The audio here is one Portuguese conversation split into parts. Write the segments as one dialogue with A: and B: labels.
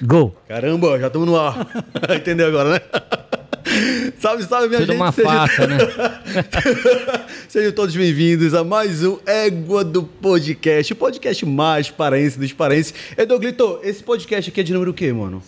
A: Go.
B: Caramba, já estamos no ar. Entendeu agora, né? salve, salve, minha
A: Tudo
B: gente.
A: uma farsa, né?
B: Sejam todos bem-vindos a mais um Égua do Podcast, o podcast mais paraense dos paraenses. Edoglito, esse podcast aqui é de número o quê, mano?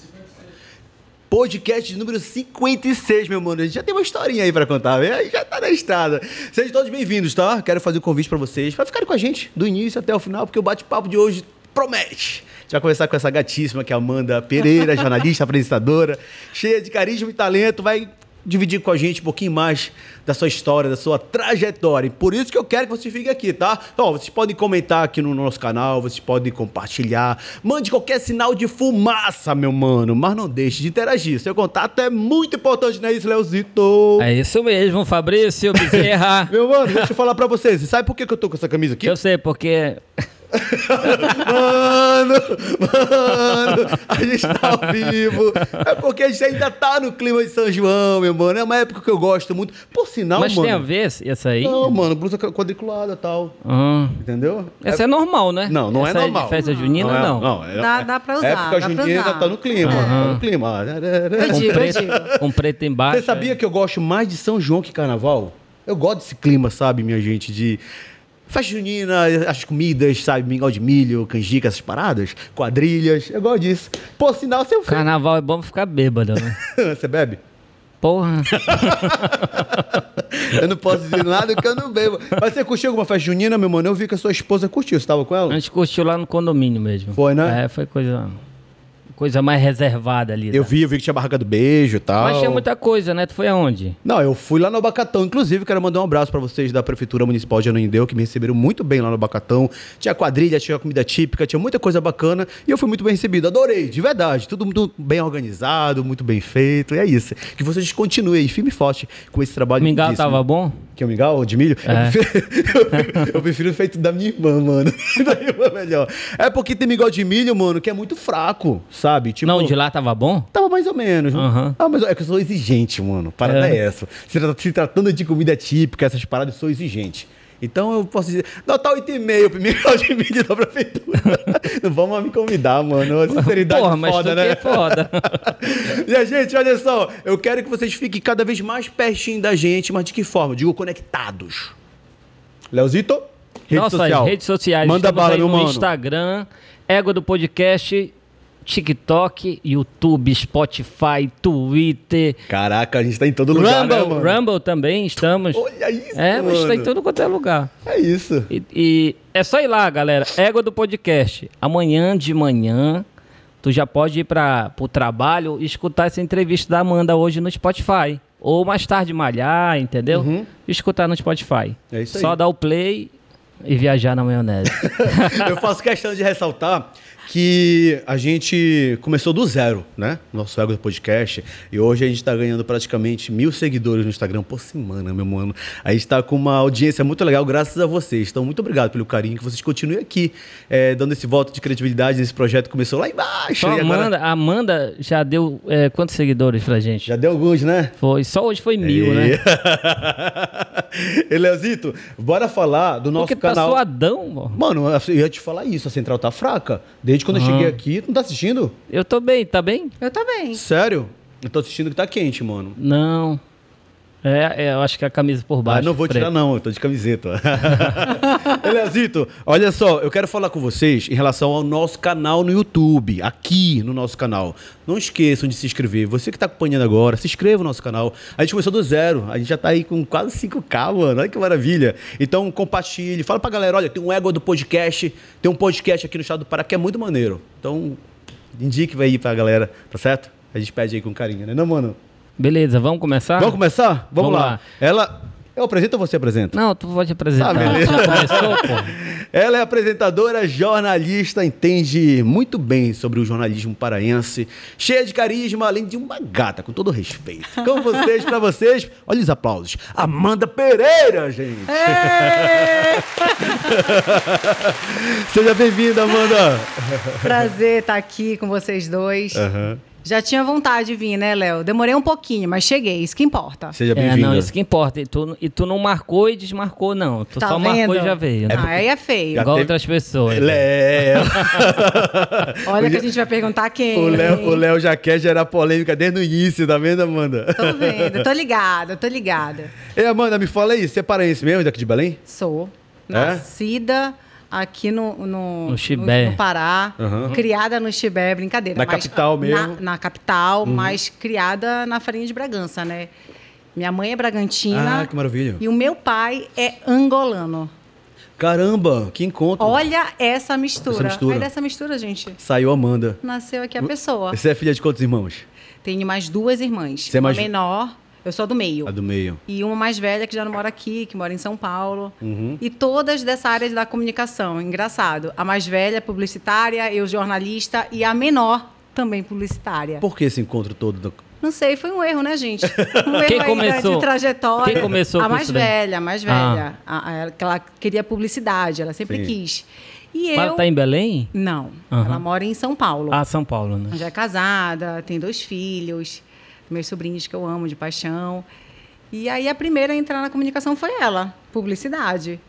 B: Podcast de número 56, meu mano. A gente já tem uma historinha aí pra contar, né? Aí Já tá na estrada. Sejam todos bem-vindos, tá? Quero fazer um convite pra vocês, pra ficarem com a gente do início até o final, porque o bate-papo de hoje promete. A gente vai conversar com essa gatíssima que é a Amanda Pereira, jornalista, apresentadora, cheia de carisma e talento, vai dividir com a gente um pouquinho mais da sua história, da sua trajetória. E Por isso que eu quero que vocês fiquem aqui, tá? Então, ó, vocês podem comentar aqui no nosso canal, vocês podem compartilhar. Mande qualquer sinal de fumaça, meu mano, mas não deixe de interagir. Seu contato é muito importante, não é isso, Leozito?
A: É isso mesmo, Fabrício Bezerra.
B: Meu mano, deixa eu falar pra vocês. Sabe por que que eu tô com essa camisa aqui?
A: Eu sei, porque
B: Mano, mano, a gente tá ao vivo. É porque a gente ainda tá no clima de São João, meu mano. É uma época que eu gosto muito. Por sinal,
A: Mas
B: mano.
A: tem a ver essa aí?
B: Tá Não, mano, blusa quadriculada e tal.
A: Ah.
B: Entendeu?
A: Essa é, normal, né?
B: Não, não
A: Essa
B: é
A: aí
B: normal.
A: De festa junina,
B: é-
A: não.
B: é-
C: Dá- dá pra usar,
B: Época
C: dá pra
B: junina
C: usar.
B: tá no clima, tá no clima.
C: Eu
A: Com,
C: digo, eu
A: preto,
C: digo.
A: com preto embaixo. é.
B: Você sabia que eu gosto mais de São João que Carnaval? Eu gosto desse clima, sabe, minha gente, de festa junina, as comidas, sabe, mingau de milho, canjica, essas paradas, quadrilhas, eu gosto disso. Por sinal, você, um
A: é? Carnaval é bom pra ficar bêbado, né?
B: você bebe?
A: Porra.
B: Eu não posso dizer nada que eu não bebo. Mas você curtiu alguma festa junina, meu mano? Eu vi que a sua esposa curtiu, você tava com
A: A
B: ela?
A: gente curtiu lá no condomínio mesmo.
B: Foi, né?
A: É, foi coisa, coisa mais reservada ali.
B: Eu
A: tá?
B: vi, eu vi que tinha barraca do beijo e tal.
A: Mas tinha muita coisa, né? Tu foi aonde?
B: Não, eu fui lá no Abacatão. Inclusive, quero mandar um abraço pra vocês da Prefeitura Municipal de Ananindeu, que me receberam muito bem lá no Abacatão. Tinha quadrilha, tinha comida típica, tinha muita coisa bacana e eu fui muito bem recebido. Adorei, de verdade. Tudo muito bem organizado, muito bem feito. E é isso. Que vocês continuem aí, firme e forte com esse trabalho.
A: O mingau
B: lindíssimo.
A: tava bom?
B: Que é o mingau de milho?
A: É.
B: Eu, prefiro, eu prefiro- eu prefiro o feito da minha irmã, mano. da minha irmã é melhor. É porque tem mingau de milho, mano, que é muito fraco, sabe? Tipo,
A: Não, de lá tava bom?
B: Tava mais ou menos.
A: Aham.
B: Ah, mas é que eu sou exigente, mano. Parada
A: É.
B: é, essa. Se, tra- se tratando de comida típica, essas paradas, eu sou exigente. Então eu posso dizer, nota 8,5 pro mingau de milho da prefeitura. Não vamos me convidar, mano. A sinceridade
A: Porra,
B: é
A: mas
B: foda,
A: tu
B: né?
A: que é foda.
B: Minha gente, olha só, eu quero que vocês fiquem cada vez mais pertinho da gente, mas de que forma? Eu digo conectados. Leozito, rede
A: Nossas
B: social.
A: redes sociais.
B: Manda
A: Estamos
B: bala,
A: aí
B: meu
A: no
B: mano.
A: Instagram, Égua do Podcast, TikTok, YouTube, Spotify, Twitter.
B: Caraca, a gente tá em todo lugar, né,
A: Rumble,
B: mano?
A: Rumble também estamos.
B: Olha isso,
A: é, mas
B: mano.
A: tá em todo quanto é lugar.
B: É isso.
A: E, e é só ir lá, galera. Égua do podcast. Amanhã de manhã, tu já pode ir para o trabalho e escutar essa entrevista da Amanda hoje no Spotify. Ou mais tarde malhar, entendeu? Escutar no Spotify.
B: Uhum. É isso aí.
A: Só dar o play e viajar na maionese.
B: Eu faço questão de ressaltar que a gente começou do zero, né? Nosso Ego do Podcast. E hoje a gente tá ganhando praticamente mil seguidores no Instagram por semana, meu mano. A gente tá com uma audiência muito legal, graças a vocês. Então, muito obrigado pelo carinho que vocês continuem aqui, eh, dando esse voto de credibilidade. Esse projeto começou lá embaixo.
A: Só
B: e agora
A: Amanda, a Amanda já deu é, quantos seguidores pra gente?
B: Já É. deu alguns, né?
A: Foi, só hoje foi mil, né?
B: e Leozito, bora falar do nosso
A: Porque tá
B: canal.
A: suadão, pô.
B: Mano, eu ia te falar isso, a central tá fraca. Desde quando eu
A: Ah.
B: cheguei aqui, tu não tá assistindo?
A: Eu tô bem, tá bem?
C: Eu também.
B: Sério? Eu tô assistindo que tá quente, mano.
A: Não. É, é, eu acho que a camisa por baixo.
B: Ah, não vou tirar,
A: preta.
B: não. Eu tô de camiseta. Eliasito, olha só, eu quero falar com vocês em relação ao nosso canal no YouTube, aqui no nosso canal. Não esqueçam de se inscrever. Você que tá acompanhando agora, se inscreva no nosso canal. A gente começou do zero, a gente já tá aí com quase 5K, mano. Olha que maravilha. Então compartilhe, fala pra galera: olha, tem um égua do podcast, tem um podcast aqui no estado do Pará que é muito maneiro. Então, indique vai aí pra galera, tá certo? A gente pede aí com carinho, né, não, mano?
A: Beleza, vamos começar?
B: Vamos começar? Vamos,
A: Tá. Vamos
B: lá.
A: lá.
B: Ela. Eu apresento ou você apresenta?
A: Não, tu pode apresentar.
B: Ah, beleza.
A: Já começou, pô.
B: Ela é apresentadora, jornalista, entende muito bem sobre o jornalismo paraense, cheia de carisma, além de uma gata, com todo respeito. Com vocês, pra vocês, olha os aplausos. Amanda Pereira, gente.
C: É!
B: Seja bem-vinda, Amanda.
C: tá Prazer estar aqui com vocês dois. Já tinha vontade de vir, né, Léo? Demorei um pouquinho, mas cheguei, isso que importa.
B: Seja
A: É,
B: bem-vinda.
A: não, isso que importa. E tu, e tu não marcou e desmarcou, não. Tu
C: Tá
A: só
C: vendo?
A: marcou e já veio. né?
C: Ah, aí é feio.
A: Igual
B: teve- é-
A: outras pessoas.
B: Léo.
C: Olha que a gente vai perguntar quem.
B: O Léo, o Léo já quer gerar polêmica desde o início, tá vendo, Amanda?
C: Tô vendo, tô ligada, tô ligada.
B: Ei, Amanda, me fala aí, você é paraense mesmo daqui de Belém?
C: Sou
B: É?
C: nascida aqui no, no,
A: No Chibé.
C: no Pará,
B: Aham.
C: criada no Chibé, brincadeira.
B: Na
C: mas
B: capital mesmo? Uhum.
C: Na, na capital, mas criada na farinha de Bragança, né? Minha mãe é bragantina.
B: Ah, que maravilha.
C: E o meu pai é angolano.
B: Caramba, que encontro.
C: Olha essa mistura.
B: Uhum. Essa mistura.
C: Aí dessa mistura, gente,
B: Saiu Amanda.
C: nasceu aqui a pessoa.
B: Você é filha de quantos irmãos?
C: Tenho mais duas irmãs.
B: Você é
C: uma
B: mais-
C: menor, eu sou do meio.
B: A do meio.
C: E uma mais velha que já não mora aqui, que mora em São Paulo.
B: Uhum.
C: E todas dessa área da comunicação. Engraçado. A mais velha, é publicitária, eu jornalista e a menor também publicitária.
B: Por que esse encontro todo?
C: Não sei, foi um erro, né, gente? Um
A: Quem
C: erro aí
A: começou?
C: de trajetória.
A: Quem começou
C: A
A: com
C: mais
A: isso daí?
C: velha, a mais
A: Ah.
C: velha. A- a- ela- que ela queria publicidade, ela sempre
B: Sim.
C: quis. E
A: Mas
C: eu.
A: tá em Belém?
C: Não,
A: Aham.
C: ela mora em São Paulo.
A: Ah, São Paulo, né?
C: Já é casada, tem dois filhos, meus sobrinhos que eu amo de paixão. E aí a primeira a entrar na comunicação foi ela, publicidade.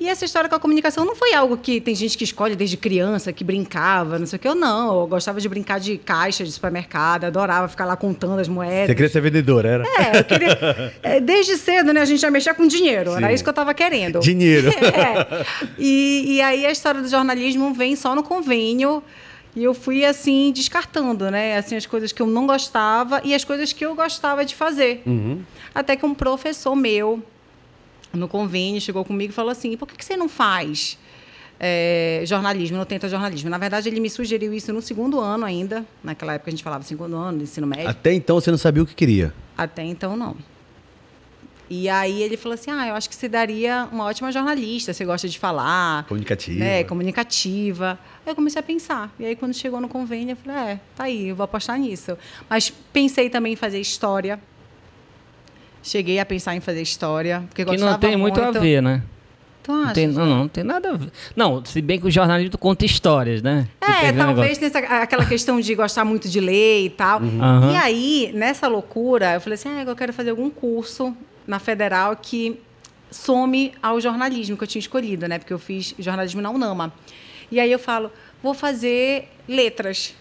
C: E essa história com a comunicação não foi algo que tem gente que escolhe desde criança, que brincava, não sei o que. Eu não, eu gostava de brincar de caixa de supermercado, adorava ficar lá contando as moedas.
B: Você queria ser vendedora, era?
C: É, eu queria... é, desde cedo, né, a gente já mexia com dinheiro,
B: Sim.
C: era isso que eu estava querendo.
B: Dinheiro.
C: É. E, e aí a história do jornalismo vem só no convênio. E eu fui, assim, descartando, né? Assim, as coisas que eu não gostava e as coisas que eu gostava de fazer.
B: Uhum.
C: Até que um professor meu, no convênio, chegou comigo e falou assim: por que, que você não faz eh, jornalismo, não tenta jornalismo? Na verdade, ele me sugeriu isso no segundo ano ainda. Naquela época a gente falava segundo ano, do ensino médio.
B: Até então você não sabia o que queria.
C: Até então, não. E aí ele falou assim: ah, eu acho que você daria uma ótima jornalista, você gosta de falar,
B: Comunicativa.
C: né, comunicativa. Aí eu comecei a pensar. E aí, quando chegou no convênio, eu falei: é, tá aí, eu vou apostar nisso. Mas pensei também em fazer história. Cheguei a pensar em fazer história. Porque
A: Que não
C: gostava
A: tem muito, a ver, né?
C: Tu acha?
A: Não, tem, não, não tem nada a ver. Não, se bem que o jornalismo conta histórias, né? Tu
C: É,
A: tem um
C: talvez
A: negócio. Uhum.
C: tenha essa- aquela questão de gostar muito de ler e tal.
A: Aham.
C: E aí, nessa loucura, eu falei assim, ah, eu quero fazer algum curso na Federal que some ao jornalismo que eu tinha escolhido, né? Porque eu fiz jornalismo na Unama. E aí eu falo, vou fazer letras.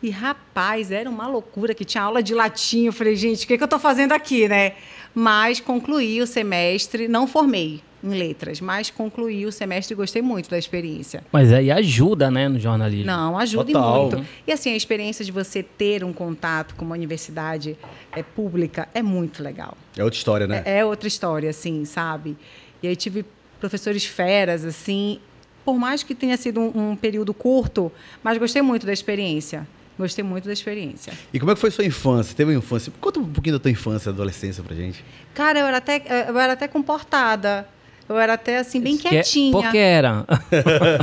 C: E, rapaz, era uma loucura que tinha aula de latim. Eu falei, gente, o que, que eu tô fazendo aqui, né? Mas concluí o semestre, não formei em letras, mas concluí o semestre e gostei muito da experiência.
A: Mas aí ajuda, né, no jornalismo.
C: Não, ajuda e
B: Total.
C: muito. E assim, a experiência de você ter um contato com uma universidade é, pública é muito legal.
B: É outra história, né?
C: É. outra história, assim, sabe? E aí tive professores feras, assim. Por mais que tenha sido um, um período curto, mas gostei muito da experiência. Gostei muito da experiência.
B: E como é que foi sua infância? Teve uma infância? Conta um pouquinho da tua infância, adolescência pra gente.
C: Cara, eu era até, eu era até comportada. Eu era até, assim, bem
A: Que- é
C: quietinha.
A: Porque era.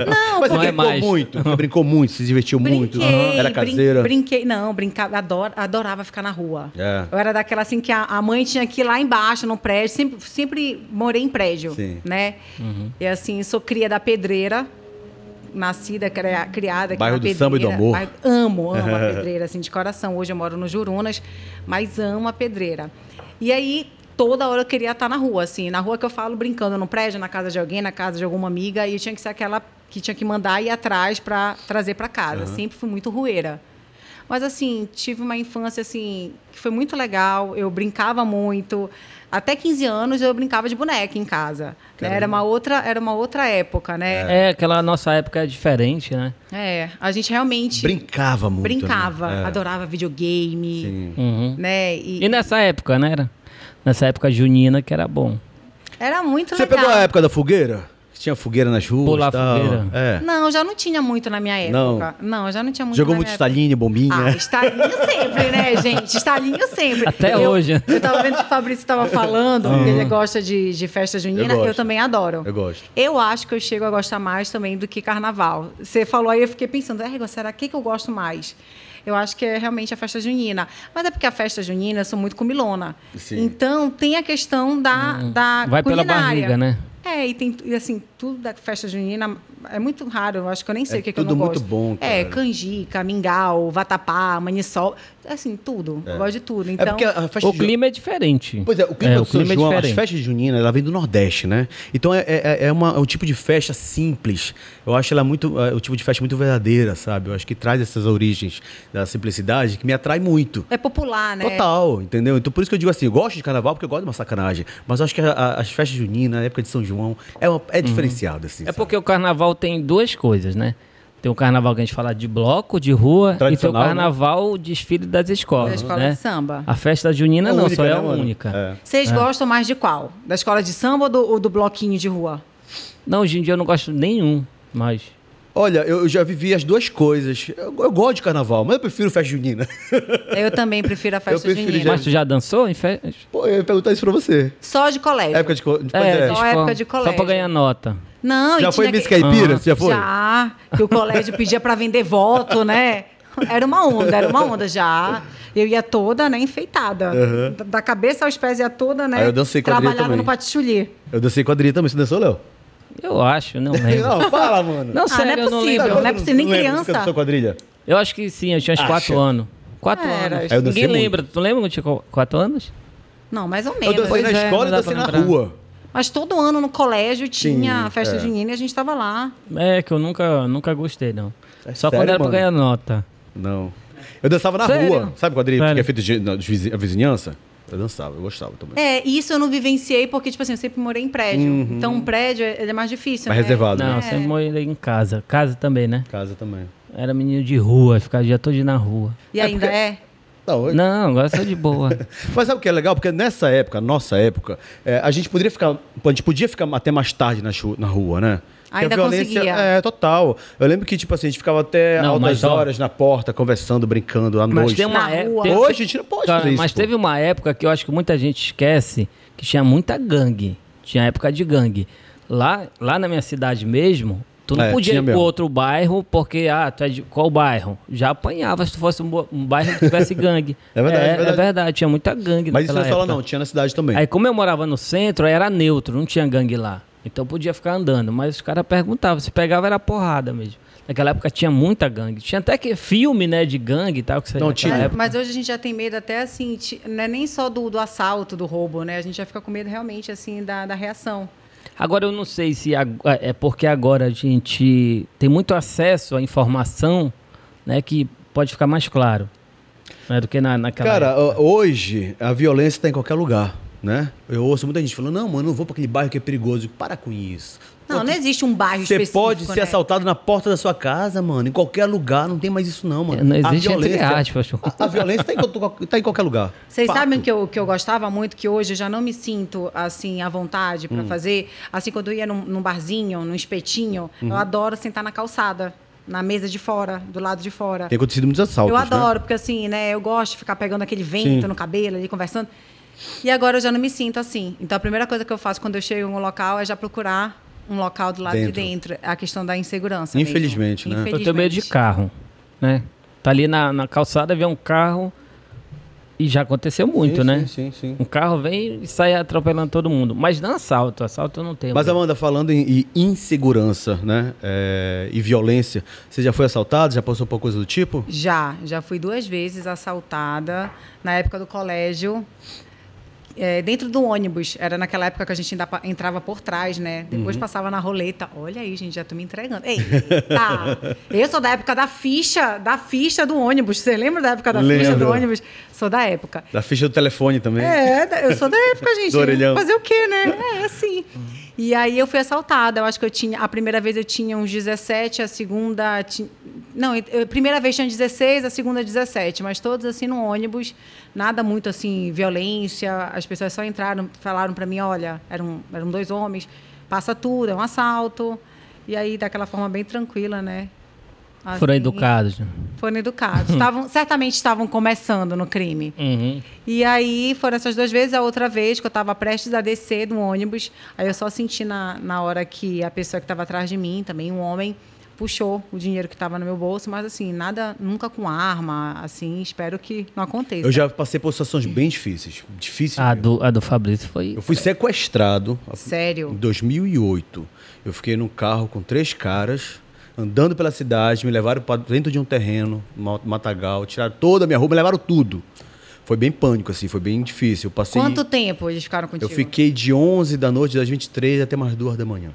C: Não,
B: Mas
A: Não
B: você
A: é
B: brincou
A: mais.
B: muito? Você brincou muito, se divertiu muito?
C: Brinquei,
B: Era
C: brin-
B: caseira?
C: brinquei. Não, brincava, ador- adorava ficar na rua.
B: É.
C: Eu era daquela assim que a, a mãe tinha que ir lá embaixo, no prédio. Sempre, sempre morei em prédio,
B: Sim.
C: né? E assim, sou cria da pedreira. Nascida, cria- criada aqui
B: Bairro
C: na
B: do
C: Pedreira.
B: Samba e do Amor.
C: Bairro- amo, amo a Pedreira, assim, de coração. Hoje eu moro no Jurunas, mas amo a Pedreira. E aí, toda hora eu queria estar na rua, assim. Na rua que eu falo, brincando no prédio, na casa de alguém, na casa de alguma amiga. E eu tinha que ser aquela que tinha que mandar ir atrás para trazer para casa. Sempre fui muito rueira. Mas, assim, tive uma infância, assim, que foi muito legal. Eu brincava muito. Até 15 anos, eu brincava de boneca em casa. né? Era, uma outra, era uma outra época, né?
A: é, aquela nossa época é diferente, né?
C: É, a gente realmente...
B: Brincava muito. né?
C: Brincava,
B: É.
C: adorava videogame,
B: Sim.
A: Uhum.
C: né? E,
A: E nessa época, né? Era? Nessa época junina que era bom.
C: era muito
B: Você
C: legal.
B: pegou a época da fogueira? Que tinha fogueira nas ruas?
A: Pular
B: tal.
A: fogueira.
B: É.
C: Não, já não tinha muito na minha
B: Não.
C: época. Não, já não tinha muito
B: Jogou
C: na
B: muito
C: minha
B: estalinho, bombinha.
C: Ah, estalinho sempre, né, gente? Estalinho sempre.
A: Até
C: Eu-
A: hoje.
C: Eu tava vendo que o Fabrício estava falando, que ele gosta de, de festa junina.
B: Eu
C: Eu,
B: gosto.
C: também adoro.
B: Eu gosto.
C: Eu acho que eu chego a gostar mais também do que carnaval. Você falou aí, eu fiquei pensando, "Égua, será que, que eu gosto mais? Eu acho que é realmente a festa junina. Mas é porque a festa junina, eu sou muito comilona.
B: Sim. Hum,
C: Então, tem a questão da, da
A: Vai pela
C: culinária.
A: barriga, né?
C: É, e tem, e assim, tudo da festa junina. É muito raro, eu acho que eu nem sei
B: É
C: o que, que
B: tudo
C: eu não
B: muito
C: gosto.
B: bom, cara.
C: É, canjica, mingau, vatapá, maniçol, assim, tudo. Eu gosto de tudo. Então,
B: é porque a festa
A: o
B: de Ju-
A: clima é diferente.
B: Pois é, o clima, do São
A: clima é
B: João, as
A: diferente.
B: festas juninas, ela vem do Nordeste, né? Então é, é, é, uma- é um tipo de festa simples. Eu acho ela muito. É, o tipo de festa muito verdadeira, sabe? Eu acho que traz essas origens da simplicidade que me atrai muito.
C: é popular, né?
B: Total, entendeu? Então por isso que eu digo assim, eu gosto de carnaval porque eu gosto de uma sacanagem. Mas eu acho que a- a- as festas juninas, a época de São João, é, uma- é diferenciada, assim.
A: É
B: sabe?
A: porque o carnaval tem duas coisas, né? Tem o carnaval que a gente fala de bloco, de rua, e tem o
B: Tradicional, né?
A: carnaval o desfile das escolas.
C: Da escola
A: né?
C: de samba.
A: A festa junina
B: É
A: não,
B: única,
A: só é
B: né,
A: a
B: mano?
A: única.
B: É.
C: Vocês gostam mais de qual? Da escola de samba ou do, ou do bloquinho de rua?
A: Não, hoje em dia eu não gosto nenhum, mas.
B: Olha, eu eu já vivi as duas coisas. Eu, eu gosto de carnaval, mas eu prefiro festa junina.
C: Eu também prefiro a festa
B: prefiro
C: junina.
A: Mas tu já dançou em festa?
B: Pô, eu ia perguntar isso pra você.
C: Só de colégio.
B: Época de. co- Pois
C: só
B: é.
C: época de
A: Só pra
C: colégio.
A: ganhar nota.
C: Não,
B: Já
C: e
B: foi
C: tinha
B: Miss
C: né, que-
B: Caipira? Você já foi?
C: Já, que o colégio pedia para vender voto, né? Era uma onda, era uma onda já. Eu ia toda, né, enfeitada. Da- Da cabeça aos pés ia toda, né?
B: Ah, eu dancei com a Adriana
C: Trabalhava no
B: também.
C: patchouli.
B: Eu dancei quadrilha também. Você dançou, Léo?
A: Eu acho, não lembro.
B: Não, fala, mano.
A: É. Não,
C: Ah, não é
A: sério, eu não
C: possível,
A: lembro.
C: né? possível, nem
B: Lembra
C: criança.
B: que eu sou quadrilha?
A: Eu acho que sim, eu tinha uns
B: Acha?
A: quatro anos. Quatro
C: Era,
A: anos.
C: eu
B: dancei
A: Ninguém
B: muito.
A: lembra. Tu lembra quando tinha qu- quatro anos?
C: Não, mais ou
B: Eu
C: menos.
B: dancei na
A: Pois é,
B: escola
A: não
B: e
A: dá
B: dancei
A: pra
B: na
A: lembrar.
B: rua.
C: Mas todo ano no colégio tinha
B: Sim,
C: a festa
B: é.
C: junina e a gente estava lá.
A: É, que eu nunca, nunca gostei, não.
B: É
A: Só
B: sério,
A: quando era
B: mano?
A: pra ganhar nota.
B: Não. Eu dançava na
A: Sério?
B: rua. Sabe quadrilha que
A: Sério.
B: é feito de, na- de vizi- a vizinhança? Eu dançava, eu gostava também.
C: É, e isso eu não vivenciei porque, tipo assim, eu sempre morei em prédio. Então, um prédio, ele é mais difícil,
B: Mas Uhum.
C: né?
B: reservado.
A: Não,
B: né?
A: eu sempre morei em casa. Casa também, né?
B: Casa também.
A: Era menino de rua, ficava o dia todo na rua.
C: E ainda é?
B: Não, eu-
A: Não, agora sou de boa.
B: Mas sabe o que é legal? Porque nessa época, nossa época, é, a gente poderia ficar. A gente podia ficar até mais tarde na, chu- na rua, né? Porque
C: Ainda
B: a violência
C: conseguia.
B: É, total. Eu lembro que, tipo assim, a gente ficava até
A: Não,
B: altas
A: mas, ó,
B: horas na porta, conversando, brincando à
A: Mas
B: noite.
A: tem uma
C: Na
A: época.
C: rua.
A: tem-
B: Hoje a gente não pode
A: Cara,
B: fazer isso.
A: mas
B: pô.
A: teve uma época que eu acho que muita gente esquece que tinha muita gangue. Tinha época de gangue. Lá, lá na minha cidade mesmo, tu não
B: É,
A: podia
B: tinha
A: ir
B: mesmo.
A: pro outro bairro, porque, ah, tu é de qual bairro? Já apanhava se tu fosse um, bo- um bairro que tivesse gangue.
B: É verdade,
A: é,
B: é verdade.
A: é verdade, tinha muita gangue
B: Mas isso não é
A: naquela
B: só lá,
A: época. tá
B: não. Tinha na cidade também.
A: Aí, como eu morava no centro, aí era neutro, não tinha gangue lá. Então podia ficar andando. Mas os caras perguntavam, se pegava era porrada mesmo. Naquela época tinha muita gangue. Tinha até que filme, né, de gangue e tal, que saía
B: Não,
A: naquela
B: tinha.
A: época.
C: Mas hoje a gente já tem medo até assim, ti- não é nem só do, do assalto, do roubo, né? A gente já fica com medo realmente, assim, da, da reação.
A: Agora eu não sei se ag- é porque agora a gente tem muito acesso à informação, né, que pode ficar mais claro. Né, do que na, naquela
B: Cara,
A: época.
B: ó, hoje a violência está em qualquer lugar, né? Eu ouço muita gente falando, não, mano, eu não vou para aquele bairro que é perigoso. Eu digo, Para com isso.
C: Não, não existe um bairro
B: Você
C: específico,
B: pode ser
C: né?
B: assaltado na porta da sua casa, mano, em qualquer lugar, não tem mais isso não, mano.
A: É, não
B: A
A: existe entre
B: violência-
A: aspas, pô.
B: A, a violência tá em, co- tá em qualquer lugar.
C: Vocês
B: Fato.
C: sabem que eu, que eu gostava muito, que hoje eu já não me sinto, assim, à vontade
B: Hum.
C: pra fazer. Assim, quando eu ia num, num barzinho, num espetinho,
B: Uhum.
C: eu adoro sentar na calçada, na mesa de fora, do lado de fora.
B: Tem acontecido muitos assaltos,
C: Eu
B: né?
C: adoro, porque assim, né? Eu gosto de ficar pegando aquele vento
B: Sim.
C: no cabelo ali, conversando. E agora eu já não me sinto assim. Então a primeira coisa que eu faço quando eu chego em um local é já procurar um local do lado de
B: Dentro.
C: dentro. A questão da insegurança. mesmo.
B: Infelizmente, né?
A: Eu tenho medo de carro, né? Tá ali na, na calçada, vê um carro e já aconteceu muito,
B: Sim,
A: né?
B: Sim, sim, sim.
A: Um carro vem e sai atropelando todo mundo. Mas não assalto, assalto eu não tenho.
B: Mas, é um-
A: medo.
B: Amanda, falando em, em insegurança, né? é, e violência, você já foi assaltado? Já passou por coisa do tipo?
C: Já, já fui duas vezes assaltada na época do colégio. é, dentro do ônibus, era naquela época que a gente ainda pa- entrava por trás, né? Depois passava na roleta. Olha aí, gente, já tô me entregando. Eita! Eu sou da época da ficha, da ficha do ônibus. Você lembra da época da ficha
B: Lembro.
C: do ônibus? Sou da época.
B: Da ficha do telefone também?
C: É, da- eu sou da época, gente.
B: Do orelhão.
C: Fazer o quê, né? É, assim. E aí eu fui assaltada. Eu acho que eu tinha. A primeira vez eu tinha uns 17, a segunda. ti- não, eu- a primeira vez tinha 16, a segunda 17. Mas todos assim no ônibus, nada muito assim, violência. As pessoas só entraram, falaram pra mim: olha, eram, eram dois homens, passa tudo, é um assalto. E aí, daquela forma bem tranquila, né?
A: Foram
C: Assim,
A: educados. né?
C: Foram educados. Estavam, certamente estavam começando no crime.
A: Uhum.
C: E aí foram essas duas vezes. A outra vez que eu estava prestes a descer do ônibus, aí eu só senti na, na hora que a pessoa que estava atrás de mim, também um homem, puxou o dinheiro que estava no meu bolso, mas assim, nada, nunca com arma, assim, espero que não aconteça.
B: Eu já passei por situações bem difíceis. Difícil.
A: A
B: mesmo.
A: do, a do Fabrício foi.
B: Eu fui sequestrado
C: Sério?
B: em 2008. Eu fiquei num carro com três caras, andando pela cidade, me levaram para dentro de um terreno, ma- matagal, tiraram toda a minha roupa, me levaram tudo. Foi bem pânico, assim, foi bem difícil. Eu passei.
C: Quanto tempo eles ficaram contigo?
B: eu fiquei de 11 da noite, das 23 até mais 2 da manhã.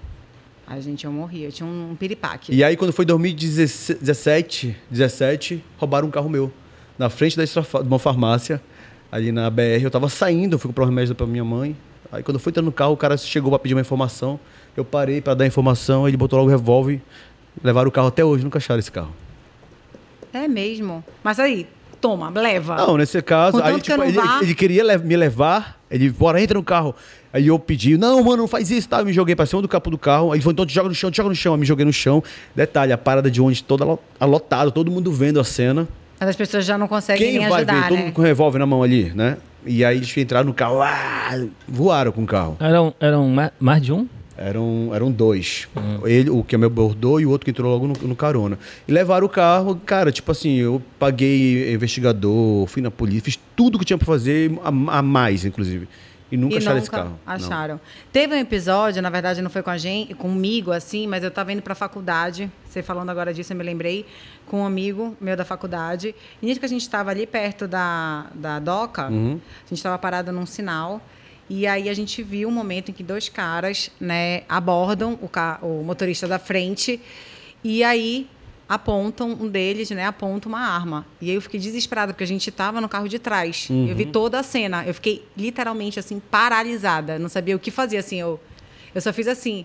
C: Ai, gente, eu morri. Eu tinha um, um piripaque.
B: E aí, quando foi 2017, 17, roubaram um carro meu. Na frente da estrofa- de uma farmácia, ali na BR, eu tava saindo, eu fui comprar um remédio pra minha mãe. Aí, quando eu fui entrar no carro, o cara chegou pra pedir uma informação. Eu parei pra dar a informação, ele botou logo o revólver. Levaram o carro até hoje, nunca acharam esse carro.
C: É mesmo. Mas aí, toma, leva.
B: Não, nesse caso,
C: Contanto
B: aí,
C: que
B: tipo,
C: eu não
B: ele,
C: vá.
B: ele queria le- me levar, ele, bora, entra no carro. Aí eu pedi, não, mano, não faz isso, tá? Eu me joguei pra cima do capô do carro. Aí ele falou, então te joga no chão, te joga no chão. Aí me joguei no chão. Detalhe, a parada de onde toda lo- a lotada, todo mundo vendo a cena.
C: Mas as pessoas já não conseguem
B: Quem
C: nem
B: vai ver?
C: ajudar,
B: Todo
C: né?
B: mundo com revólver na mão ali, né? E aí eles entraram no carro, ah, voaram com o carro.
A: Eram, eram ma- mais
C: Então.
A: de um?
B: Eram, eram dois. Ele, o que me abordou e o outro que entrou logo no, no carona. E levaram o carro, cara, tipo assim, eu paguei investigador, fui na polícia, fiz tudo que tinha pra fazer, a, a mais, inclusive. E nunca
C: e
B: acharam
C: nunca
B: esse carro. não.
C: acharam. Teve um episódio, na verdade não foi com a gente, comigo assim, mas eu estava indo para a faculdade. Você falando agora disso, eu me lembrei com um amigo meu da faculdade. E nisso que a gente estava ali perto da, da doca,
B: Uhum.
C: a gente estava parado num sinal. E aí a gente viu um momento em que dois caras, né, abordam o, ca- o motorista da frente. E aí apontam um deles, né, aponta uma arma. E aí eu fiquei desesperada porque a gente tava no carro de trás. Eu vi toda a cena. Eu fiquei literalmente assim paralisada, não sabia o que fazer assim. Eu eu só fiz assim: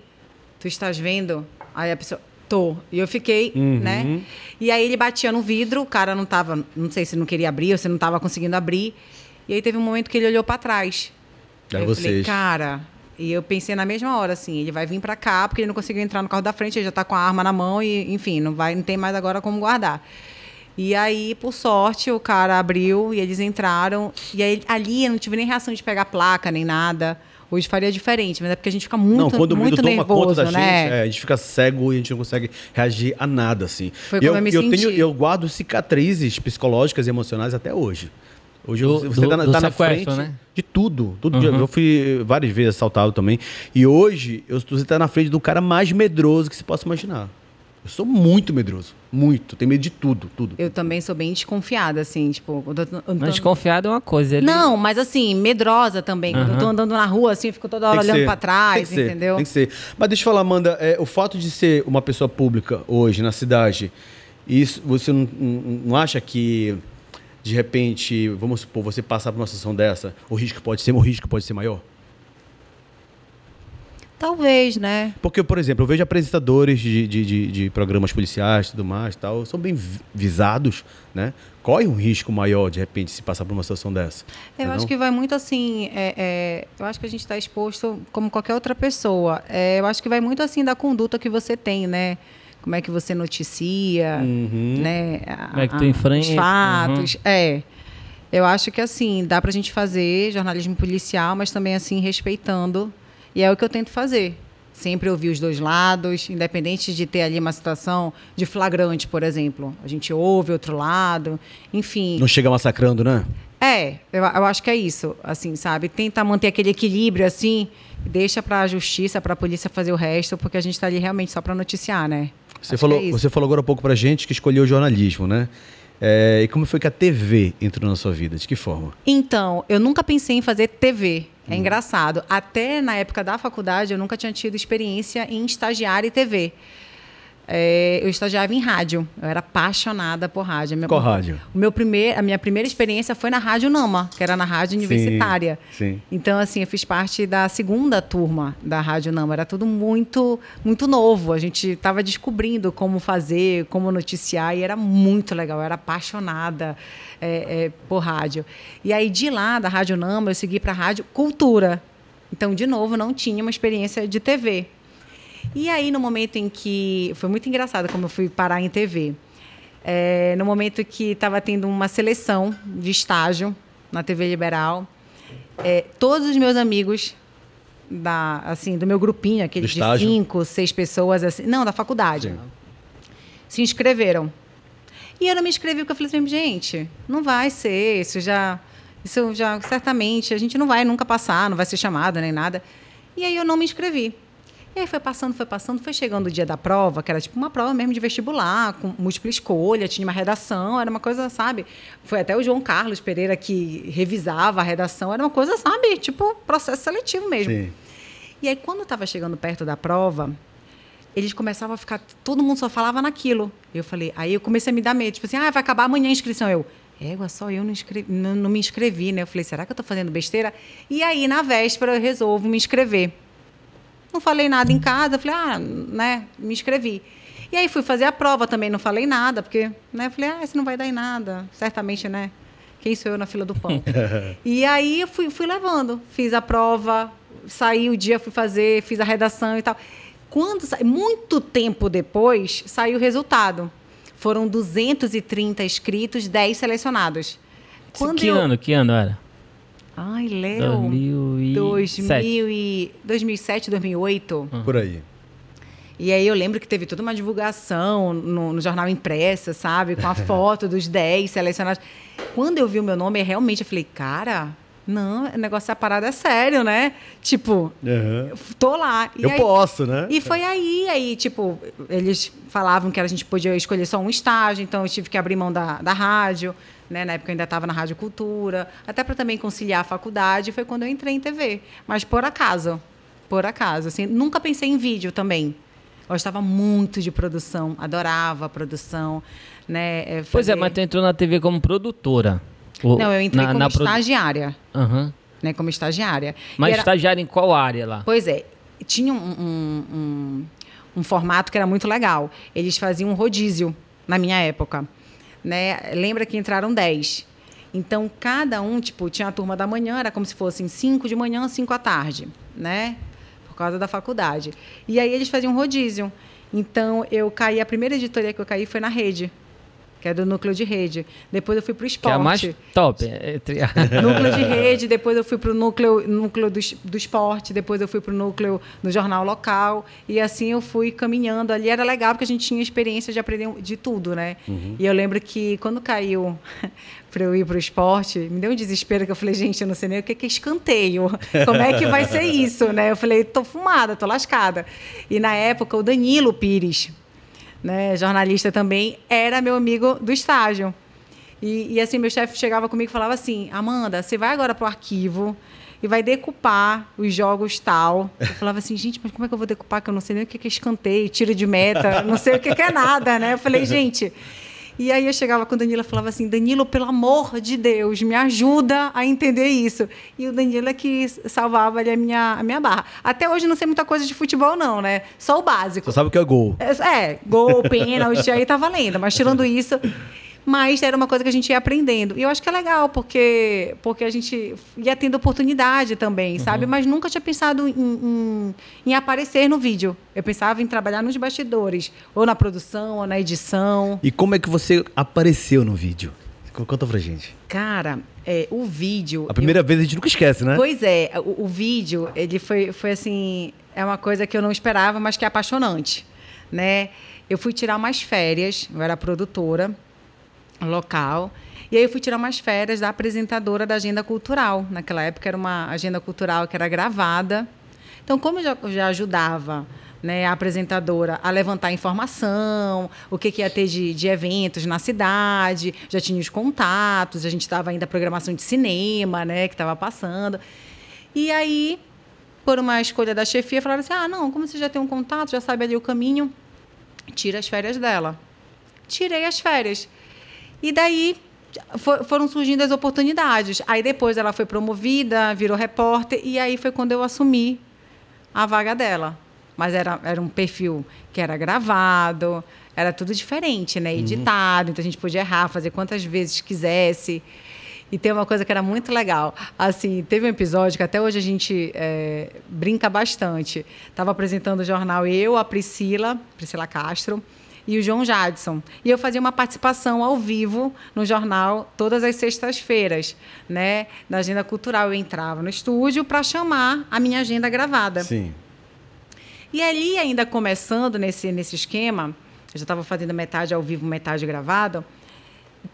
C: "Tu estás vendo?" Aí a pessoa Tô. E eu fiquei, né? E aí ele batia no vidro, o cara não tava, não sei se não queria abrir ou se não tava conseguindo abrir. E aí teve um momento que ele olhou para trás.
B: Era
C: Aí eu falei,
B: vocês.
C: cara. E eu pensei na mesma hora, assim, ele vai vir pra cá, porque ele não conseguiu entrar no carro da frente, ele já tá com a arma na mão e, enfim, não vai, não tem mais agora como guardar. E aí, por sorte, o cara abriu e eles entraram. E aí, ali eu não tive nem reação de pegar placa nem nada. Hoje faria diferente, mas é porque a gente fica muito,
B: não, quando o medo
C: muito
B: toma
C: nervoso,
B: conta da
C: né?
B: gente, é, a gente fica cego e a gente não consegue reagir a nada, assim.
C: Foi
B: E
C: como
B: eu,
C: eu me
B: eu, tenho,
C: senti.
B: eu guardo cicatrizes psicológicas e emocionais até hoje. Hoje eu-
A: Do-
B: você
A: do-
B: tá, na-
A: do
B: tá na frente
A: sequestro, né? Uhum.
B: de tudo. tudo. Eu fui várias vezes assaltado também. E hoje eu, você tá na frente do cara mais medroso que se possa imaginar. Eu sou muito medroso. Muito. Tenho medo de tudo, tudo.
C: Eu também sou bem desconfiada, assim, tipo, quando eu tô- eu tô-
A: Mas desconfiado é uma coisa. Ele...
C: Não, mas assim, medrosa também. Quando eu tô andando na rua, assim, eu fico toda hora
B: Tem que
C: olhando
B: ser.
C: pra trás,
B: Tem que ser,
C: entendeu?
B: Tem que ser. Mas deixa eu falar, Amanda, é, o fato de ser uma pessoa pública hoje na cidade, isso você não, não- não acha que de repente, vamos supor, você passar por uma situação dessa, o risco pode ser, o risco pode ser maior?
C: Talvez, né?
B: Porque, por exemplo, eu vejo apresentadores de, de, de- de programas policiais, tudo mais, tal, são bem vi- visados, né? Corre um risco maior de repente se passar por uma situação dessa.
C: Eu
B: né
C: acho
B: não?
C: que vai muito assim. é, é, eu acho que a gente está exposto como qualquer outra pessoa. É, eu acho que vai muito assim da conduta que você tem, né? Como é que você noticia, né? A-
A: Como é que tu
C: a-
A: enfrenta, Uhum.
C: Os fatos. É. Eu acho que assim, dá pra gente fazer jornalismo policial, mas também assim, respeitando. E é o que eu tento fazer. Sempre ouvir os dois lados, independente de ter ali uma situação de flagrante, por exemplo. A gente ouve outro lado, enfim.
B: Não chega massacrando, né?
C: É, eu, eu acho que é isso, assim, sabe? Tentar manter aquele equilíbrio, assim, deixa pra justiça, pra polícia fazer o resto, porque a gente tá ali realmente só pra noticiar, né? Acho que
B: Você falou,
C: é isso.
B: você falou agora há pouco pra gente que escolheu o jornalismo, né? É, e como foi que a TV entrou na sua vida? De que forma?
C: Então, eu nunca pensei em fazer TV. É
B: Hum.
C: engraçado. Até na época da faculdade, eu nunca tinha tido experiência em estagiar e TV. É, eu estagiava em rádio. Eu era apaixonada por rádio. A minha-
B: Qual rádio?
C: O meu primeiro, a minha primeira experiência foi na Rádio Nama, que era na Rádio é Universitária.
B: sim.
C: Então, assim, eu fiz parte da segunda turma da Rádio Nama. Era tudo muito, muito novo. A gente estava descobrindo como fazer, como noticiar, e era muito legal. Eu era apaixonada é, é, por rádio. E aí, de lá, da Rádio Nama, eu segui para a Rádio Cultura. Então, de novo, não tinha uma experiência de TV. E aí, no momento em que. Foi muito engraçado como eu fui parar em TV. É, no momento que estava tendo uma seleção de estágio na TV Liberal, é, todos os meus amigos da, assim, do meu grupinho, aquele
B: Do
C: de
B: estágio?
C: cinco, seis pessoas, assim, não, da faculdade. se inscreveram. E eu não me inscrevi porque eu falei assim, gente, não vai ser, isso já, isso já certamente, a gente não vai nunca passar, não vai ser chamada nem nada. E aí eu não me inscrevi. E aí foi passando, foi passando, foi chegando o dia da prova, que era tipo uma prova mesmo de vestibular, com múltipla escolha, tinha uma redação, era uma coisa, sabe? Foi até o João Carlos Pereira que revisava a redação, era uma coisa, sabe? Tipo processo seletivo mesmo.
B: Sim.
C: E aí quando eu tava chegando perto da prova, eles começavam a ficar, todo mundo só falava naquilo. Eu falei, aí eu comecei a me dar medo, tipo assim, ah, vai acabar amanhã a inscrição. Eu, égua, só eu não, inscrevi, não, não me inscrevi, né? Eu falei, será que eu tô fazendo besteira? E aí, na véspera, eu resolvo me inscrever. Não falei nada em casa, falei, ah, né, me inscrevi. E aí fui fazer a prova também, não falei nada, porque, né, falei, ah, isso não vai dar em nada, certamente, né? Quem sou eu na fila do pão? e aí eu fui, fui levando, fiz a prova, saí o dia, fui fazer, fiz a redação e tal. Quando sa... Muito tempo depois, saiu o resultado. Foram 230 inscritos, 10 selecionados. Quando
A: que
C: eu-
A: ano? Que ano era?
C: Ai, Léo.
A: 2007.
C: 2000 e- 2007, 2008.
B: Por aí.
C: E aí eu lembro que teve toda uma divulgação no, no jornal impressa, sabe? Com a foto dos 10 selecionados. Quando eu vi o meu nome, eu realmente eu falei, cara, não, o negócio da parada é sério, né? Tipo,
B: Aham.
C: eu tô lá. E
B: Eu
C: aí-
B: posso, né?
C: E foi aí, aí, tipo, eles falavam que a gente podia escolher só um estágio, então eu tive que abrir mão da, da rádio, né? Na época eu ainda estava na Rádio Cultura, até para também conciliar a faculdade, foi quando eu entrei em TV. Mas por acaso, por acaso, assim, nunca pensei em vídeo também. Eu gostava muito de produção, adorava a produção, né? é,
A: Pois é,
C: fazer-
A: mas tu entrou na TV como produtora. O-
C: Não, eu entrei como
A: produ-
C: estagiária,
A: Aham.
C: né? Como estagiária. E
A: Mas
C: era-
A: estagiário em qual área lá?
C: Pois é, tinha um, um- um- um formato que era muito legal. Eles faziam um rodízio na minha época. Né? Lembra que entraram 10. Então, cada um, tipo, tinha a turma da manhã, era como se fossem 5 de manhã, 5 à tarde, né? Por causa da faculdade. E aí eles faziam um rodízio. Então, eu caí, a primeira editoria que eu caí foi na rede, que é do núcleo de rede. Depois eu fui pro
A: Que
C: esporte
A: é a mais top. é, entre-
C: núcleo de rede, depois eu fui pro núcleo, núcleo do, es- do esporte, depois eu fui pro núcleo do jornal local. E assim eu fui caminhando ali. Era legal porque a gente tinha experiência de aprender um- de tudo, né? E eu lembro que quando caiu para eu ir pro esporte, me deu um desespero que eu falei, gente, eu não sei nem o que que é escanteio. Como é que vai ser isso, né? Eu falei, tô fumada, tô lascada. E na época o Danilo Pires, né, jornalista também, era meu amigo do estágio. E, e, assim, meu chefe chegava comigo e falava assim: Amanda, você vai agora pro arquivo e vai decupar os jogos tal. Eu falava assim, gente, mas como é que eu vou decupar? Que eu não sei nem o que que é escanteio, tiro de meta, não sei o que que é nada, né? Eu falei, gente. E aí eu chegava com o Danilo e falava assim: Danilo, pelo amor de Deus, me ajuda a entender isso. E o Danilo é que salvava ali a minha, a minha barra. Até hoje eu não sei muita coisa de futebol, não, né? Só o básico.
B: Você sabe o que é gol.
C: É, é, gol, pênalti, aí tá valendo. Mas tirando isso. Mas era uma coisa que a gente ia aprendendo. E eu acho que é legal, porque, porque a gente ia tendo oportunidade também, sabe? Mas nunca tinha pensado em, em- em aparecer no vídeo. Eu pensava em trabalhar nos bastidores, ou na produção, ou na edição.
B: E como é que você apareceu no vídeo? C- Conta pra gente.
C: Cara, é, o vídeo.
B: A primeira vez a gente nunca esquece, né?
C: Pois é, o, o vídeo, ele foi, foi assim, é uma coisa que eu não esperava, mas que é apaixonante, né? Eu fui tirar umas férias, eu era produtora local, e aí eu fui tirar umas férias da apresentadora da agenda cultural. Naquela época era uma agenda cultural que era gravada. Então, como eu já, eu já ajudava né, a apresentadora a levantar informação, o que, que ia ter de, de eventos na cidade, já tinha os contatos, a gente estava ainda a programação de cinema, né, que estava passando. E aí, por uma escolha da chefia, falaram assim: ah, não, como você já tem um contato, já sabe ali o caminho, tira as férias dela. Tirei as férias. E daí fo- foram surgindo as oportunidades. Aí depois ela foi promovida, virou repórter, e aí foi quando eu assumi a vaga dela. Mas era, era um perfil que era gravado, era tudo diferente, né? Editado, então a gente podia errar, fazer quantas vezes quisesse. E tem uma coisa que era muito legal. Assim, teve um episódio que até hoje a gente eh, brinca bastante. Estava apresentando o jornal eu, a Priscila, Priscila Castro, e o João Jadson. E eu fazia uma participação ao vivo no jornal todas as sextas-feiras, né? Na agenda cultural. Eu entrava no estúdio para chamar a minha agenda gravada.
B: Sim.
C: E ali, ainda começando nesse, nesse esquema, eu já estava fazendo metade ao vivo, metade gravado.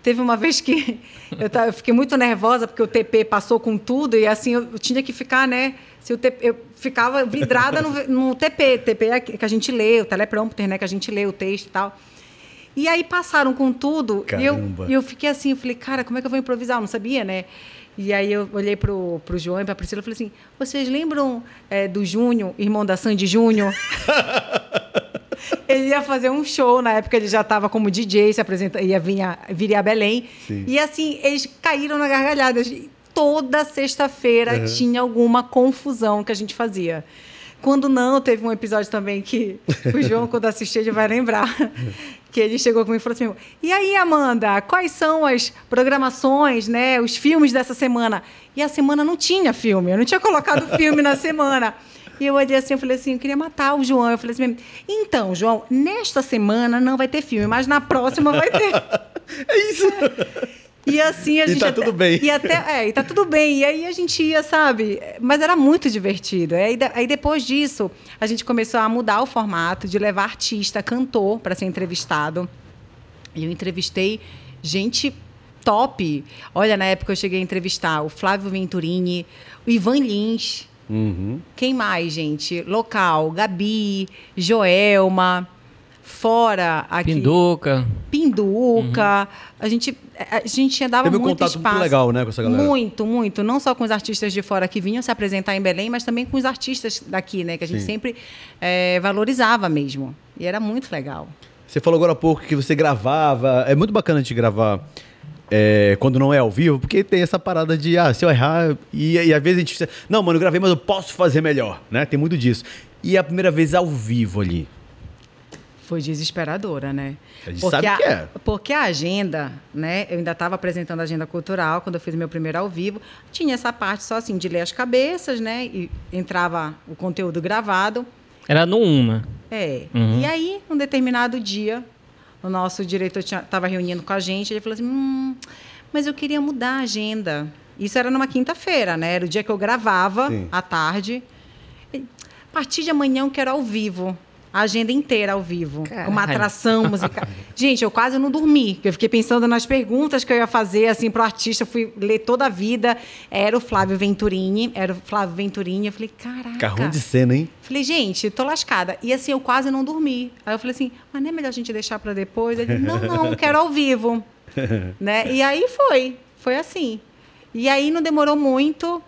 C: Teve uma vez que eu, tava, eu fiquei muito nervosa porque o TP passou com tudo e assim eu, eu tinha que ficar, né? Se o TP, eu ficava vidrada no, no TP. TP é que a gente lê, o teleprompter, né? Que a gente lê o texto e tal. E aí passaram com tudo. E eu,
B: Caramba.
C: e eu fiquei assim, eu falei, cara, como é que eu vou improvisar? Eu não sabia, né? E aí eu olhei pro, pro João e pra Priscila e falei assim, vocês lembram eh, do Júnior, irmão da Sandy Júnior? ele ia fazer um show, na época ele já estava como DJ, se apresenta, ia vir a, vir a Belém.
B: Sim.
C: E assim, eles caíram na gargalhada. Toda sexta-feira tinha alguma confusão que a gente fazia. Quando não, teve um episódio também que o João, quando assistir, ele vai lembrar. Que ele chegou comigo e falou assim: E aí, Amanda, quais são as programações, né? Os filmes dessa semana? E a semana não tinha filme, eu não tinha colocado filme na semana. E eu olhei assim, eu falei assim, eu queria matar o João. Eu falei assim, então, João, nesta semana não vai ter filme, mas na próxima vai ter.
B: É isso.
C: E assim a
B: E
C: gente.
B: tá
C: até-
B: tudo bem.
C: E até, é, e tá tudo bem. E aí a gente ia, sabe? Mas era muito divertido. Aí, de- aí depois disso, a gente começou a mudar o formato de levar artista, cantor, para ser entrevistado. E eu entrevistei gente top. Olha, na época eu cheguei a entrevistar o Flávio Venturini, o Ivan Lins.
B: Uhum.
C: Quem mais, gente? Local, Gabi, Joelma, fora aqui.
A: Pinduca.
C: Pinduca. A gente, a gente dava
B: Uhum. Teve um
C: muito
B: contato muito
C: espaço.
B: legal, né, com essa galera.
C: Muito, muito. Não só com os artistas de fora que vinham se apresentar em Belém, mas também com os artistas daqui, né? Que a gente
B: Sim.
C: sempre eh, valorizava mesmo. E era muito legal.
B: Você falou agora há pouco que você gravava. É muito bacana de gravar é, quando não é ao vivo, porque tem essa parada de, ah, se eu errar. E, e às vezes a gente pensa, não, mano, eu gravei, mas eu posso fazer melhor, né? Tem muito disso. E é a primeira vez ao vivo ali.
C: Foi desesperadora, né?
B: A gente sabe
C: a,
B: que é.
C: Porque a agenda, né? Eu ainda estava apresentando a agenda cultural quando eu fiz meu primeiro ao vivo. Tinha essa parte só assim de ler as cabeças, né? E entrava o conteúdo gravado.
A: Era no 1, né?
C: É.
A: Uhum.
C: E aí, um determinado dia, o nosso diretor estava reunindo com a gente, ele falou assim: hum, mas eu queria mudar a agenda. Isso era numa quinta-feira, né? Era o dia que eu gravava
B: Sim.
C: à tarde. E, a partir de amanhã eu quero ao vivo. A agenda inteira ao vivo.
A: Caralho.
C: Uma atração musical. Gente, eu quase não dormi. porque Eu fiquei pensando nas perguntas que eu ia fazer, assim, pro artista. Eu fui ler toda a vida. Era o Flávio Venturini. Era o Flávio Venturini. Eu falei, caraca.
B: Carrão de cena, hein?
C: Falei, gente, tô lascada. E assim, eu quase não dormi. Aí eu falei assim, mas não é melhor a gente deixar pra depois? Ele, não, não, quero ao vivo. né? E aí foi, foi assim. E aí não demorou muito,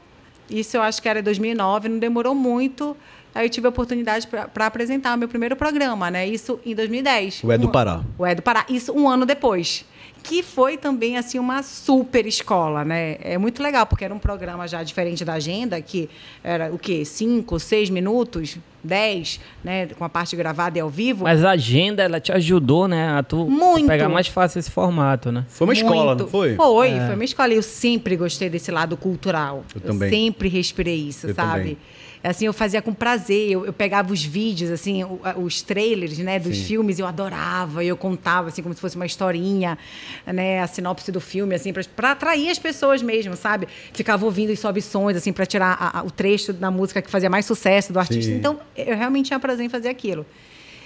C: isso eu acho que era 2009, não demorou muito. Aí eu tive a oportunidade para apresentar o meu primeiro programa, né? Isso em 2010.
B: O É do
C: Um-
B: Pará.
C: o É do Pará, isso um ano depois. Que foi também, assim, uma super escola, né? É muito legal, porque era um programa já diferente da agenda, que era o quê? Cinco, seis minutos? Dez, né? Com a parte gravada e ao vivo.
A: Mas a agenda, ela te ajudou, né? A tu
C: Muito.
A: pegar mais fácil esse formato, né?
B: Foi uma escola,
C: Muito.
B: não foi?
C: Foi, foi uma escola. E Eu sempre gostei desse lado cultural.
B: Eu também.
C: sempre respirei isso,
B: Eu
C: sabe?
B: também.
C: Assim, eu fazia com prazer. Eu, eu pegava os vídeos, assim, o- a- os trailers, né, dos filmes. Eu adorava. Eu contava, assim, como se fosse uma historinha, né, a sinopse do filme, assim, pra- pra atrair as pessoas mesmo, sabe? Ficava ouvindo os sobe sons, assim, pra tirar a- a- o trecho da música que fazia mais sucesso do artista.
B: Sim.
C: Então, então, eu realmente tinha prazer em fazer aquilo.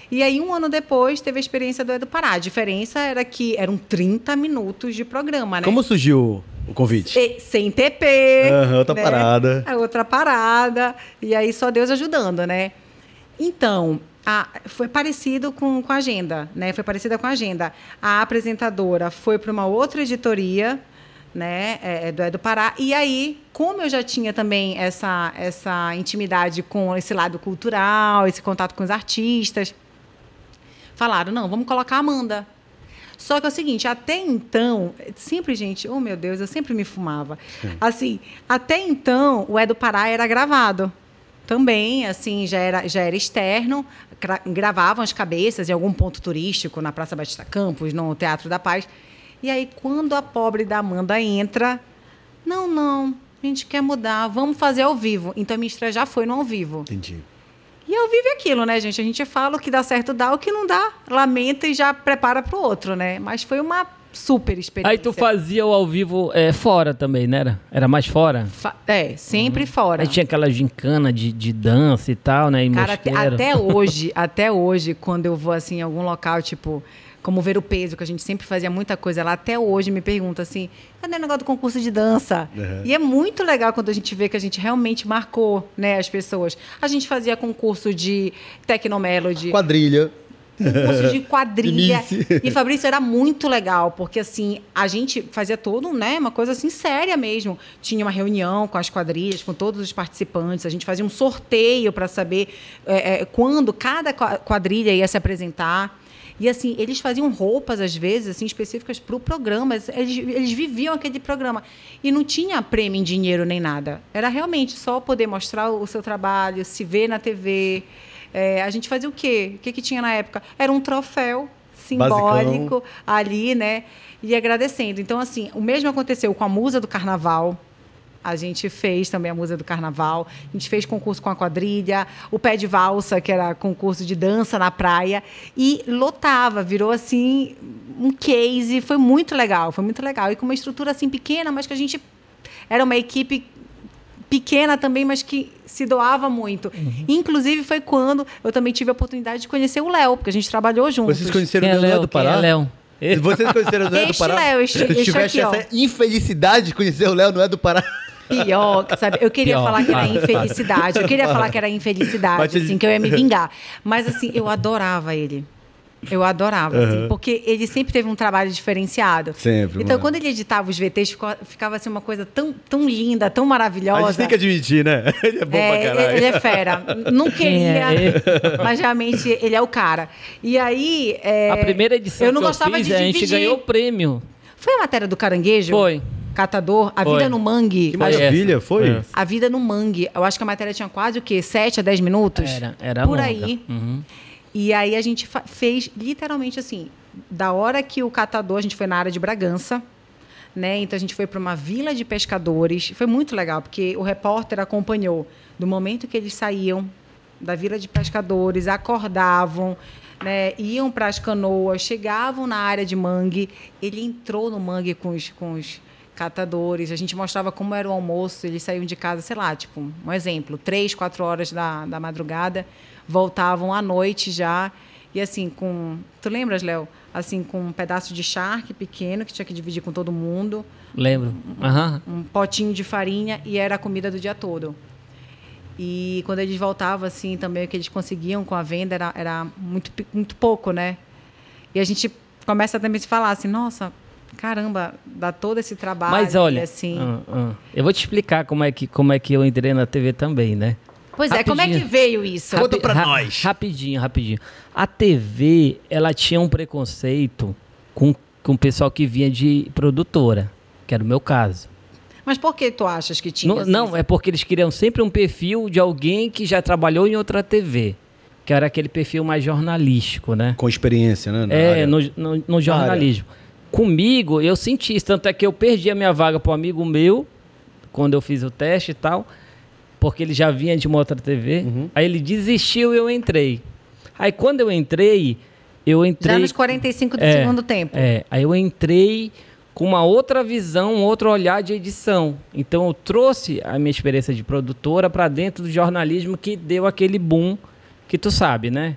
C: E aí, um ano depois, teve a experiência do Edu Pará. A diferença era que eram 30 minutos de programa, né?
B: Como surgiu o convite?
C: E- sem né? TP.
B: Aham, tá outra parada.
C: A É outra parada. E aí, só Deus ajudando, né? Então, a- foi parecido com, com a agenda, né? Foi parecida com a agenda. A apresentadora foi para uma outra editoria, né? É, é do É do Pará. E aí, como eu já tinha também essa, essa intimidade com esse lado cultural, esse contato com os artistas, falaram, não, vamos colocar a Amanda. Só que é o seguinte, até então, sempre, gente, oh meu Deus, eu sempre me fumava. Assim, até então, o É do Pará era gravado. Também, assim, já era, já era externo, gra- gravavam as cabeças em algum ponto turístico, na Praça Batista Campos, no Teatro da Paz. E aí, quando a pobre da Amanda entra, não, não, a gente quer mudar, vamos fazer ao vivo. Então, a minha estreia já foi no ao vivo.
B: Entendi.
C: E eu vivo aquilo, né, gente? A gente fala o que dá certo, dá, o que não dá, lamenta e já prepara para o outro, né? Mas foi uma super experiência.
A: Aí tu fazia o ao vivo é, fora também, né? Era, era mais fora?
C: Fa- É, sempre fora.
A: Uhum. Aí tinha aquela gincana de, de dança e tal, né? E
C: Cara, até,
A: mosqueiro.
C: até hoje, até hoje, quando eu vou assim em algum local, tipo, como ver o peso, que a gente sempre fazia muita coisa lá, até hoje me pergunta assim, cadê o negócio do concurso de dança? E é muito legal quando a gente vê que a gente realmente marcou, né, as pessoas. A gente fazia concurso de Tecnomelody,
B: Quadrilha.
C: concurso de quadrilha.
B: De Miss.
C: e Fabrício era muito legal, porque assim, a gente fazia todo, né, uma coisa assim séria mesmo. Tinha uma reunião com as quadrilhas, com todos os participantes, a gente fazia um sorteio para saber é, é, quando cada qua- quadrilha ia se apresentar. E assim, eles faziam roupas, às vezes, assim, específicas para o programa. Eles, eles viviam aquele programa. E não tinha prêmio em dinheiro nem nada. Era realmente só poder mostrar o seu trabalho, se ver na TV. É, a gente fazia o quê? O que, que tinha na época? Era um troféu simbólico ali, né? E agradecendo. Então, assim, o mesmo aconteceu com a musa do carnaval. A gente fez também a musa do carnaval, a gente fez concurso com a quadrilha, o pé de valsa, que era concurso de dança na praia, e lotava, virou assim um case, foi muito legal, foi muito legal. E com uma estrutura assim pequena, mas que a gente era uma equipe pequena também, mas que se doava muito. Inclusive foi quando eu também tive a oportunidade de conhecer o Léo, porque a gente trabalhou juntos.
B: Vocês conheceram
A: Quem
B: o
A: é
B: Leonel
A: Léo?
B: do
A: Quem
B: Pará?
A: é Léo?
B: Vocês conheceram o Leonel do
C: Este
B: Pará?
C: Léo, este-
B: Se
C: este
B: tivesse
C: aqui, ó.
B: essa infelicidade de conhecer o Léo, não é do Pará.
C: Pior, que sabe? Eu queria
A: Pior. Ah.
C: falar que era
A: Fala,
C: infelicidade. Eu queria falar que era
B: Mas
C: infelicidade,
B: ele-
C: assim, que eu ia me vingar. Mas assim, eu adorava ele. Eu adorava, assim, porque ele sempre teve um trabalho diferenciado.
B: Sempre, né?
C: Então,
B: mano.
C: quando ele editava os VTs, ficou- ficava assim uma coisa tão, tão linda, tão maravilhosa.
B: A gente tem que admitir, né? Ele é bom
C: É,
B: pra caralho.
C: Ele é fera. Não queria,
A: é
C: mas realmente ele é o cara. E aí. é,
A: A primeira edição
C: eu não
A: que
C: gostava
A: eu fiz,
C: de
A: a
C: dividir.
A: gente ganhou o prêmio.
C: Foi a matéria do caranguejo?
A: Foi.
C: Catador, A
A: Foi.
C: Vida no Mangue.
B: Que
A: Foi
B: maravilha,
A: essa.
B: foi?
A: É.
C: A Vida no Mangue. Eu acho que a matéria tinha quase o quê? 7 a 10 minutos?
A: Era, era
C: Por
A: longa.
C: aí.
A: Uhum.
C: E aí a gente fa- fez literalmente assim, da hora que o catador, a gente foi na área de Bragança, né? Então a gente foi para uma vila de pescadores. Foi muito legal, porque o repórter acompanhou do momento que eles saíam da vila de pescadores, acordavam, né? iam para as canoas, chegavam na área de mangue. Ele entrou no mangue com os, com os catadores, a gente mostrava como era o almoço, eles saíam de casa, sei lá, tipo, um exemplo, três, quatro horas da, da madrugada, voltavam à noite já, e assim, com... Tu lembras, Léo? Assim, com um pedaço de charque pequeno, que tinha que dividir com todo mundo,
A: Lembro. Aham.
C: um potinho de farinha, e era a comida do dia todo. E quando eles voltavam, assim, também o que eles conseguiam com a venda era, era muito, pe- muito pouco, né? E a gente começa também a se falar assim, nossa, caramba, dá todo esse trabalho.
A: Mas olha,
C: e assim...
A: ah, ah, eu vou te explicar como é, que, como é que eu entrei na TV também, né?
C: Pois é, como é que
A: Rapidinho.
C: veio isso?
B: Conta pra
A: ra-
B: nós.
A: Rapidinho, rapidinho. A TV, ela tinha um preconceito com, com o pessoal que vinha de produtora, que era o meu caso.
C: Mas por que tu achas que tinha?
A: Não,
C: assim,
A: não, é porque eles queriam sempre um perfil de alguém que já trabalhou em outra TV, que era aquele perfil mais jornalístico, né?
B: Com experiência, né? na
A: É,
B: área.
A: no, no- no jornalismo. Comigo, eu senti isso. Tanto é que eu perdi a minha vaga para um amigo meu, quando eu fiz o teste e tal, porque ele já vinha de uma outra TV.
B: Uhum.
A: Aí ele desistiu e eu entrei. Aí quando eu entrei, eu entrei.
C: Já nos 45 do
A: É,
C: segundo tempo.
A: É, aí eu entrei com uma outra visão, um outro olhar de edição. Então eu trouxe a minha experiência de produtora para dentro do jornalismo que deu aquele boom que tu sabe, né?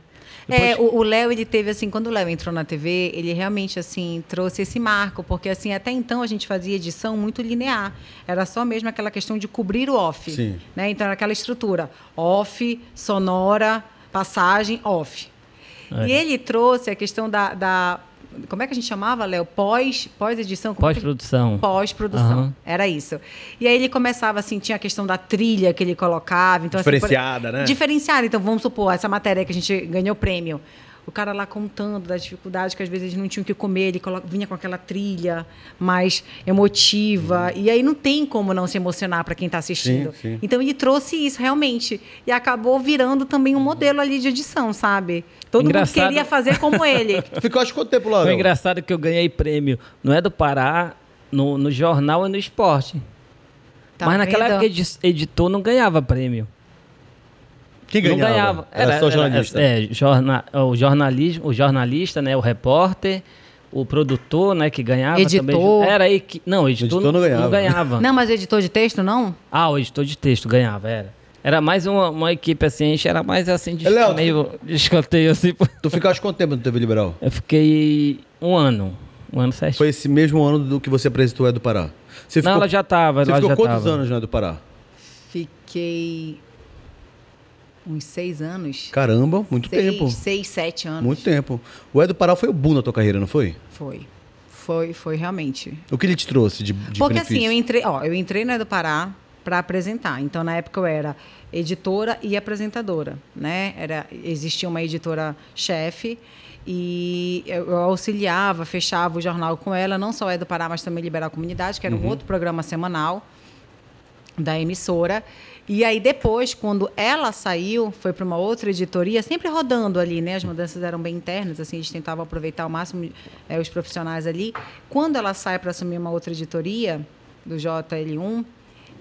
C: É, o o Léo, ele teve, assim, quando o Léo entrou na TV, ele realmente, assim, trouxe esse marco, porque, assim, até então a gente fazia edição muito linear. Era só mesmo aquela questão de cobrir o off.
B: Sim.
C: Né? Então, era aquela estrutura. Off, sonora, passagem, off.
A: É.
C: E ele trouxe a questão da... da- como é que a gente chamava, Léo? Pós, pós-edição? Como é que-
A: Pós-produção.
C: Pós-produção.
A: Aham.
C: Era isso. E aí ele começava assim, tinha a questão da trilha que ele colocava. Então, assim, por-
B: Diferenciada, né?
C: Diferenciada. Então, vamos supor, essa matéria que a gente ganhou o prêmio. O cara lá contando da dificuldade que às vezes eles não tinham o que comer, ele colo- vinha com aquela trilha mais emotiva. E aí não tem como não se emocionar para quem está assistindo.
B: Uhum. Sim, sim.
C: Então ele trouxe isso realmente. E acabou virando também
B: Uhum.
C: um modelo ali de edição, sabe? Todo
A: Engraçado.
C: mundo queria fazer como ele.
B: Ficou acho quanto tempo lá?
A: Foi
B: Léo?
A: engraçado que eu ganhei prêmio, não é do Pará, no, no jornal e no esporte.
C: Tá
A: Mas naquela
C: vendo?
A: época edi- editor não ganhava prêmio.
B: Quem ganhava?
A: Não ganhava.
B: Era, só jornalista.
A: é, jorna- o jornalismo, o jornalista, né, o repórter, o produtor, né, que ganhava
C: Editor.
A: também. Era aí que não, editor,
B: Editor não
A: não
B: ganhava.
A: ganhava. Não ganhava.
C: Não, mas o editor de texto não?
A: Ah, o editor de texto ganhava, era. Era mais uma, uma equipe assim, a gente era mais assim de
B: Ô, Léo,
A: meio de escanteio assim. pô.
B: Tu ficaste quanto tempo no TV Liberal?
A: Eu fiquei um ano, um ano certinho.
B: Foi esse mesmo ano do que você apresentou É do Pará. Você
A: Não, ela já tava,
B: Você
A: ela
B: ficou
A: já
B: quantos
A: tava.
B: anos no É do Pará?
C: Fiquei uns seis anos.
B: Caramba, muito
C: seis,
B: tempo.
C: seis, sete anos.
B: Muito tempo. O É do Pará foi o boom na tua carreira, não foi?
C: Foi. Foi, foi realmente.
B: O que ele te trouxe de, de
C: Porque
B: benefício?
C: assim, eu entrei, ó, eu entrei na do Pará para apresentar. Então, na época eu era editora e apresentadora, né? Era, existia uma editora chefe e eu, eu auxiliava, fechava o jornal com ela, não só é do Pará, mas também Liberar a Comunidade, que
B: Uhum.
C: era um outro programa semanal da emissora. E aí depois, quando ela saiu, foi para uma outra editoria, sempre rodando ali, né? As mudanças eram bem internas, assim, a gente tentava aproveitar ao máximo eh, os profissionais ali. Quando ela sai para assumir uma outra editoria do JL1,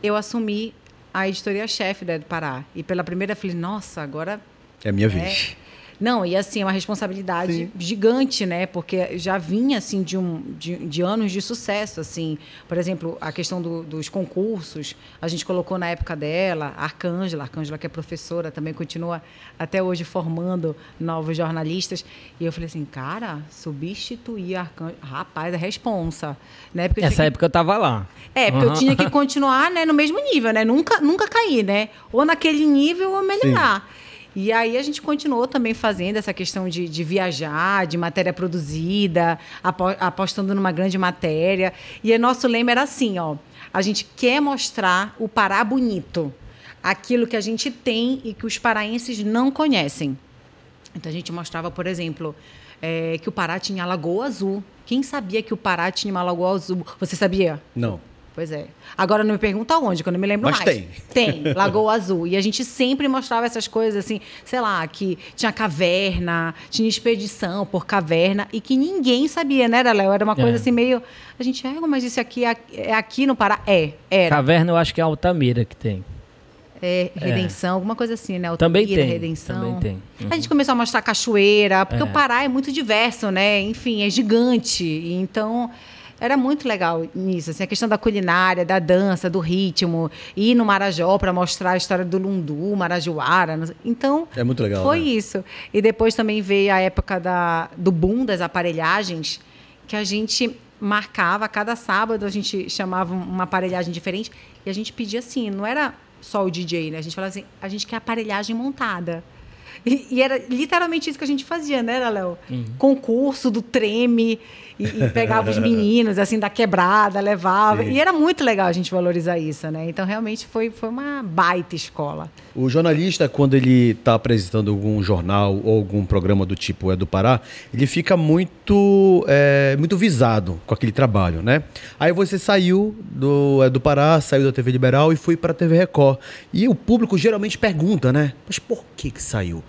C: eu assumi a editoria-chefe da Edu Pará. E pela primeira eu falei, nossa, agora
B: É a minha vez.
C: não, e assim, é uma responsabilidade gigante, né? Porque já vinha, assim, de, um, de, de anos de sucesso, assim. Por exemplo, a questão do- dos concursos, a gente colocou na época dela, a Arcângela, a Arcângela que é professora, também continua até hoje formando novos jornalistas. E eu falei assim, cara, substituir a Arcângela, rapaz, é responsa. Na época eu
A: Nessa
C: tinha que-
A: época eu tava lá.
C: É, porque eu
A: Aham.
C: tinha que continuar né, no mesmo nível, né? Nunca, nunca cair, né? Ou naquele nível ou melhorar. E aí a gente continuou também fazendo essa questão de, de viajar, de matéria produzida, apo- apostando numa grande matéria. E aí nosso lema era assim, ó. A gente quer mostrar o Pará bonito. Aquilo que a gente tem e que os paraenses não conhecem. Então a gente mostrava, por exemplo, eh, que o Pará tinha Lagoa Azul. Quem sabia que o Pará tinha uma Lagoa Azul? Você sabia?
B: Não.
C: Pois é. Agora não me pergunta onde, que eu não me lembro
B: Mas
C: mais.
B: tem.
C: Tem, Lagoa Azul. E a gente sempre mostrava essas coisas assim, sei lá, que tinha caverna, tinha expedição por caverna e que ninguém sabia, né, Léo? Era uma coisa
A: É.
C: assim meio. A gente, é, mas isso aqui é, é aqui no Pará? É, era.
A: Caverna eu acho que é Altamira que tem.
C: É, redenção, alguma coisa assim, né?
A: Também
C: Utopia da
A: tem,
C: Redenção.
A: também tem. Uhum.
C: A gente começou a mostrar cachoeira, porque
A: É.
C: o Pará é muito diverso, né? Enfim, é gigante. E Então, era muito legal nisso. Assim, a questão da culinária, da dança, do ritmo. Ir no Marajó para mostrar a história do Lundu, Marajoara. não sei- Então,
B: É muito legal,
C: foi
B: né?
C: isso. E depois também veio a época da, do boom das aparelhagens, que a gente marcava, cada sábado a gente chamava um, uma aparelhagem diferente e a gente pedia assim, não era só o DJ, né? A gente falava assim, a gente quer aparelhagem montada. E, e era literalmente isso que a gente fazia, né, Léo? Concurso do treme, e, e pegava os meninos, assim, da quebrada, levava. E era muito legal a gente valorizar isso, né? Então, realmente, foi, foi uma baita escola.
B: O jornalista, quando ele está apresentando algum jornal ou algum programa do tipo É do Pará, ele fica muito, é, muito visado com aquele trabalho, né? Aí você saiu do É do Pará, saiu da TV Liberal e foi para a TV Record. E o público geralmente pergunta, né? Mas por que que saiu?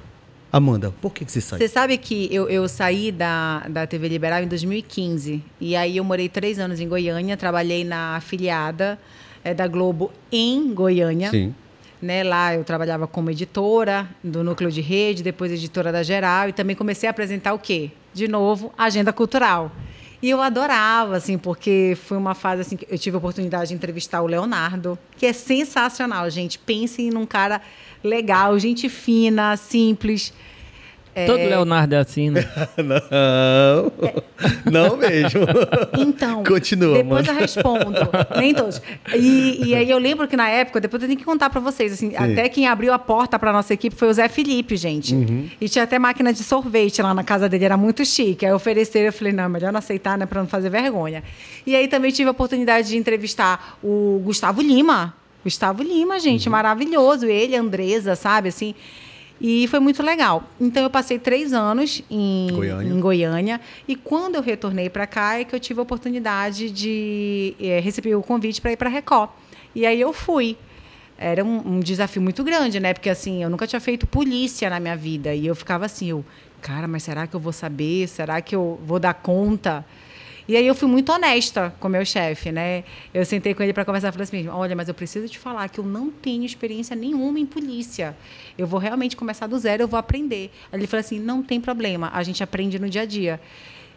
B: Amanda, por que que você saiu?
C: Você sabe que eu, eu saí da, da TV Liberal em 2015. E aí eu morei três anos em Goiânia, trabalhei na afiliada eh, da Globo em Goiânia.
B: Sim.
C: Né, lá eu trabalhava como editora do núcleo de rede, depois editora da geral e também comecei a apresentar o quê? De novo, agenda cultural. E eu adorava, assim, porque foi uma fase assim que eu tive a oportunidade de entrevistar o Leonardo, que é sensacional, gente. Pensem num cara legal, gente fina, simples.
A: Todo Leonardo é assim, né?
B: Não, não mesmo.
C: É. Então,
B: Continua,
C: depois
B: Amanda.
C: eu respondo. Nem todos. E, e aí eu lembro que na época, depois eu tenho que contar pra vocês, assim, até quem abriu a porta pra nossa equipe foi o Zé Felipe, gente.
B: Uhum.
C: E tinha até máquina de sorvete lá na casa dele, era muito chique. Aí ofereceram, eu falei, não, melhor não aceitar, né, pra não fazer vergonha. E aí também tive a oportunidade de entrevistar o Gustavo Lima. Gustavo Lima, gente,
B: Uhum.
C: maravilhoso. Ele, a Andresa, sabe, assim... E foi muito legal. Então, eu passei três anos em
B: Goiânia.
C: em Goiânia. E quando eu retornei para cá é que eu tive a oportunidade de eh, receber o convite para ir para Record. E aí eu fui. Era um, um desafio muito grande, né? Porque assim, eu nunca tinha feito polícia na minha vida e eu ficava assim, eu, cara, mas será que eu vou saber? Será que eu vou dar conta? E aí eu fui muito honesta com o meu chefe, né? Eu sentei com ele para conversar e falei assim, olha, mas eu preciso te falar que eu não tenho experiência nenhuma em polícia. Eu vou realmente começar do zero, eu vou aprender. Aí ele falou assim, não tem problema, a gente aprende no dia a dia.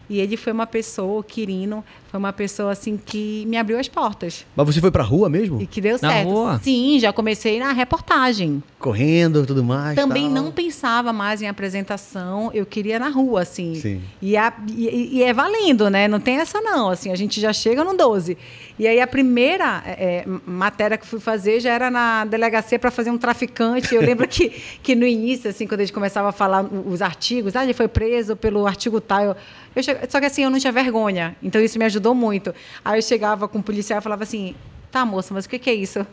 C: E E ele foi uma pessoa, o Quirino, foi uma pessoa assim que me abriu as portas.
B: Mas você foi pra rua mesmo?
C: E que deu
A: Uh, Na
C: certo.
A: rua?
C: Sim, já comecei na reportagem.
B: Correndo e tudo mais.
C: Também
B: tal.
C: não pensava mais em apresentação, eu queria na rua, assim.
B: Sim.
C: E, a- e- e é valendo, né? Não tem essa, não. Assim, a gente já chega no 12. E aí a primeira é, é, matéria que fui fazer já era na delegacia para fazer um traficante. Eu lembro que, que no início, assim, quando a gente começava a falar o- os artigos, ah, ele foi preso pelo artigo tal. Eu, eu che- Só que assim, eu não tinha vergonha. Então isso me ajudou muito. Aí eu chegava com o policial e falava assim: tá, moça, mas o que que é isso?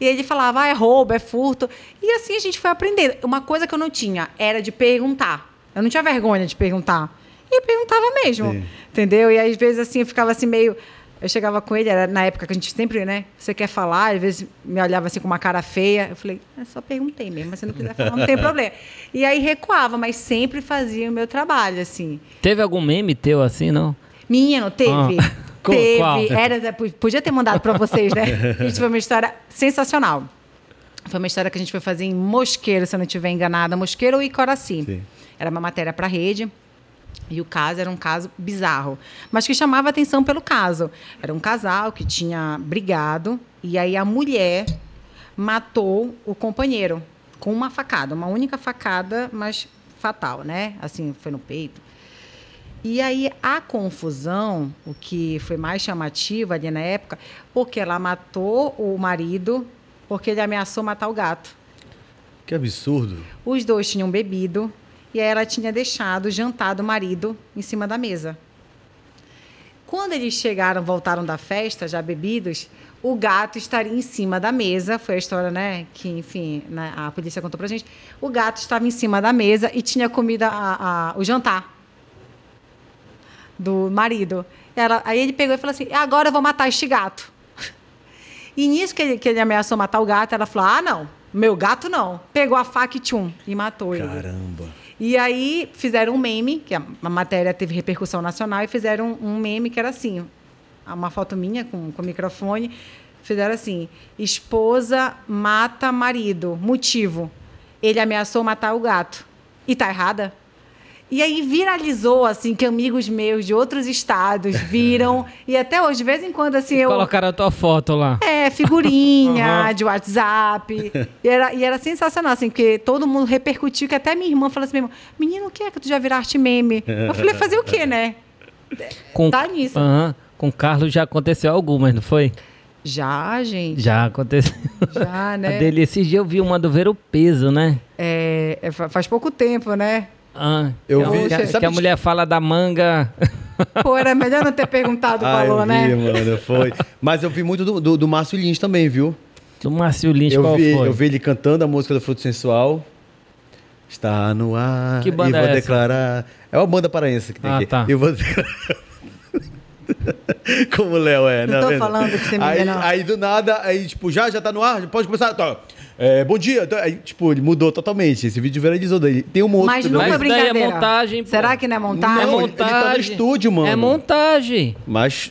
C: E ele falava, ah, é roubo, é furto. E assim a gente foi aprendendo. Uma coisa que eu não tinha era de perguntar. Eu não tinha vergonha de perguntar. E eu perguntava mesmo.
B: Sim.
C: Entendeu? E às vezes assim eu ficava assim meio. Eu chegava com ele, era na época que a gente sempre, né? Você quer falar, às vezes me olhava assim com uma cara feia. Eu falei, eu só perguntei mesmo, se não quiser falar, não tem problema. E aí recuava, mas sempre fazia o meu trabalho, assim.
A: Teve algum meme teu assim, não?
C: Menino, teve.
A: Ah. Qual-
C: Teve.
A: qual?
C: Era, é, podia ter mandado pra vocês, né? Isso foi uma história sensacional. Foi uma história que a gente foi fazer em Mosqueiro, se eu não estiver enganada. Mosqueiro e Coraci.
B: Sim.
C: Era uma matéria pra rede. E o caso era um caso bizarro, mas que chamava atenção pelo caso. Era um casal que tinha brigado e aí a mulher matou o companheiro com uma facada, uma única facada, mas fatal, né? Assim, foi no peito. E aí a confusão, o que foi mais chamativo ali na época, porque ela matou o marido porque ele ameaçou matar o gato.
B: Que absurdo.
C: Os dois tinham bebido e aí ela tinha deixado o jantar do marido em cima da mesa. Quando eles chegaram, voltaram da festa, já bebidos, o gato estaria em cima da mesa. Foi a história, né? Que, enfim, né, a polícia contou pra gente. O gato estava em cima da mesa e tinha comida a- a- o jantar do marido. Ela- aí ele pegou e falou assim: agora eu vou matar este gato. E nisso que ele, que ele ameaçou matar o gato, ela falou: ah, não, meu gato não. Pegou a faca e tchum, e matou ele.
B: Caramba.
C: E aí fizeram um meme, que a a matéria teve repercussão nacional, e fizeram um meme que era assim: uma foto minha com, com microfone. Fizeram assim: esposa mata marido. Motivo: ele ameaçou matar o gato. E tá errada? E aí viralizou, assim, que amigos meus de outros estados viram. e até hoje, de vez em quando, assim, eu.
A: Colocaram a tua foto lá.
C: É, figurinha de WhatsApp. E era, e era sensacional, assim, porque todo mundo repercutiu, que até minha irmã falou assim mesmo, menino, o que é que tu já viraste meme? Eu falei, fazer o quê, né?
A: Com,
C: Tá nisso.
A: Aham. Com o Carlos já aconteceu algumas, não foi?
C: Já, gente,
A: Já aconteceu.
C: já,
A: A
C: né?
A: dele, esses dias eu vi uma do ver o peso, né?
C: É, é, fa- faz pouco tempo, né?
A: Ah,
B: Eu
A: que a-
B: vi-
A: que, a-
B: sabe
A: que a
B: de-
A: mulher fala da manga.
C: Pô, era melhor não ter perguntado o
B: Ah, eu
C: valor,
B: vi,
C: né?
B: mano, foi. Mas eu vi muito do, do, do Márcio Lins também, viu?
A: Do Márcio Lins,
B: Eu
A: qual
B: vi,
A: foi?
B: eu vi ele cantando a música do Fruto Sensual. Está no ar.
A: Que banda
B: e vou
A: é essa?
B: declarar. É uma banda paraense que tem
A: Ah,
B: aqui.
A: tá.
B: E vou declarar. Como o Léo é,
C: Não
B: né?
C: tô
B: vendo?
C: falando que você me
B: aí,
C: engana, não.
B: aí do nada, aí tipo, já, já tá no ar, pode começar. Tá. É, bom dia. Tá, Aí, tipo, ele mudou totalmente. Esse vídeo viralizou dele. Tem um outro.
C: Mas não
B: também.
A: Mas
C: foi
A: daí é
C: brincadeira.
A: montagem, pô.
C: Será que não é montagem?
A: é
B: Não, ele- ele tá no
A: montagem.
B: estúdio, mano.
A: É montagem.
B: Mas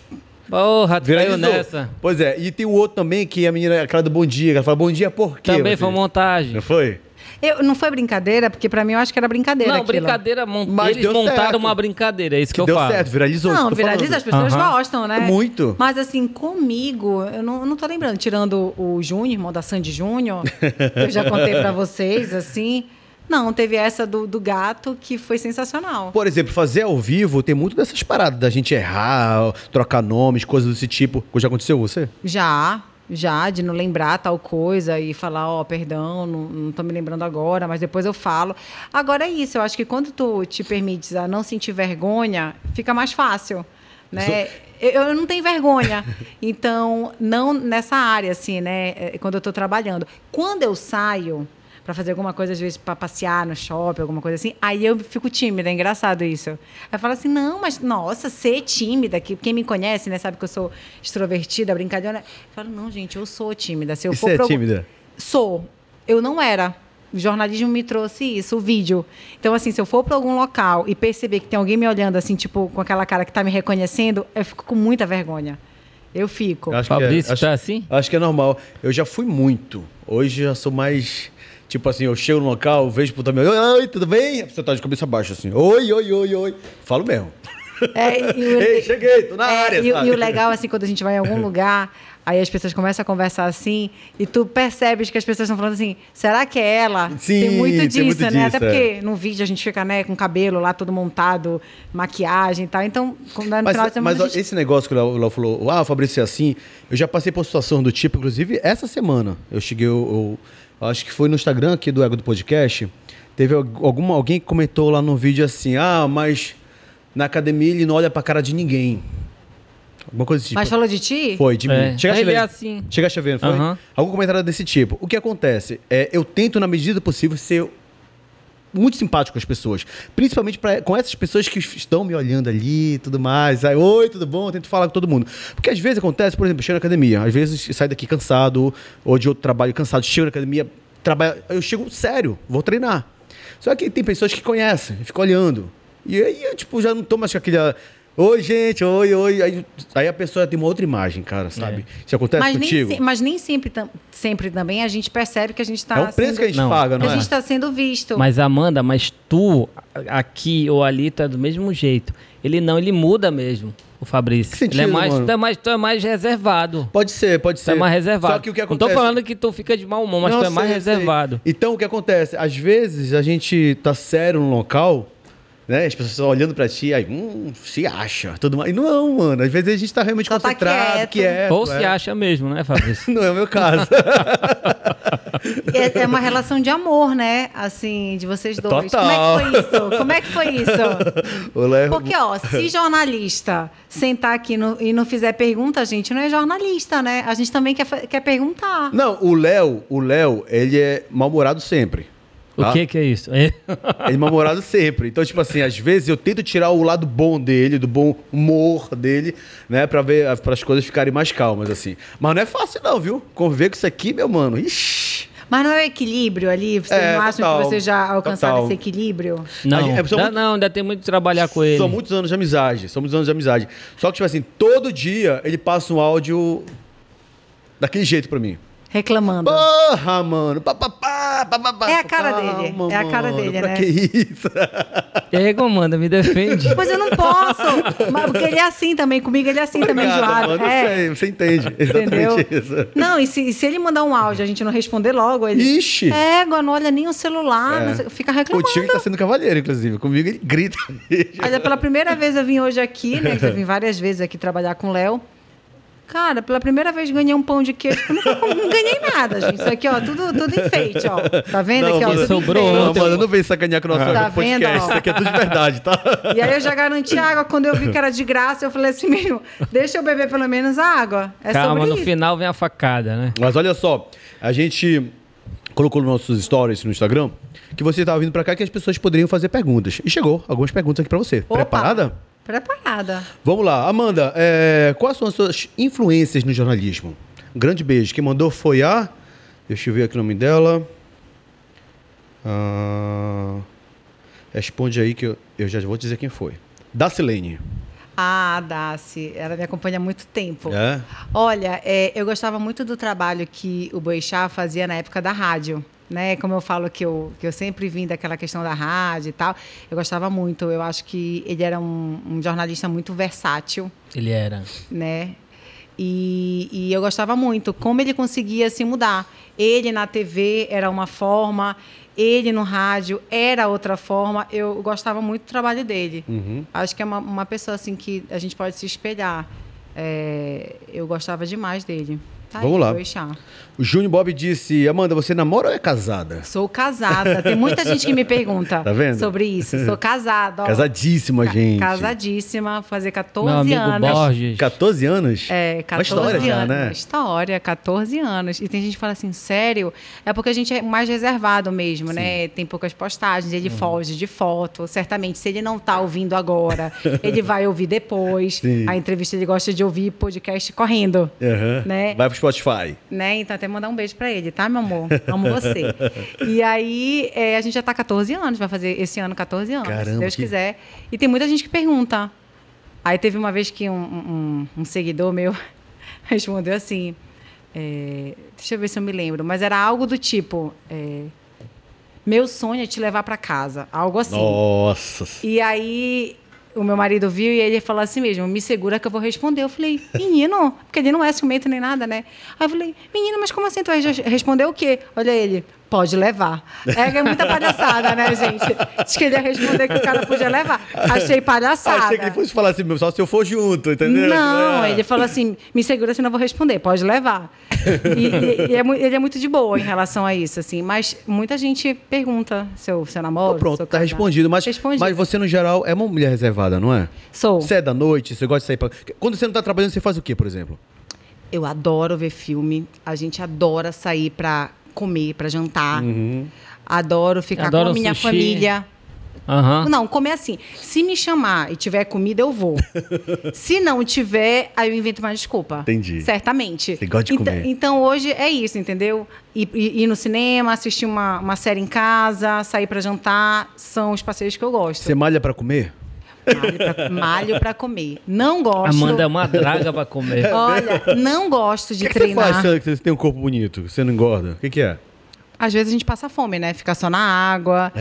A: Porra, tu caiu
B: viralizou.
A: nessa.
B: Pois é, e tem o outro também, que a menina, aquela do Bom Dia, que ela fala Bom Dia por quê?
A: Também
B: Você-
A: foi montagem.
B: Não foi?
C: Eu, não foi brincadeira? Porque pra mim eu acho que era brincadeira
A: Não,
C: aquilo.
A: brincadeira. mon-
B: Mas
A: Eles
B: deu
A: montaram
B: certo.
A: uma brincadeira, é isso que, eu
B: Deu
A: falo.
B: certo, viralizou. isso
C: Não,
B: que eu tô
C: viraliza,
B: falando.
C: as pessoas
A: Aham.
C: gostam, né?
B: Muito.
C: Mas assim, comigo, eu não, não tô lembrando, tirando o Júnior, irmão da Sandy Júnior, que eu já contei pra vocês, assim. Não, teve essa do, do gato que foi sensacional.
B: Por exemplo, fazer ao vivo tem muito dessas paradas da gente errar, trocar nomes, coisas desse tipo. Já aconteceu com você?
C: Já, já, de não lembrar tal coisa e falar, ó, perdão, não, não tô me lembrando agora, mas depois eu falo. Agora é isso, eu acho que quando tu te permites a não sentir vergonha, fica mais fácil, né? Eu, eu não tenho vergonha. Então, não nessa área, assim, né? é, Quando eu tô trabalhando. Quando eu saio pra fazer alguma coisa, às vezes, pra passear no shopping, alguma coisa assim, aí eu fico tímida, é engraçado isso. Aí fala assim, não, mas nossa, ser tímida, que quem me conhece, né, sabe que eu sou extrovertida, brincalhona. Eu falo, não, gente, eu sou tímida. Se eu
B: E
C: for
B: você é
C: pra algum-
B: tímida?
C: Sou. Eu não era. O jornalismo me trouxe isso, o vídeo. Então, assim, se eu for pra algum local e perceber que tem alguém me olhando, assim, tipo, com aquela cara que tá me reconhecendo, eu fico com muita vergonha. Eu fico.
B: Acho
A: Fabrício
B: é,
A: tá assim?
B: Acho que é normal. Eu já fui muito. Hoje eu já sou mais. Tipo assim, eu chego no local, vejo pro também. Oi, oi, tudo bem? A pessoa tá de cabeça baixa assim. Oi, oi, oi, oi. Falo mesmo.
C: É, e o-
B: Ei, cheguei, tô na
C: é,
B: área,
C: e,
B: sabe?
C: e o legal, assim, quando a gente vai em algum lugar, aí as pessoas começam a conversar assim, e tu percebes que as pessoas estão falando assim, será que é ela?
B: Sim,
C: tem muito
B: tem
C: disso,
B: muito
C: né?
B: disso, é.
C: Até porque no vídeo a gente fica, né, com o cabelo lá todo montado, maquiagem e tal. Então, quando é no
B: Mas,
C: final de semana
B: mas
C: a gente...
B: esse negócio que o Léo- o Léo falou, ah, o Fabrício é assim, eu já passei por situação do tipo, inclusive essa semana. Eu cheguei, eu, eu acho que foi no Instagram aqui do Ego do Podcast, teve al- alguma, alguém que comentou lá no vídeo assim, ah, mas na academia ele não olha pra cara de ninguém. Alguma coisa assim.
C: Mas falou de ti?
B: Foi, de
A: É.
B: mim. Chega a
A: Ele
B: chover.
A: é assim.
B: Chega a chover, não foi?
A: Aham.
B: Algum comentário desse tipo. O que acontece? É, eu tento, na medida do possível, ser muito simpático com as pessoas. Principalmente pra- com essas pessoas que estão me olhando ali e tudo mais. Aí, Oi, tudo bom? Eu tento falar com todo mundo. Porque às vezes acontece, por exemplo, eu chego na academia. Às vezes eu saio daqui cansado, ou de outro trabalho cansado. Chego na academia, trabalho, eu chego sério, vou treinar. Só que tem pessoas que conhecem, ficam olhando. E aí eu, tipo, já não tô mais com aquele... ah, Oi, gente, oi, oi. Aí, aí a pessoa tem uma outra imagem, cara, sabe?
A: É.
B: Isso acontece
C: Mas nem,
B: contigo.
C: se- mas nem sempre, tam- sempre também a gente percebe que a gente tá está
B: É um preço que a gente
A: Não.
B: paga, não é?
C: está tá sendo visto.
A: Mas Amanda, mas tu a- aqui ou ali tu é do mesmo jeito. Ele não, ele muda mesmo. O Fabrício.
B: Que sentido,
A: ele é mais,
B: mano?
A: tu é mais, tu é mais reservado.
B: Pode ser, pode
A: Tu
B: ser.
A: é mais reservado.
B: Só que o que
A: Não
B: acontece...
A: tô falando que tu fica de mau humor, mas
B: Não,
A: tu é mais
B: sei, sei.
A: reservado.
B: Então, o que acontece? Às vezes, a gente tá sério no local, né? As pessoas olhando pra ti, aí, hum, se acha, tudo mais. E Não, mano. Às vezes a gente tá realmente
C: Só tá
B: concentrado,
C: quieto.
B: quieto.
A: Ou se
B: é.
A: acha mesmo, né, Fabrício?
B: Não é o meu caso.
C: É, é uma relação de amor, né? Assim, de vocês dois.
B: Total.
C: Como é que foi isso? Como é que foi isso?
B: O Léo- é
C: Porque, ó, se jornalista sentar aqui no- e não fizer pergunta, a gente não é jornalista, né? A gente também quer, fa- quer perguntar.
B: Não, o Léo, o Léo, ele é mal-humorado sempre.
A: O
B: tá?
A: que que é isso? É.
B: Ele é mal-humorado sempre. Então, tipo assim, às vezes eu tento tirar o lado bom dele, do bom humor dele, né? Pra ver, para as coisas ficarem mais calmas, assim. Mas não é fácil, não, viu? Conviver com isso aqui, meu mano. Ixi.
C: Mas não é o equilíbrio ali? Vocês
B: É,
C: não acham
B: total.
C: que vocês já alcançaram
B: Total.
C: esse equilíbrio?
A: Não,
B: gente- é, são
A: dá-
B: muito-
A: não, ainda tem muito que trabalhar com ele.
B: São muitos anos de amizade. São muitos anos de amizade. Só que, tipo assim, todo dia ele passa um áudio daquele jeito pra mim.
C: Reclamando.
B: Porra, mano. Pá, pá, pá, pá, pá, pá,
C: É a cara
B: calma,
C: dele, é a cara
B: mano,
C: dele,
B: pra
C: né?
B: que isso?
A: E aí, comanda, me defende.
C: Mas eu não posso. Mas- porque ele é assim também. Comigo ele é assim também,
B: Obrigado,
C: Joado.
B: mano.
C: É.
B: Você, você entende.
C: Entendeu?
B: Exatamente isso.
C: Não, e se, e se ele mandar um áudio e a gente não responder logo, ele.
B: Ixi.
C: Égua, não olha nem o celular,
B: É.
C: não sei- É, fica reclamando.
B: Contigo ele tá sendo cavalheiro, inclusive. Comigo ele grita.
C: Olha, é pela primeira vez eu vim hoje aqui, né? Já vim várias vezes aqui trabalhar com o Léo. Cara, pela primeira vez ganhei um pão de queijo. Eu nunca com- não ganhei nada, gente. Isso aqui, ó, tudo, tudo enfeite, ó. Tá vendo
B: Não,
C: aqui, ó?
B: mas
C: Tudo
A: sobrou
C: enfeite.
B: Não, mano, não vem sacanear com o nosso
C: Tá
B: amigo podcast.
C: vendo, ó?
B: Isso aqui é tudo de verdade, tá?
C: E aí eu já garanti a água. Quando eu vi que era de graça, eu falei assim, meu, deixa eu beber pelo menos a água. É
A: Calma,
C: sobre
A: no
C: isso.
A: final vem a facada, né?
B: Mas olha só, a gente colocou nos nossos stories no Instagram que você estava vindo pra cá que as pessoas poderiam fazer perguntas. E chegou algumas perguntas aqui pra você.
C: Opa!
B: Preparada?
C: Preparada.
B: Vamos lá. Amanda, é, quais são as suas influências no jornalismo? Um grande beijo. Quem mandou foi a... Deixa eu ver aqui o nome dela. Ah, responde aí que eu, eu já vou dizer quem foi. Dacilene.
C: Ah, Daci, ela me acompanha há muito tempo.
B: É?
C: Olha, é, eu gostava muito do trabalho que o Boixá fazia na época da rádio. Né? Como eu falo que eu, que eu sempre vim daquela questão da rádio e tal, eu gostava muito. Eu acho que ele era um, um jornalista muito versátil,
A: Ele era.
C: né? E, e eu gostava muito como ele conseguia se mudar. Ele na TV era uma forma, ele no rádio era outra forma. Eu gostava muito do trabalho dele.
B: Uhum.
C: Acho que é uma, uma pessoa assim que a gente pode se espelhar. É, eu gostava demais dele. Tá
B: Vamos lá.
C: Orixá.
B: O Júnior Bob disse, Amanda, você namora ou é casada?
C: Sou casada. Tem muita gente que me pergunta
B: Tá vendo?
C: sobre isso. Sou casada. ó.
B: Casadíssima,
C: Ca-
B: gente.
C: Casadíssima, fazer 14
A: Meu amigo
C: anos.
A: Borges.
B: 14 anos?
C: É, 14
B: Uma história
C: anos.
B: já, né?
C: História, 14 anos. E tem gente que fala assim, sério? É porque a gente é mais reservado mesmo, né? Tem poucas postagens,
B: Uhum.
C: ele foge de foto. Certamente, se ele não tá ouvindo agora, ele vai ouvir depois.
B: Sim.
C: A entrevista ele gosta de ouvir podcast correndo.
B: Aham.
C: Né?
B: Vai pro Spotify.
C: Né? Então, até mandar um beijo pra ele, tá, meu amor? Amo você. e aí, é, a gente já tá 14 anos, vai fazer esse ano 14 anos,
B: Caramba,
C: se Deus
B: que-
C: quiser. E tem muita gente que pergunta. Aí teve uma vez que um, um- um seguidor meu respondeu assim: é, deixa eu ver se eu me lembro, mas era algo do tipo: é, meu sonho é te levar pra casa, algo assim.
B: Nossa.
C: E aí o meu marido viu e ele falou assim mesmo, me segura que eu vou responder. Eu falei, menino, porque ele não é ciumento nem nada, né? Aí eu falei, menino, mas como assim tu vai res- responder o quê? Olha ele, pode levar. É, que é muita palhaçada, né, gente? Diz que ele ia responder que o cara podia levar. Achei palhaçada.
B: Achei que ele fosse falar assim, meu, só se eu for junto, entendeu?
C: Não,
B: É.
C: ele falou assim: me segura, senão eu vou responder, pode levar. E, e- e é mu- ele é muito de boa em relação a isso, assim. Mas muita gente pergunta se eu, se eu namoro.
B: Então, pronto,
C: se eu
B: tá
C: casar.
B: respondido. Mas,
C: Respondi.
B: mas você, no geral, é uma mulher reservada, não é?
C: Sou.
B: Você é da noite, você gosta de sair pra... Quando você não tá trabalhando, você faz o quê, por exemplo?
C: Eu adoro ver filme. A gente adora sair pra comer, pra jantar.
B: Uhum.
C: Adoro ficar
A: Adoro
C: com a minha
A: sushi. Ah.
C: família.
A: Aham.
C: Não, comer assim. Se me chamar e tiver comida, eu vou. Se não tiver, aí eu invento uma desculpa.
B: Entendi.
C: Certamente.
B: Você gosta de
C: Então-
B: comer.
C: Então hoje é isso, entendeu? Ir, ir- ir no cinema, assistir uma, uma série em casa, sair pra jantar, são os passeios que eu gosto.
B: Você malha pra comer?
C: Malho, pra, malho pra comer. Não gosto.
A: Amanda é uma draga pra comer.
C: Olha, não gosto
B: O
C: de
B: que, que você
C: treinar.
B: faz se você tem um corpo bonito, você não engorda? O que, que é?
C: Às vezes a gente passa fome, né? Fica só na água.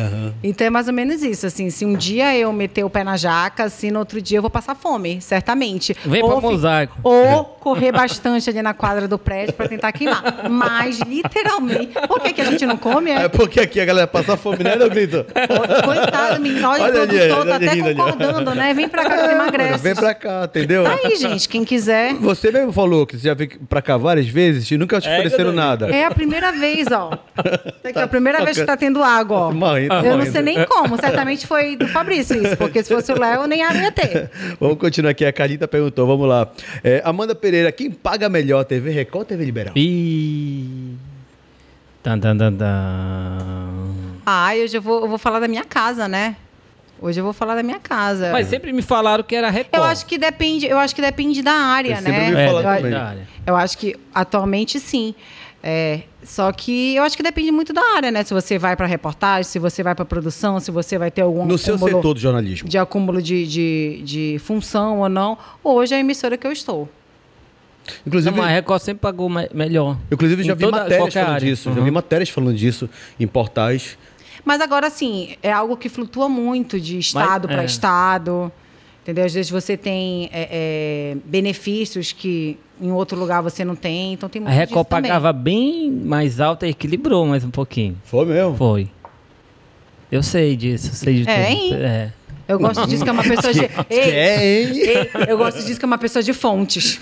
C: Então é mais ou menos isso, assim. Se um dia eu meter o pé na jaca, assim, no outro dia eu vou passar fome, certamente.
A: Vem
C: Ou
A: pra
C: fi-
A: mosaico.
C: Ou correr bastante ali na quadra do prédio pra tentar queimar. Mas, literalmente... Por que, que a gente não come?
B: É
C: É?
B: porque aqui a galera passa fome, né, Doglito?
C: Coitado, menino. Olha,
B: Olha
C: o
B: ali,
C: produtor
B: olha
C: tá até
B: ali, olha ali.
C: concordando, né? Vem pra cá que tu emagrece.
B: Ah, Vem pra cá, entendeu?
C: Tá aí, gente. Quem quiser...
B: Você mesmo falou que você já veio pra cá várias vezes e nunca te
A: É,
B: ofereceram
A: Doglito.
B: nada.
C: É a primeira vez, ó. É a primeira vez que tá tendo água, ó.
B: Morrendo,
C: Eu não
B: morrendo.
C: sei nem como, certamente foi do Fabrício isso, porque se fosse o Léo, nem água ia ter.
B: Vamos continuar aqui. A Carlita perguntou, vamos lá. É, Amanda Pereira, quem paga melhor, TV Record ou TV Liberal?
A: Ih. Tan, tan, tan, tan.
C: Ah, hoje eu vou, eu vou falar da minha casa, né? Hoje eu vou falar da minha casa.
A: Mas sempre me falaram que era Record.
C: eu acho que depende, eu acho que depende da área,
B: Eu sempre
C: né?
B: ouvi
A: É,
B: falar
C: eu,
B: também.
A: verdade.
C: eu acho que atualmente sim. É, só que eu acho que depende muito da área, né? Se você vai pra reportagem, se você vai pra produção, se você vai ter algum
B: No seu
C: acúmulo-
B: setor do jornalismo.
C: de acúmulo de, de, de função ou não. Hoje é a emissora que eu estou.
B: Inclusive,
A: Não, mas a Record sempre pagou me- melhor.
B: inclusive já
A: Em
B: vi
A: toda-
B: matérias
A: qualquer
B: falando
A: área.
B: disso. Já
A: Uhum.
B: vi matérias falando disso em portais.
C: Mas agora, assim, é algo que flutua muito de estado para
A: é.
C: estado. Entendeu? Às vezes você tem é, é, benefícios que em outro lugar você não tem. Então tem
A: A
C: muito disso
A: Record
C: também.
A: pagava bem mais alta e equilibrou mais um pouquinho.
B: Foi mesmo.
A: Foi. Eu sei disso, sei de
C: É,
A: tudo.
C: hein?
A: É.
C: Eu gosto disso que é uma pessoa de. Ei,
B: É, hein?
C: ei, eu gosto disso que é uma pessoa de fontes.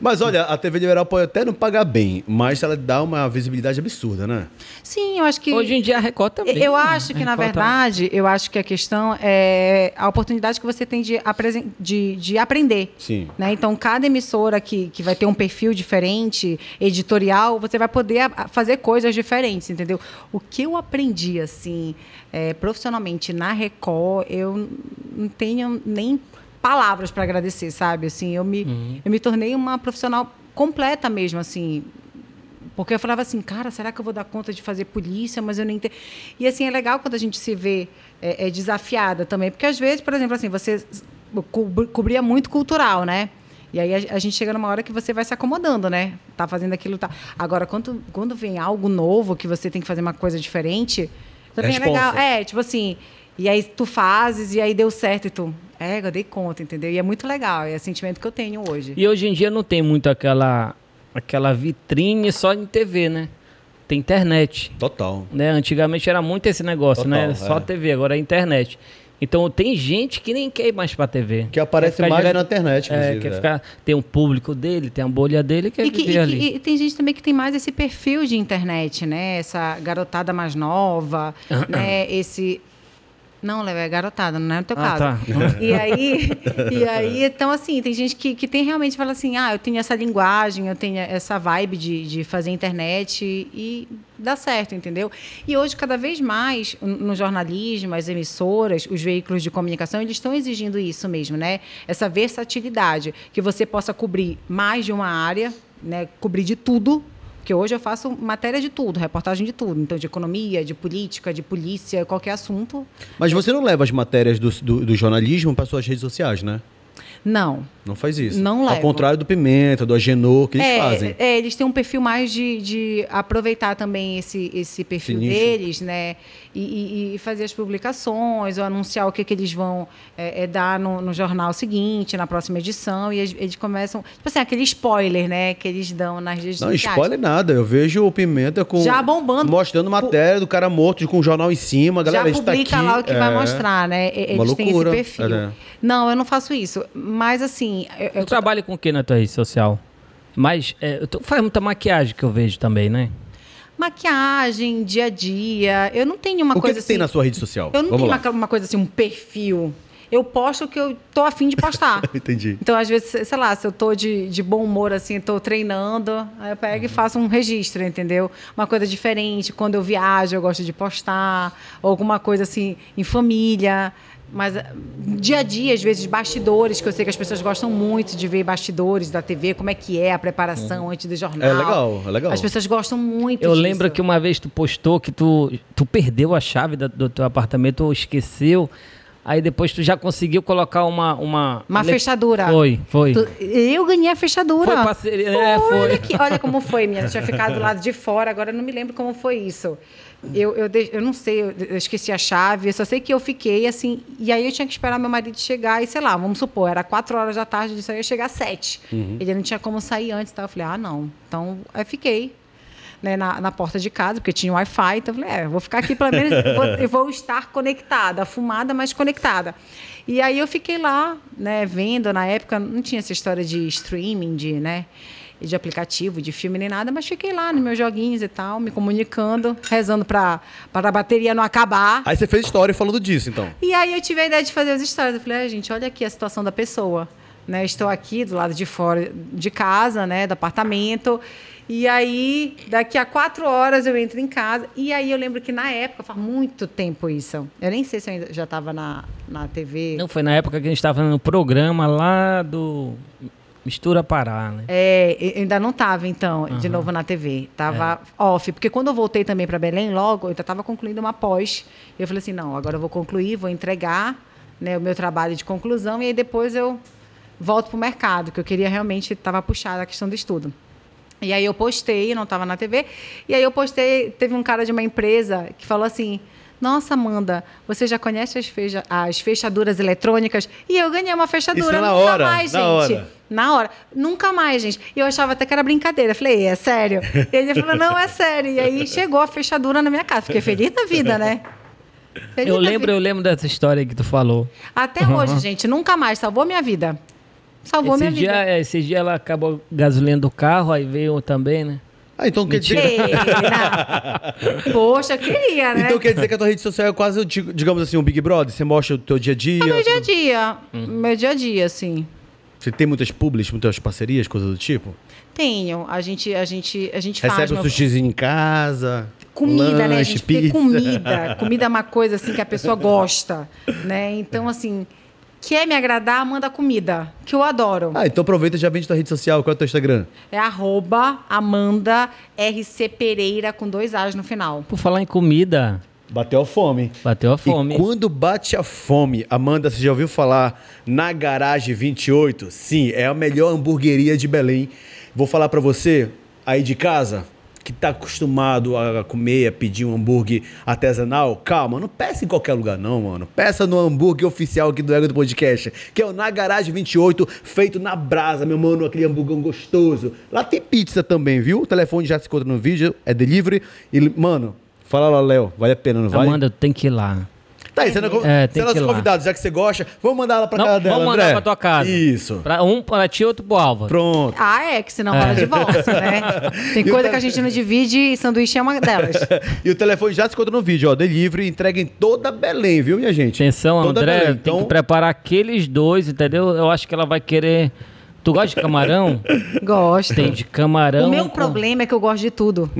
B: Mas olha, a TV Liberal pode até não pagar bem, mas ela dá uma visibilidade absurda, né?
C: Sim, eu acho que.
A: Hoje em dia a Record também.
C: Eu
A: né?
C: acho
A: A
C: que, na
A: Record tá-
C: verdade, eu acho que a questão é a oportunidade que você tem de, apresen- de, de aprender.
B: Sim.
C: né? Então, cada emissora que, que vai ter um perfil diferente, editorial, você vai poder a- a- fazer coisas diferentes, entendeu? O que eu aprendi, assim, é, profissionalmente na Record, eu n- não tenho nem palavras para agradecer, sabe? Assim, eu me, eu me tornei uma profissional completa mesmo, assim, porque eu falava assim, cara, será que eu vou dar conta de fazer polícia? Mas eu nem entendo. E assim, é legal quando a gente se vê é, é, desafiada também. Porque às vezes, por exemplo, assim, você s- cobri- cobria muito cultural, né? E aí a, a gente chega numa hora que você vai se acomodando, né? Tá fazendo aquilo, tá. Agora, quando, quando vem algo novo, que você tem que fazer uma coisa diferente, também é
B: Responsa.
C: legal. É, tipo assim. E aí tu fazes, e aí deu certo, e tu. É, eu dei conta, entendeu? E é muito legal, é o sentimento que eu tenho hoje.
A: E hoje em dia não tem muito aquela, aquela vitrine só em TV, né? Tem internet.
B: Total.
A: né? Antigamente era muito esse negócio,
B: Total,
A: né? Só
B: é.
A: TV, agora é internet. Então tem gente que nem quer ir mais pra TV.
B: Que aparece
A: Quer ficar
B: mais na internet,
A: É,
B: inclusive,
A: quer
B: é.
A: ficar, tem um público dele, tem a bolha dele que
C: E,
A: é
C: que- e
A: viver
C: que-
A: ali.
C: e tem gente também que tem mais esse perfil de internet, né? Essa garotada mais nova,
A: Ah,
C: né? Esse. Não, Léo, é garotada, não é no teu
A: Ah,
C: caso.
A: tá.
C: E aí, e aí, então, assim, tem gente que, que tem realmente, fala assim, ah, eu tenho essa linguagem, eu tenho essa vibe de, de fazer internet e dá certo, entendeu? E hoje, cada vez mais, no- no jornalismo, as emissoras, os veículos de comunicação, eles estão exigindo isso mesmo, né? Essa versatilidade, que você possa cobrir mais de uma área, né? Cobrir de tudo, porque hoje eu faço matéria de tudo, reportagem de tudo. Então, de economia, de política, de polícia, qualquer assunto.
B: Mas você não leva as matérias do, do- do jornalismo para suas redes sociais, né?
C: Não.
B: Não faz isso.
C: Não
B: Ao
C: levo.
B: contrário do Pimenta, do Agenor, que eles
C: é,
B: fazem.
C: é, eles têm um perfil mais de, de aproveitar também esse, esse perfil
B: nicho.
C: deles, né? E, e- e fazer as publicações, ou anunciar o que, que eles vão é, é, dar no, no jornal seguinte, na próxima edição. E eles, eles começam. Tipo assim, aquele spoiler, né? Que eles dão nas redes
B: Não,
C: sociais.
B: spoiler nada. Eu vejo o Pimenta com.
C: Já bombando.
B: Mostrando matéria do cara morto com o jornal em cima. Galera,
C: já
B: isso tá
C: publica
B: aqui.
C: lá o que vai
B: É.
C: mostrar, né? E- Eles
B: Uma
C: têm esse
B: loucura.
C: perfil.
B: É.
C: Não, eu não faço isso. Mas assim, eu- eu-
A: Tu trabalha com o que na tua rede social? Mas é, tu faz muita maquiagem que eu vejo também, né?
C: maquiagem, dia a dia, eu não tenho uma
B: O que,
C: coisa
B: que
C: assim.
B: tem na sua rede social?
C: Eu não
B: Vamos
C: tenho
B: lá.
C: uma, uma coisa assim, um perfil. Eu posto o que eu tô afim de postar.
B: Entendi.
C: Então, às vezes, sei lá, se eu tô de, de bom humor, assim, tô treinando, aí eu pego e
B: Uhum.
C: faço um registro, entendeu? Uma coisa diferente. Quando eu viajo, eu gosto de postar. Ou alguma coisa, assim, em família. Mas eh, dia a dia, às vezes, bastidores, que eu sei que as pessoas gostam muito de ver bastidores da TV, como é que é a preparação antes do jornal.
B: É legal, é legal.
C: As pessoas gostam muito
A: Eu
C: disso.
A: lembro que uma vez tu postou que tu, tu perdeu a chave da- do teu apartamento ou esqueceu. Aí depois tu já conseguiu colocar uma. Uma,
C: Uma
A: le-
C: fechadura.
A: Foi, foi.
C: Tu- Eu ganhei a fechadura.
A: Foi parceria, é, foi.
C: Olha, que- olha como foi, minha. Tinha ficado do lado de fora, agora eu não me lembro como foi isso. Eu, eu, de- eu não sei, eu, eu esqueci a chave, eu só sei que eu fiquei assim. E aí eu tinha que esperar meu marido chegar, e sei lá, vamos supor, era quatro horas da tarde, ele só ia chegar às 7.
A: Uhum.
C: Ele não tinha como sair antes, tá? Eu falei, ah, não. Então, aí fiquei. Né, na, na porta de casa, porque tinha Wi-Fi, então eu falei, é, vou ficar aqui pelo menos, vou, eu vou estar conectada, fumada, mas conectada. E aí eu fiquei lá, né, vendo, na época não tinha essa história de streaming, de, né, e de aplicativo, de filme nem nada, mas fiquei lá nos meus joguinhos e tal, me comunicando, rezando para a bateria não acabar.
B: Aí você fez história falando disso, então.
C: E aí eu tive a ideia de fazer as histórias. Eu falei, ah, gente, olha aqui a situação da pessoa. Né? Estou aqui do lado de fora de casa, né? Do apartamento. E aí, daqui a quatro horas eu entro em casa. E aí eu lembro que na época, faz muito tempo isso. Eu nem sei se eu ainda já estava na, na TV.
A: Não, foi na época que a gente tava fazendo o programa lá do Mistura Pará, né?
C: É, eu ainda não estava, então, de novo na TV. Tava
B: É.
C: off. Porque quando eu voltei também para Belém, logo, eu ainda estava concluindo uma pós. Eu falei assim, não, agora eu vou concluir, vou entregar né, o meu trabalho de conclusão e aí depois eu volto para o mercado, que eu queria realmente, estava puxada a questão do estudo. E aí eu postei, não estava na TV, e aí eu postei, teve um cara de uma empresa que falou assim, nossa, Amanda, você já conhece as, fecha- as fechaduras eletrônicas? E eu ganhei uma fechadura,
B: é na
C: nunca
B: hora,
C: mais,
B: na
C: gente.
B: hora.
C: Na hora. Nunca mais, gente. E eu achava até que era brincadeira. Eu falei, é sério? E ele falou, não, é sério. E aí chegou a fechadura na minha casa. Fiquei feliz da vida, né? Feliz
A: Eu
C: da
A: lembro, eu
C: vida.
A: lembro dessa história que tu falou.
C: Até hoje, gente, nunca mais. Salvou minha vida. Salvou
A: Esse
C: minha
A: dia,
C: vida.
A: é, esse dia ela acabou a gasolina do carro, aí veio também, né?
B: Ah, então quer dizer.
C: Ei, não. Poxa, eu queria, né?
B: Então quer dizer que a tua rede social é quase, dig- digamos assim, um Big Brother? Você mostra o teu dia a dia,
C: Meu dia a dia.
A: Hum.
C: Meu dia a dia, assim.
B: você tem muitas publis, muitas parcerias, coisa do tipo?
C: Tenho. A gente, a gente, a gente faz.
B: Recebe um
C: meu-
B: sushizinho em casa,
C: Comida,
B: lanche,
C: né, gente? Porque
B: pizza.
C: comida, comida é uma coisa assim que a pessoa gosta, né? Então, assim, quer me agradar, manda comida, que eu adoro.
B: Ah, então aproveita e já vende tua rede social, qual é o teu Instagram?
C: É arroba Amanda RC Pereira com dois A's no final.
A: Por falar em comida,
B: Bateu a fome.
A: bateu a fome.
B: E quando bate a fome, Amanda, você já ouviu falar na Garagem 28? Sim, é a melhor hamburgueria de Belém. Vou falar pra você aí de casa que tá acostumado a comer, a pedir um hambúrguer artesanal, calma, não peça em qualquer lugar não, mano. Peça no hambúrguer oficial aqui do Ego do Podcast, que é o Na Garagem 28, feito na brasa, meu mano, aquele hamburgão gostoso. Lá tem pizza também, viu? O telefone já se encontra no vídeo, é delivery. E, mano, fala lá, Léo, vale a pena, não vale?
A: Amanda, tem que ir lá.
B: Tá aí, você não
A: É, tem
B: é, você é
A: que ir
B: nosso
A: lá.
B: convidado, já que você gosta, vamos mandar ela pra
A: Não,
B: casa
A: vamos
B: dela,
A: mandar
B: André.
A: pra tua casa.
B: Isso.
A: Pra, um pra ti, outro pro Álvaro.
B: Pronto.
C: Ah, é, que senão rola divórcio, né? Tem
B: E o
C: coisa
B: te-
C: que a gente não divide e sanduíche é uma delas.
B: E o telefone já se encontra no vídeo, ó. Delivery, entrega em toda Belém, viu, minha gente?
A: Atenção,
B: toda
A: André,
B: Belém.
A: tem
B: Então,
A: que preparar aqueles dois, entendeu? Eu acho que ela vai querer. Tu gosta de camarão?
C: Gosto.
A: tem de camarão.
C: O meu
A: com-
C: problema é que eu gosto de tudo.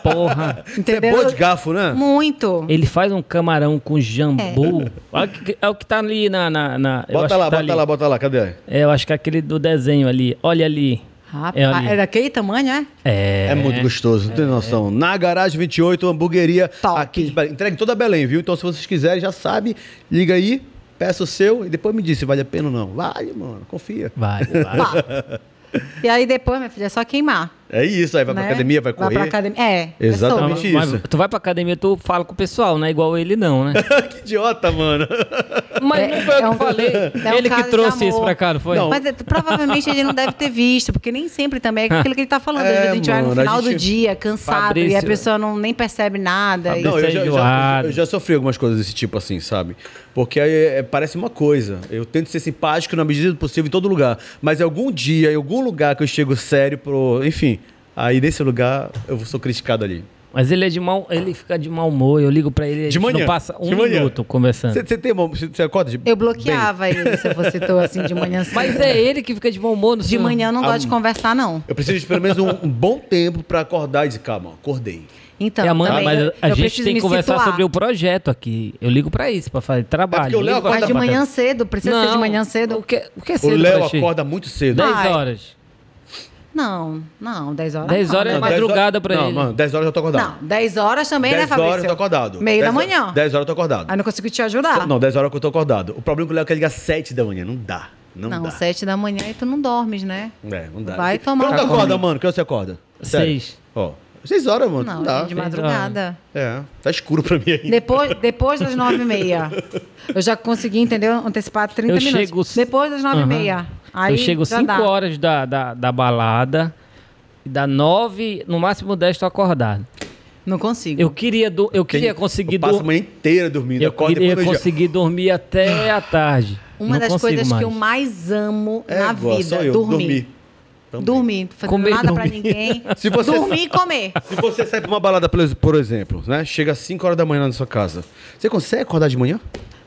A: Porra.
B: você é
C: Entendeu?
B: boa de gafo, né?
C: Muito.
A: Ele faz um camarão com jambu. Olha que- É o que tá ali na. na, na- eu acho que
B: Bota lá,
A: tá
B: bota
A: ali.
B: lá, bota lá, cadê?
A: É, eu acho que é aquele do desenho ali. Olha ali. é,
C: Rapaz,
A: ali.
C: é daquele tamanho, é?
A: É.
B: É, muito gostoso, não tem noção. Na Garagem 28, hamburgueria
C: Top.
B: aqui de Belém. Entrega em toda Belém, viu? Então, se vocês quiserem, já sabe, liga aí, Peça o seu e depois me diz se vale a pena ou não. Vale, mano. Confia.
A: Vai, vai.
C: Pá. E aí depois, minha filha, é só queimar.
B: É isso. Aí vai pra
C: né?
B: academia, vai correr.
C: pra academia. É. é
B: Exatamente. Exatamente
C: sobre.
A: Então, Mas
B: isso.
A: tu vai pra academia, tu fala com o pessoal, não é igual ele não, né?
B: que idiota, mano.
A: Mas
C: É-
A: não foi eu
C: é
A: que
C: um-
A: falei.
C: é um
A: ele que
C: caso de
A: trouxe isso
C: amor.
A: pra cá, não foi?
B: Não.
C: Mas é, provavelmente ele não deve ter visto, porque nem sempre também
A: Ah.
C: é aquilo que ele tá falando. Às
B: É,
C: vezes a gente vai no
B: mano, a
C: final
B: gente-
C: do dia, cansado, e a
A: Fabrício-
C: pessoa não, nem percebe nada. e-
A: Fabrício-
B: Não, eu
A: Isso é
B: já, eu já-
A: enjoado.
B: eu já sofri algumas coisas desse tipo assim, sabe? Porque aí é- parece uma coisa. Eu tento ser simpático na medida do possível em todo lugar. Mas algum dia, em algum lugar que eu chego sério pro. Enfim. Aí nesse lugar eu sou criticado ali.
A: Mas ele é de mal, ele fica de mau humor. Eu ligo pra ele, a
B: De
A: gente
B: manhã,
A: não passa
B: de
A: um
B: manhã.
A: minuto conversando.
B: Você tem uma. Você acorda de.
C: Eu bloqueava ele se eu fosse tô assim de manhã cedo.
A: Mas é ele que fica de mau humor no
C: De manhã eu não gosto de
B: Ah,
C: conversar, não.
B: Eu preciso de pelo menos um, um bom tempo pra acordar e dizer, calma, acordei.
C: Então,
A: E Amanda,
C: também
A: mas
C: eu-
A: É a
C: eu
A: gente
C: preciso
A: tem que
C: me
A: conversar
C: situar.
A: sobre o projeto aqui. Eu ligo pra isso, pra fazer trabalho.
B: É porque o
A: Eu
B: Léo
A: ligo pra-
C: Mas Ah, de
B: Acorda,
C: manhã cedo, precisa ser de
A: Não,
C: manhã
A: O
C: cedo?
A: que, o que é
B: O
A: cedo
B: Léo
A: pra ti?
B: acorda muito cedo.
A: 10
C: Ai.
A: horas.
C: Não, não, 10 horas.
A: 10
C: não,
A: horas é
C: né?
A: mais- madrugada pra
B: não,
A: ele.
B: mano, 10 horas eu tô acordado.
C: Não, 10 horas também,
B: 10
C: né, Fabrício?
B: horas eu tô acordado. 10
C: Meio da
B: horas-
C: manhã.
B: 10 horas eu tô acordado.
C: Aí não consigo te ajudar.
B: Não, 10 horas que eu tô acordado. O problema é que o Léo quer ligar 7 da manhã. Não dá. Não,
C: Não,
B: dá.
C: 7 da manhã e tu não dormes, né?
B: É, não dá.
C: Vai tomar um
B: Quando
C: no
B: tu
C: cu.
B: acorda, mano? Que hora você acorda?
A: Seis.
B: Ó, 6 horas, mano. Não,
C: Não,
B: dá.
C: é de
A: Seis horas.
C: madrugada.
B: É, tá escuro pra mim ainda.
C: Depois, depois das 9h30. Eu já consegui, entendeu? Antecipar 30
A: Eu
C: minutos.
A: chego-
C: Depois das 9h30.
A: Aham.
C: Aí
A: eu chego
C: já
A: 5
C: dá.
A: horas da, da, da balada, e dá 9, no máximo 10 tô acordado.
C: Não consigo.
A: Eu queria, do, eu queria conseguir
B: Eu passo a
A: dormir.
B: manhã inteira dormindo.
A: Eu
B: acordo
A: queria
B: depois do
A: conseguir dormir até a tarde.
C: Uma
A: Não
C: das
A: consigo
C: coisas
A: mais.
C: que eu mais amo
B: dia.
C: na
B: É, boa,
C: vida,
B: só eu,
C: dormir.
B: Também.
C: Dormir, não fazer
A: Comer,
C: nada pra
A: dormir.
C: ninguém.
B: Se você-
C: dormir e comer.
B: Se você sai pra uma balada, por ex- por exemplo, né? Chega às 5 horas da manhã na sua casa. Você consegue acordar de manhã?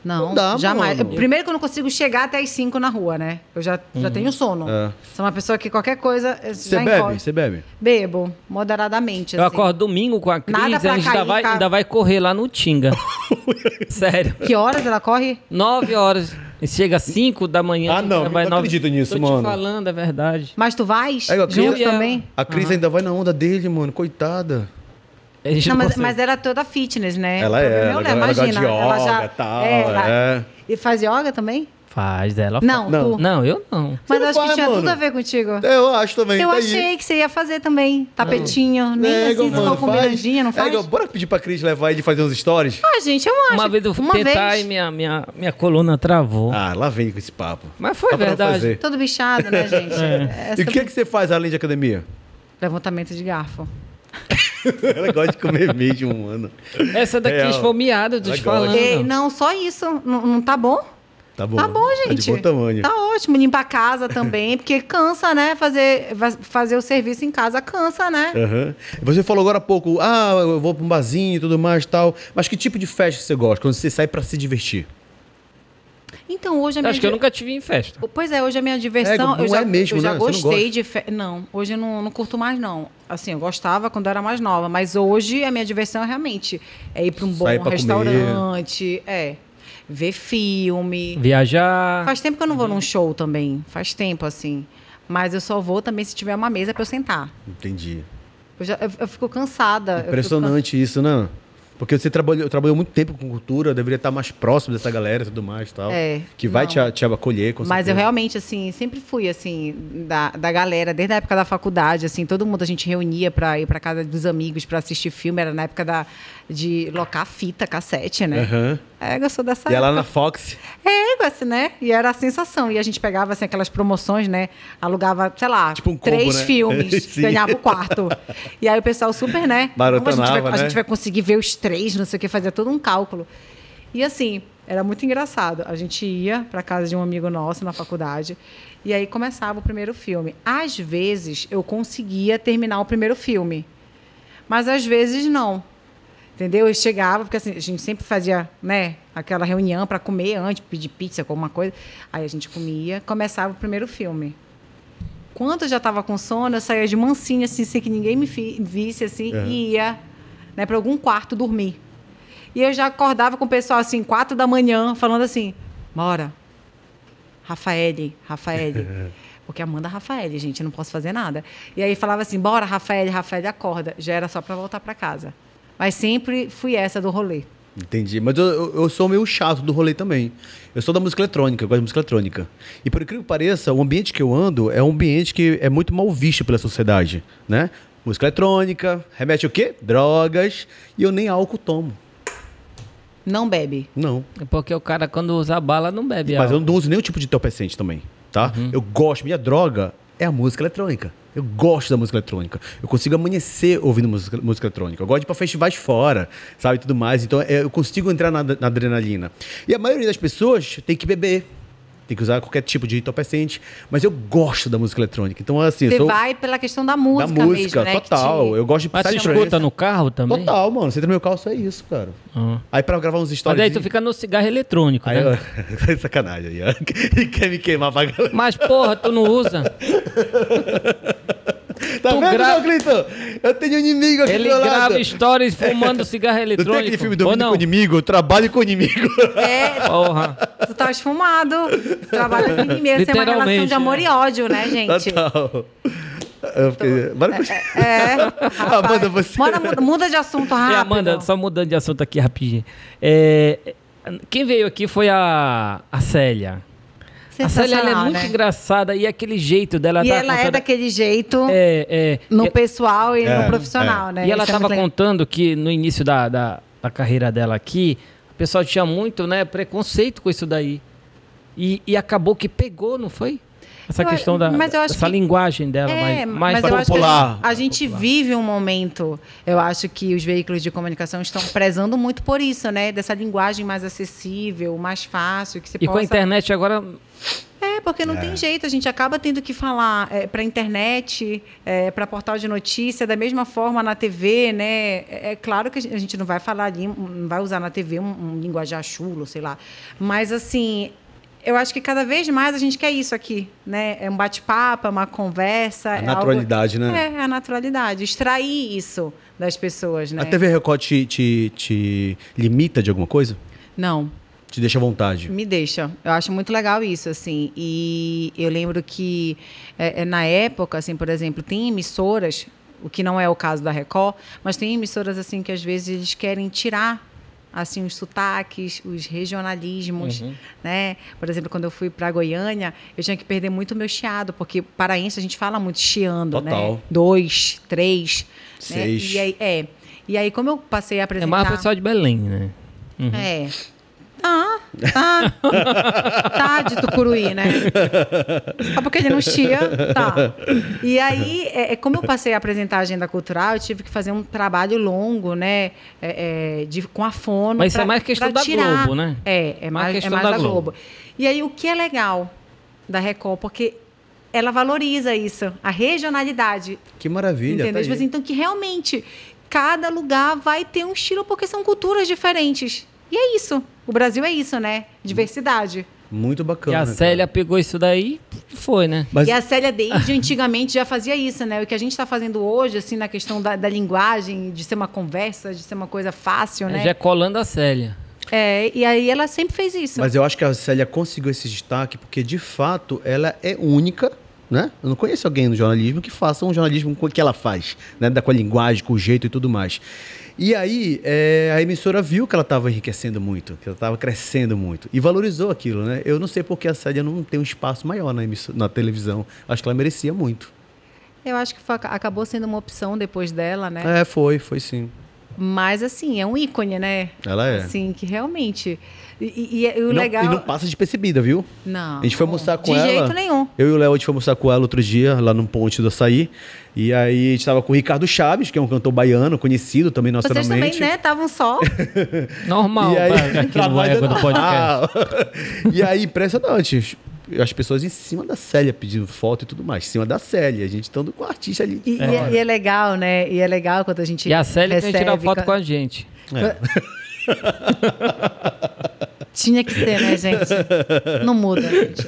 C: Não,
B: Não dá,
C: jamais.
B: mano.
C: Eu- Primeiro que eu não consigo chegar até as 5 na rua, né? Eu já, já tenho sono.
B: É.
C: Sou uma pessoa que qualquer coisa eh,
B: Você
C: já
B: bebe?
C: encosta.
B: Você bebe?
C: Bebo, moderadamente.
A: Eu
C: assim.
A: acordo domingo com a Cris,
C: Nada
A: a
C: pra
A: gente ainda
C: cair, tá?
A: vai,
C: cara.
A: ainda vai correr lá no Tinga. Sério.
C: Que horas ela corre?
A: 9 horas. E chega às 5 da manhã.
B: Ah,
A: ainda
B: não,
A: vai
B: não
A: nove-
B: acredito nisso,
A: Tô
B: mano.
A: te falando, é verdade.
C: Mas tu vais?
B: É, eu queria-
C: junto também?
B: A Cris ainda vai na onda dele, mano. Coitada.
A: A gente
C: Não,
A: não
C: mas,
A: consegue.
C: mas era toda fitness, né?
B: Tipo assim. Ela
C: O
B: é,
C: problema
B: ela
C: né?
B: go- ela gosta
C: imagina.
B: de
C: ela já,
B: yoga, tal,
C: ela-
B: é.
C: E faz yoga também?
A: Faz ela.
C: é- Não,
A: faz.
C: tu.
A: Não, eu não.
C: Mas
B: não
C: acho
B: faz,
C: que tinha
B: mano.
C: tudo a ver contigo.
B: Eu acho também.
C: Eu
B: tá aí.
C: achei que você ia fazer também. Tapetinho, nem
B: É, igual,
C: assim, se for com
B: faz.
C: melanjinha, não
B: É,
C: faz?
B: igual, bora pedir pra Cris levar ele de fazer uns stories?
C: Ah, gente, eu acho.
A: Uma vez eu fui
C: uma
A: tentar
C: vez.
A: e minha, minha, minha coluna travou.
B: Ah, lá vem com esse papo.
A: Mas foi
B: Dá pra não
A: verdade.
B: fazer.
C: Todo bichado, né, gente? É
B: E o
C: sobre
B: que, é que você faz além de academia?
C: Levantamento de garfo.
B: Ela gosta de comer mesmo, mano.
A: Essa daqui
B: Real.
A: esfomeada, eu tô
B: Ela
A: te falando.
B: gosta.
C: Ei, não, só isso. Não, não tá bom?
B: Tá bom.
C: Tá bom, gente.
B: Tá de bom tamanho.
C: Tá ótimo. Limpar a casa também, porque cansa, né? Fazer, va- fazer o serviço em casa cansa, né?
B: Aham. Você falou agora há pouco, ah, eu vou pra um barzinho e tudo mais e tal. Mas que tipo de festa você gosta? Quando você sai pra se divertir?
C: Então hoje a minha
A: Acho que eu
C: di-
A: nunca tive em festa.
C: Pois é, hoje a minha diversão.
B: É, não
C: eu já,
B: é mesmo,
C: eu já
B: né? Você não
C: gostei
B: gosta.
C: de. Fe... Não, hoje eu não, não curto mais, não. Assim, eu gostava quando eu era mais nova, mas hoje a minha diversão é realmente é ir pra um bom
B: Sair pra
C: restaurante, é. Ver filme.
A: Viajar.
C: Faz tempo que eu não
B: Uhum.
C: vou num show também. Faz tempo, assim. Mas eu só vou também se tiver uma mesa pra eu sentar.
B: Entendi.
C: Eu, já- eu- eu fico cansada. Eu fico
B: Impressionante isso, né? Porque você trabalhou, trabalhou muito tempo com cultura, deveria estar mais próximo dessa galera e tudo mais e tal.
C: É,
B: Que vai
C: não.
B: te, a- te acolher, com
C: cansa- Mas eu
B: certeza.
C: realmente, assim, sempre fui, assim, da, da galera, desde a época da faculdade, assim, todo mundo a gente reunia pra ir pra casa dos amigos pra assistir filme, era na época da, de locar fita, cassete, né?
B: Aham.
C: É, eu sou dessa
B: E ela
C: época.
B: na Fox.
C: É, assim, né? E era a sensação. E a gente pegava, assim, aquelas promoções, né? Alugava, sei lá,
B: Tipo um combo,
C: três
B: né?
C: filmes,
B: Sim.
C: ganhava o quarto. E aí o pessoal super, né? Como a gente, vai,
B: Maratonava,
C: a
B: né?
C: gente vai conseguir ver os três, não sei o que, fazia todo um cálculo. E assim, era muito engraçado. A gente ia pra casa de um amigo nosso na faculdade e aí começava o primeiro filme. Às vezes eu conseguia terminar o primeiro filme, mas às vezes não. Entendeu? Eu chegava, porque assim, a gente sempre fazia, né, aquela reunião pra comer antes, pedir pizza, alguma coisa. Aí a gente comia, começava o primeiro filme. Quando eu já estava com sono, eu saía de mansinha, assim, sem que ninguém me fi- visse, assim,
B: É.
C: e ia né, para algum quarto dormir. E eu já acordava com o pessoal, assim, quatro da manhã, falando assim, Mora, Rafaele, Rafaele.
B: É.
C: Porque Amanda é Rafaele, gente, eu não posso fazer nada. E aí falava assim, bora, Rafaele, Rafaele, acorda. Já era só para voltar para casa. Mas sempre fui essa do rolê.
B: Entendi. Mas eu, eu- eu sou meio chato do rolê também. Eu sou da música eletrônica, eu gosto de música eletrônica. E por incrível que pareça, o ambiente que eu ando é um ambiente que é muito mal visto pela sociedade, né? Música eletrônica, remete o quê? Drogas. E eu nem álcool tomo.
C: Não bebe.
B: Não.
A: É porque o cara, quando usa bala, não bebe
B: Mas eu
A: álcool.
B: não uso nenhum tipo de entorpecente também, tá?
A: Uhum.
B: Eu gosto, minha droga é a música eletrônica. Eu gosto da música eletrônica. Eu consigo amanhecer ouvindo música, música eletrônica. Eu gosto de ir pra festivais fora, sabe? e Tudo mais. Então é, eu consigo entrar na, ad- na adrenalina. E a maioria das pessoas tem que beber. Tem que usar qualquer tipo de entorpecente. Mas eu gosto da música eletrônica. Então, assim,
C: Você
B: eu sou
C: vai pela questão da
B: da
C: música,
B: música,
C: mesmo, né? que
B: total.
C: te-
B: Eu gosto de
A: Mas tu
B: Psytrance.
A: escuta no carro também?
B: Total, mano. Você entra no meu carro, só é isso, cara.
A: Ah.
B: Aí pra gravar uns
A: Mas
B: stories.
A: aí tu fica no cigarro eletrônico,
B: Aí,
A: né?
B: ó, sacanagem aí, ó. E quer me queimar pra galera.
A: Mas, porra, tu não usa.
B: Tá
A: Tu
B: vendo,
A: gra-
B: meu Cleiton? Eu tenho inimigo aqui
A: Ele
B: do meu lado.
A: grava stories fumando cigarro
B: Não
A: eletrônico.
B: tem
A: ou
B: aquele filme Domínio
A: não?
B: com inimigo? Eu trabalho com inimigo.
C: É,
A: Porra.
C: tu tá esfumado. Trabalha com ninguém. Essa é uma relação
A: Literalmente,
C: de amor
A: né?
C: e ódio, né,
B: Tá,
C: gente? Tá
B: Total. Eu fiquei... Bora continuar.
C: É. rapaz.
B: Amanda, você-
C: Manda, muda, muda de assunto
A: E,
C: rápido.
A: Amanda, só mudando de assunto aqui rapidinho. É, quem veio aqui foi a, a Célia. A Célia ela é
C: Sensacional,
A: muito
C: né?
A: engraçada e é aquele jeito dela
C: E
A: tá
C: ela é
A: contando-
C: daquele jeito
A: É, é.
C: no
A: E-
C: pessoal e
B: É,
C: no profissional, né?
A: E ela
C: Isso é muito
A: estava
C: legal.
A: contando que no início da, da, da carreira dela aqui, o pessoal tinha muito né, preconceito com isso daí. E, e acabou que pegou, não foi? Essa
C: Eu-
A: questão da
C: mas eu acho
A: essa
C: que-
A: linguagem dela,
C: É,
A: mais, mais
C: mas eu acho que a
B: popular.
C: gente, a gente vive um momento. Eu acho que os veículos de comunicação estão prezando muito por isso, né? Dessa linguagem mais acessível, mais fácil, que você
A: E com a
C: possa
A: internet agora.
C: É, porque não tem jeito, a gente acaba tendo que falar é, para internet, é, para portal de notícia, da mesma forma na TV, né? É, é claro que a gen- a gente não vai falar ali, um- não vai usar na TV um, um linguajar chulo, sei lá. Mas assim, eu acho que cada vez mais a gente quer isso aqui, né? É um bate-papo, é uma conversa.
B: A
C: é
B: naturalidade,
C: algo...
B: né?
C: É, é a naturalidade. Extrair isso das pessoas, né?
B: A TV Record te, te, te limita de alguma coisa?
C: Não.
B: Te deixa à vontade?
C: Me deixa. Eu acho muito legal isso, assim. E eu lembro que é, é, na época, assim, por exemplo, tem emissoras, o que não é o caso da Record, mas tem emissoras assim que às vezes eles querem tirar assim os sotaques, os regionalismos, né? Por exemplo, quando eu fui para Goiânia, eu tinha que perder muito o meu chiado, porque paraense a gente fala muito chiando,
B: Total.
C: né? Dois, três, né?
B: Seis.
C: E aí, é. E aí, como eu passei a
A: É
C: apresentar
A: mais o pessoal de Belém, né?
C: é. Tá, tá. tá de Tucuruí, né? Só porque ele não chia, tá. E aí, é, é, como eu passei a apresentar a agenda cultural, eu tive que fazer um trabalho longo, né? é, é, de, com a fono.
A: Mas isso é mais questão
C: pra
A: da Globo, né?
C: É, é
A: Mais
C: mais, é
A: questão
C: mais
A: da
C: da, Globo.
A: Globo.
C: E aí, o que é legal da Record? Porque ela valoriza isso, a regionalidade.
B: Que maravilha.
C: Entendeu?
B: tá
C: Tipo
B: aí.
C: assim, então que realmente cada lugar vai ter um estilo porque são culturas diferentes. E é isso. O Brasil é isso, né? Diversidade.
B: Muito
A: E
B: bacana.
A: a
B: cara.
A: Célia pegou isso daí e foi, né?
B: Mas
C: E a Célia desde antigamente já fazia isso, né? O que a gente está fazendo hoje, assim, na questão da, da linguagem, de ser uma conversa, de ser uma coisa fácil, né?
A: Já é colando a Célia.
C: É, e aí ela sempre fez isso.
B: Mas eu acho que a Célia conseguiu esse destaque porque, de fato, ela é única, né? Eu não conheço alguém no jornalismo que faça um jornalismo com o que ela faz, né? Da- Com a linguagem, com o jeito e tudo mais. E aí, é, a emissora viu que ela estava enriquecendo muito, que ela estava crescendo muito. E valorizou aquilo, né? Eu não sei porque a Célia não tem um espaço maior na, emissora, na televisão. Acho que ela merecia muito.
C: Eu acho que foi- acabou sendo uma opção depois dela, né?
B: É, foi, foi sim.
C: Mas, assim, é um ícone, né?
B: Ela é.
C: Assim, que realmente... E, e- e o
B: E não,
C: legal...
B: e não passa despercebida, viu?
C: Não.
B: A gente foi almoçar com
C: de
B: ela.
C: De jeito nenhum.
B: Eu e o Léo, a gente foi almoçar com ela outro dia, lá no Ponte do Açaí. E aí a gente tava com o Ricardo Chaves, que é um cantor baiano, conhecido também
C: Vocês
B: nacionalmente.
C: também, né? Estavam só.
A: Normal,
B: E aí, tá
A: pra- aqui no
B: trabalho
A: ego é do
C: Ah.
A: podcast.
B: normal. e aí, impressionante. As pessoas em cima da Célia pedindo foto e tudo mais. Em cima da Célia. A gente estando com o artista ali.
C: E e é. e é legal, né? E é legal quando a gente.
A: E a Célia quer
C: recebe,
A: tirar foto
C: ca-
A: com a gente.
C: Tinha que ser, né, gente? Não muda, gente.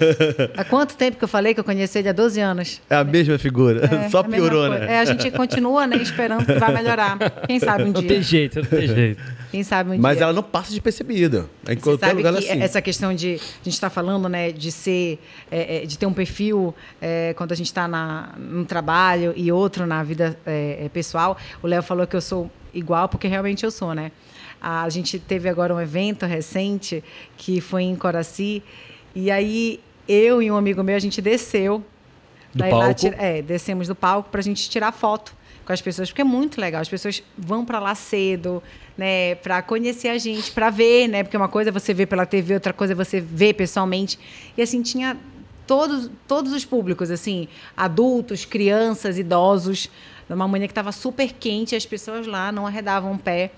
C: Há quanto tempo que eu falei que eu conheci ele? Há 12 anos.
B: É a mesma figura.
C: É,
B: Só
C: a mesma
B: piorou,
C: coisa.
B: né?
C: É, a gente continua, né? Esperando que vai melhorar. Quem sabe um
A: Não tem
C: dia.
A: jeito, não tem jeito.
C: Quem sabe um
B: Mas
C: dia.
B: ela não passa despercebida. Em
C: Você
B: qualquer
C: sabe
B: lugar ela é
C: que
B: assim.
C: essa questão de a gente está falando, né, de ser, é, é, de ter um perfil é, quando a gente está num trabalho e outro na vida é, é, pessoal. O Léo falou que eu sou igual porque realmente eu sou, né? A gente teve agora um evento recente que foi em Coraci e aí eu e um amigo meu a gente desceu
B: Do
C: Daí lá
B: palco?
C: tira- é, descemos do palco pra gente tirar foto com as pessoas, porque é muito legal. As pessoas vão pra lá cedo, né, pra conhecer a gente, pra ver, né? Porque uma coisa é você ver pela TV, outra coisa é você ver pessoalmente. E assim tinha todos todos os públicos, assim, adultos, crianças, idosos, numa manhã que estava super quente, as pessoas lá não arredavam o pé.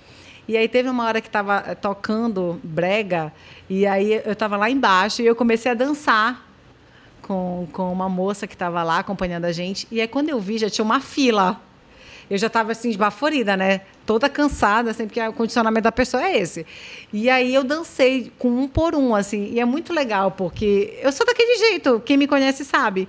C: E aí teve uma hora que tava eh, tocando brega, e aí eu tava lá embaixo e eu comecei a dançar com, com uma moça que estava lá acompanhando a gente. E aí, quando eu vi, já tinha uma fila. Eu já estava assim, esbaforida, né? Toda cansada, assim, porque o condicionamento da pessoa é esse. E aí eu dancei com um por um, assim. E é muito legal, porque eu sou daquele jeito, quem me conhece sabe.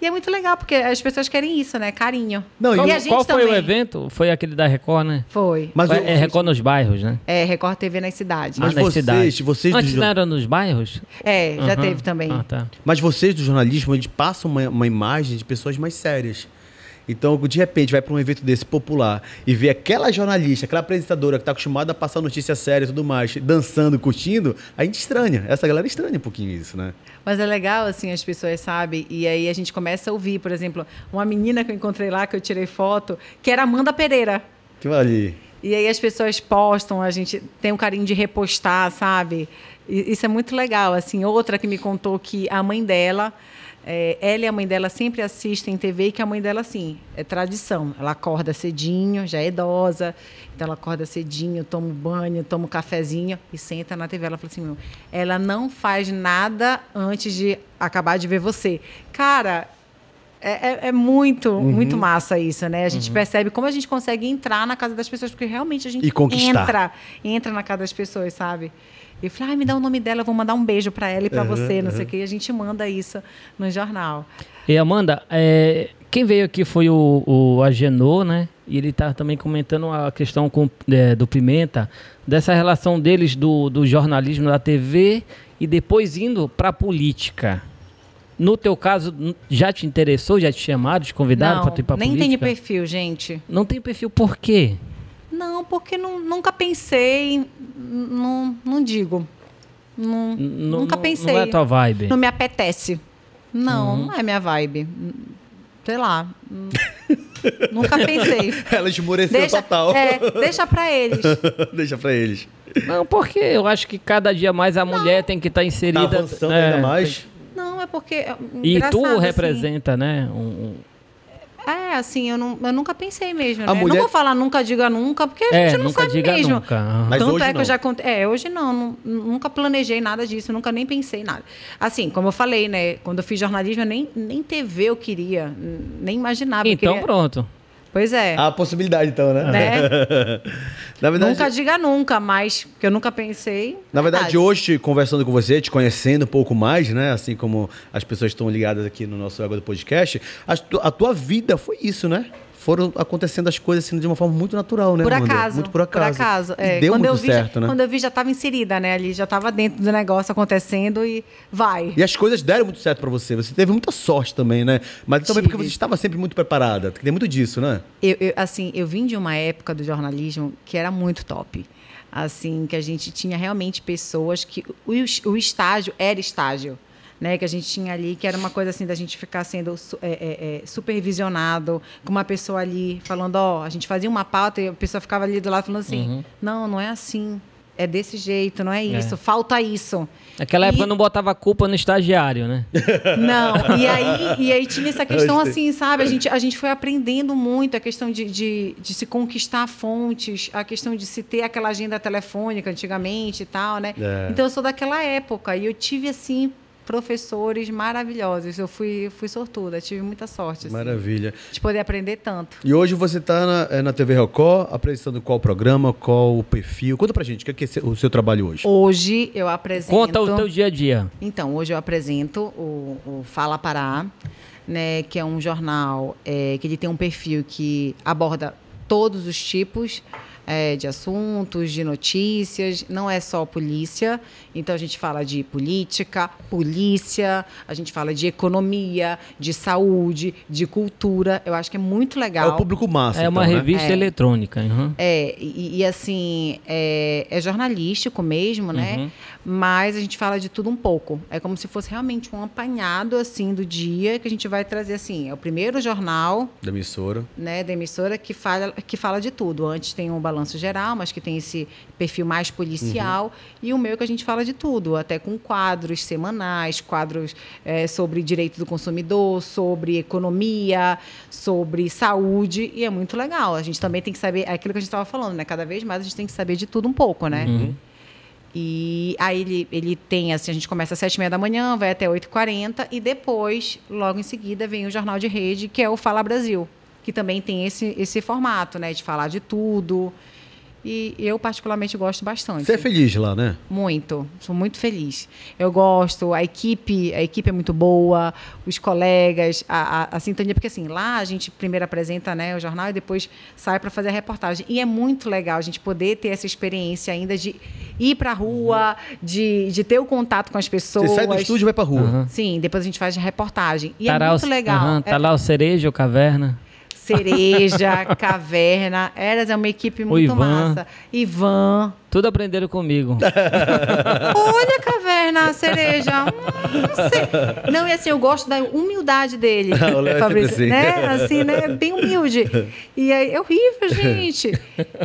C: E é muito legal, porque as pessoas querem isso, né? Carinho.
B: Não, e
A: Qual,
C: a gente
A: qual foi o
C: também.
A: evento? Foi aquele da Record, né?
C: Foi.
B: Mas
A: Foi-
B: o-
A: é Record nos bairros, né?
C: É, Record TV na cidade.
B: Mas
A: Ah, nas
B: vocês-
A: cidades.
B: vocês do
A: Antes
B: jo-
A: não era nos bairros?
C: É, já
A: Aham.
C: teve também.
A: Ah, tá.
B: Mas vocês do jornalismo, eles passam uma, uma imagem de pessoas mais sérias. Então, de repente, vai para um evento desse popular e vê aquela jornalista, aquela apresentadora que tá acostumada a passar notícia séria e tudo mais, dançando, curtindo, a gente estranha. Essa galera estranha um pouquinho isso, né?
C: Mas é legal, assim, as pessoas sabem. E aí a gente começa a ouvir, por exemplo, uma menina que eu encontrei lá, que eu tirei foto, que era Amanda Pereira.
B: Que ali.
C: E aí as pessoas postam, a gente tem um carinho de repostar, sabe? E isso é muito legal, assim. Outra que me contou que a mãe dela, eh, ela e a mãe dela sempre assistem TV e que a mãe dela, assim, é tradição. Ela acorda cedinho, já é idosa, então ela acorda cedinho, toma um banho, toma um cafezinho e senta na TV. Ela fala assim, meu, ela não faz nada antes de acabar de ver você. Cara, é, é- é muito,
A: Uhum.
C: muito massa isso, né? A gente percebe como a gente consegue entrar na casa das pessoas, porque realmente a gente
B: E conquistar.
C: entra, entra na casa das pessoas, sabe? E fala, ah, me dá o nome dela, eu vou mandar um beijo pra ela e
A: Uhum,
C: pra você, não sei o quê. E a gente manda isso no jornal.
A: E Amanda, é, quem veio aqui foi o, o Agenor, né? E ele tá também comentando a questão com- é, do Pimenta, dessa relação deles do, do jornalismo da TV e depois indo para política. No teu caso, n- já te interessou, já te chamaram, te convidaram
C: não,
A: para ir para
C: nem
A: política?
C: tem perfil, gente.
A: Não tem perfil, por quê?
C: Não, porque nu- nunca pensei, n- não, não digo. Não,
A: N- n-
C: nunca
A: não-
C: pensei.
A: Não é a tua vibe. Uhum.
C: Não me apetece. Não, não é minha vibe. Sei lá. Nunca pensei.
B: Ela esmoreceu
C: Deixa,
B: total.
C: é, deixa pra eles.
B: deixa pra eles. Tá
A: Não, porque eu acho que cada dia mais a mulher tem que estar
B: Tá
A: inserida.
B: avançando
A: né?
B: ainda mais.
C: Não, é porque. é
A: E
C: engraçado,
A: tu
C: assim.
A: representa, né? um- um,
C: É, assim, eu, não- eu nunca pensei mesmo.
B: A
C: né?
B: mulher-
C: Não vou falar nunca diga nunca, porque a
A: É,
C: gente não
A: nunca
C: sabe
A: diga
C: mesmo.
A: nunca, aham.
B: Mas
C: Tanto
B: hoje
C: é que
B: não.
C: eu já contei. É, hoje não, nu- Nunca planejei nada disso, nunca nem pensei em nada. Assim, como eu falei, né? Quando eu fiz jornalismo, eu nem, nem TV eu queria, n- nem imaginava. eu
A: Então
C: queria-
A: pronto.
C: Pois é.
B: A possibilidade, então, né?
C: Né?
B: Na verdade,
C: Nunca diga nunca, mas que eu nunca pensei.
B: Na
C: Tá.
B: verdade, hoje, conversando com você, te conhecendo um pouco mais, né? Assim como as pessoas estão ligadas aqui no nosso Água do Podcast, a, tu- a tua vida foi isso, né? Foram acontecendo as coisas assim, de uma forma muito natural, né?
C: Por
B: Amanda?
C: acaso.
B: Muito por acaso.
C: acaso,
B: E
C: é.
B: deu
C: quando
B: muito
C: eu vi,
B: certo,
C: já,
B: né?
C: Quando eu vi, já estava inserida, né? Ali já estava dentro do negócio acontecendo e vai.
B: E as coisas deram muito certo pra você. Você teve muita sorte também, né? Mas também porque
C: Tive.
B: você estava sempre muito preparada. Tem muito disso, né?
C: Eu, eu, assim, eu vim de uma época do jornalismo que era muito top. Assim, que a gente tinha realmente pessoas que o, o estágio era estágio. Né, que a gente tinha ali, que era uma coisa assim da gente ficar sendo su- é, é, é, supervisionado, com uma pessoa ali falando, ó, a gente fazia uma pauta e a pessoa ficava ali do lado falando assim,
B: Uhum.
C: não, não é assim, é desse jeito, não é isso, falta isso.
A: Naquela
C: E-
A: época não botava a culpa no estagiário, né?
C: Não, e aí, e aí tinha essa questão assim, sabe? A gente, a gente foi aprendendo muito a questão de, de, de se conquistar fontes, a questão de se ter aquela agenda telefônica antigamente e tal, né?
B: É.
C: Então eu sou daquela época e eu tive, assim, professores maravilhosos. Eu fui, fui sortuda, tive muita sorte, assim,
B: Maravilha.
C: de poder aprender tanto.
B: E hoje você tá na, eh, na TV Record, apresentando qual programa, qual o perfil. Conta pra gente, o que é que é seu- o seu trabalho hoje?
C: Hoje eu apresento...
A: Conta o teu dia a dia.
C: Então, hoje eu apresento o, o Fala Pará, né, que é um jornal eh, que ele tem um perfil que aborda todos os tipos é, de assuntos, de notícias, não é só polícia. Então a gente fala de política, polícia, a gente fala de economia, de saúde, de cultura. Eu acho que é muito
B: É
C: legal.
B: o público massa.
A: É uma
B: então, né?
A: revista
C: É.
A: eletrônica. uhum.
C: É, e, e, assim, é, é jornalístico mesmo, né? Mas a gente fala de tudo um pouco. É como se fosse realmente um apanhado, assim, do dia que a gente vai trazer, assim, é o primeiro jornal,
B: Da emissora.
C: né, da emissora que fala, que fala de tudo. Antes tem um balanço geral, mas que tem esse perfil mais policial. E o meu é que a gente fala de tudo, até com quadros semanais, quadros eh, sobre direito do consumidor, sobre economia, sobre saúde. E é muito legal. A gente também tem que saber, é aquilo que a gente estava falando, né? Cada vez mais a gente tem que saber de tudo um pouco, né? E aí ele, ele tem, assim, a gente começa às sete e meia da manhã, vai até 8h40 e depois, logo em seguida, vem o Jornal de Rede, que é o Fala Brasil, que também tem esse, esse formato, né? De falar de tudo. E eu, particularmente, gosto bastante.
B: Você é feliz lá, né?
C: Muito, sou muito feliz. Eu gosto, a equipe, a equipe é muito boa, os colegas, a, a, a sintonia, porque assim, lá a gente primeiro apresenta né, o jornal e depois sai para fazer a reportagem. E é muito legal a gente poder ter essa experiência ainda de ir para a rua, de, de ter o contato com as pessoas.
B: Você sai do estúdio e vai pra rua.
C: Sim, depois a gente faz a reportagem. E
A: Tá lá
C: é muito
A: o-
C: legal.
A: aham,
C: É
A: tá lá o Cereja, o Caverna.
C: cereja, caverna, eras é uma equipe muito
A: Ivan.
C: massa. Ivan.
A: Tudo aprenderam comigo.
C: Olha, caverna, a cereja. Hum, não sei. Não, e assim, eu gosto da humildade dele.
B: O Léo é sempre assim.
C: Né? Assim, né? Bem humilde. E aí, é horrível, gente.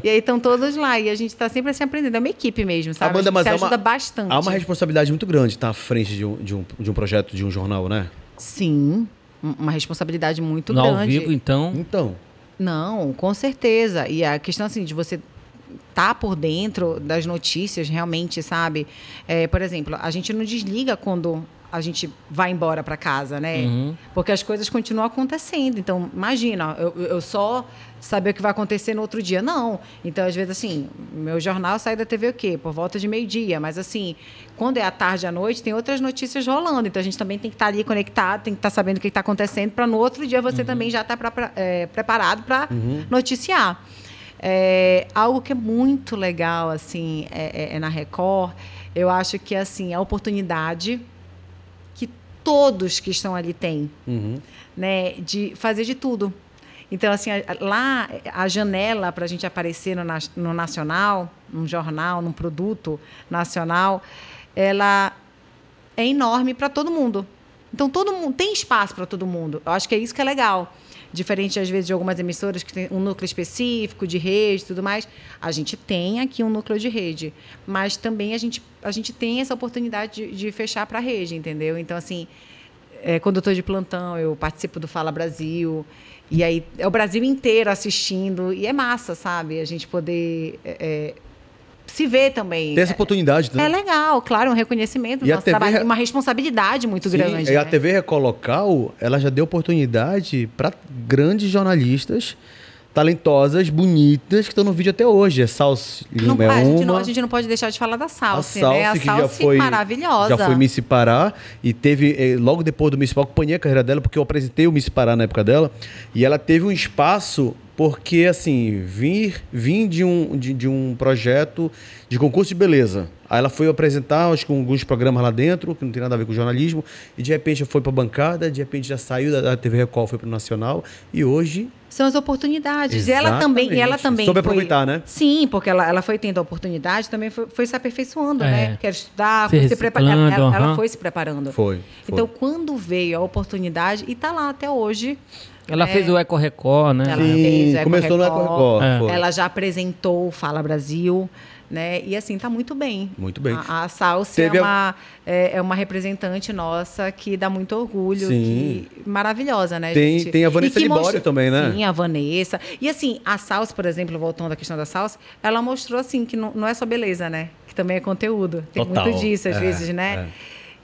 C: E aí estão todos lá. E a gente tá sempre assim aprendendo. É uma equipe mesmo, sabe?
B: Amanda,
C: a gente
B: mas
C: se
B: há
C: ajuda
B: uma,
C: bastante.
B: Há uma responsabilidade muito grande estar à frente de um, de um, de um projeto, de um jornal, né?
C: Sim, um- uma responsabilidade muito
A: no ao
C: grande.
A: vivo, então.
B: Então.
C: Não, com certeza. E a questão assim de você tá por dentro das notícias realmente, sabe? É, por exemplo, a gente não desliga quando a gente vai embora para casa, né? Porque as coisas continuam acontecendo. Então, imagina, eu, eu só saber o que vai acontecer no outro dia. Não. Então, às vezes, assim, meu jornal sai da TV o quê? Por volta de meio-dia. Mas, assim, quando é à tarde, à noite, tem outras notícias rolando. Então, a gente também tem que estar ali conectado, tem que estar sabendo o que está acontecendo, para no outro dia você também já tá estar é, preparado para noticiar. É, algo que é muito legal, assim, é, é- é na Record. Eu acho que, assim, a oportunidade que todos que estão ali têm né, de fazer de tudo. Então, assim, a- a- lá a janela para a gente aparecer no, nas- no nacional, num jornal, num produto nacional, ela é enorme para todo mundo. Então, todo mundo tem espaço para todo mundo. Eu acho que é isso que é legal. Diferente, às vezes, de algumas emissoras que tem um núcleo específico de rede e tudo mais, a gente tem aqui um núcleo de rede. Mas também a gente, a gente tem essa oportunidade de, de fechar para a rede, entendeu? Então, assim, é, quando eu estou de plantão, eu participo do Fala Brasil. E aí é o Brasil inteiro assistindo. E é massa, sabe? A gente poder é, é, se ver também.
B: Tem essa oportunidade, né?
C: É legal, claro, um reconhecimento do
B: E a
C: nosso
B: TV
C: trabalho,
B: re-
C: uma responsabilidade muito
B: Sim,
C: grande.
B: e
C: né?
B: a TV Recolocal, ela já deu oportunidade para grandes jornalistas talentosas, bonitas, que estão no vídeo até hoje. A Salsi
C: Não-
B: Lima é
C: a, gente não, a
B: uma,
C: gente não pode deixar de falar da
B: a
C: Salsi,
B: Salsi,
C: né? A
B: que já
C: Salsi
B: foi
C: maravilhosa.
B: Já foi Miss Pará e teve, eh, logo depois do Miss Pará, eu acompanhei a carreira dela, porque eu apresentei o Miss Pará na época dela, e ela teve um espaço porque, assim, vir, vim de um, de, de um projeto de concurso de beleza. Aí ela foi apresentar, acho que alguns programas lá dentro, que não tem nada a ver com jornalismo, e de repente já foi pra bancada, de repente já saiu da, da TV Record, foi pro Nacional, e hoje...
C: São as oportunidades. E ela também, e ela
B: Exatamente.
C: também
B: Soube
C: foi-
B: aproveitar, né?
C: Sim, porque ela, ela foi tendo a oportunidade, também foi, foi se aperfeiçoando,
A: É.
C: né? Quer estudar,
A: Se
C: foi se preparando. Ela,
A: reciclando,
C: ela- ela
A: aham.
C: foi se preparando.
B: Foi, foi.
C: Então, quando veio a oportunidade, e tá lá até hoje.
A: Ela fez o Eco Record, né?
C: É. Ela fez Eco
B: começou no Eco
C: Record.
B: Record.
A: É.
B: foi.
C: Ela já apresentou o Fala Brasil, né? E assim, tá muito bem.
B: Muito bem.
C: A, a Salsi
B: Teve
C: é,
B: a-
C: uma, é, é uma representante nossa que dá muito orgulho.
B: Sim.
C: que- maravilhosa, né,
B: Tem-
C: gente?
B: tem a Vanessa
C: E que
B: Libório também, né?
C: Sim, a Vanessa. E assim, a Salsi, por exemplo, voltando à questão da Salsi, ela mostrou assim que não, não é só beleza, né? Que também é conteúdo. Tem
B: Total.
C: muito disso, às
B: É,
C: vezes, né?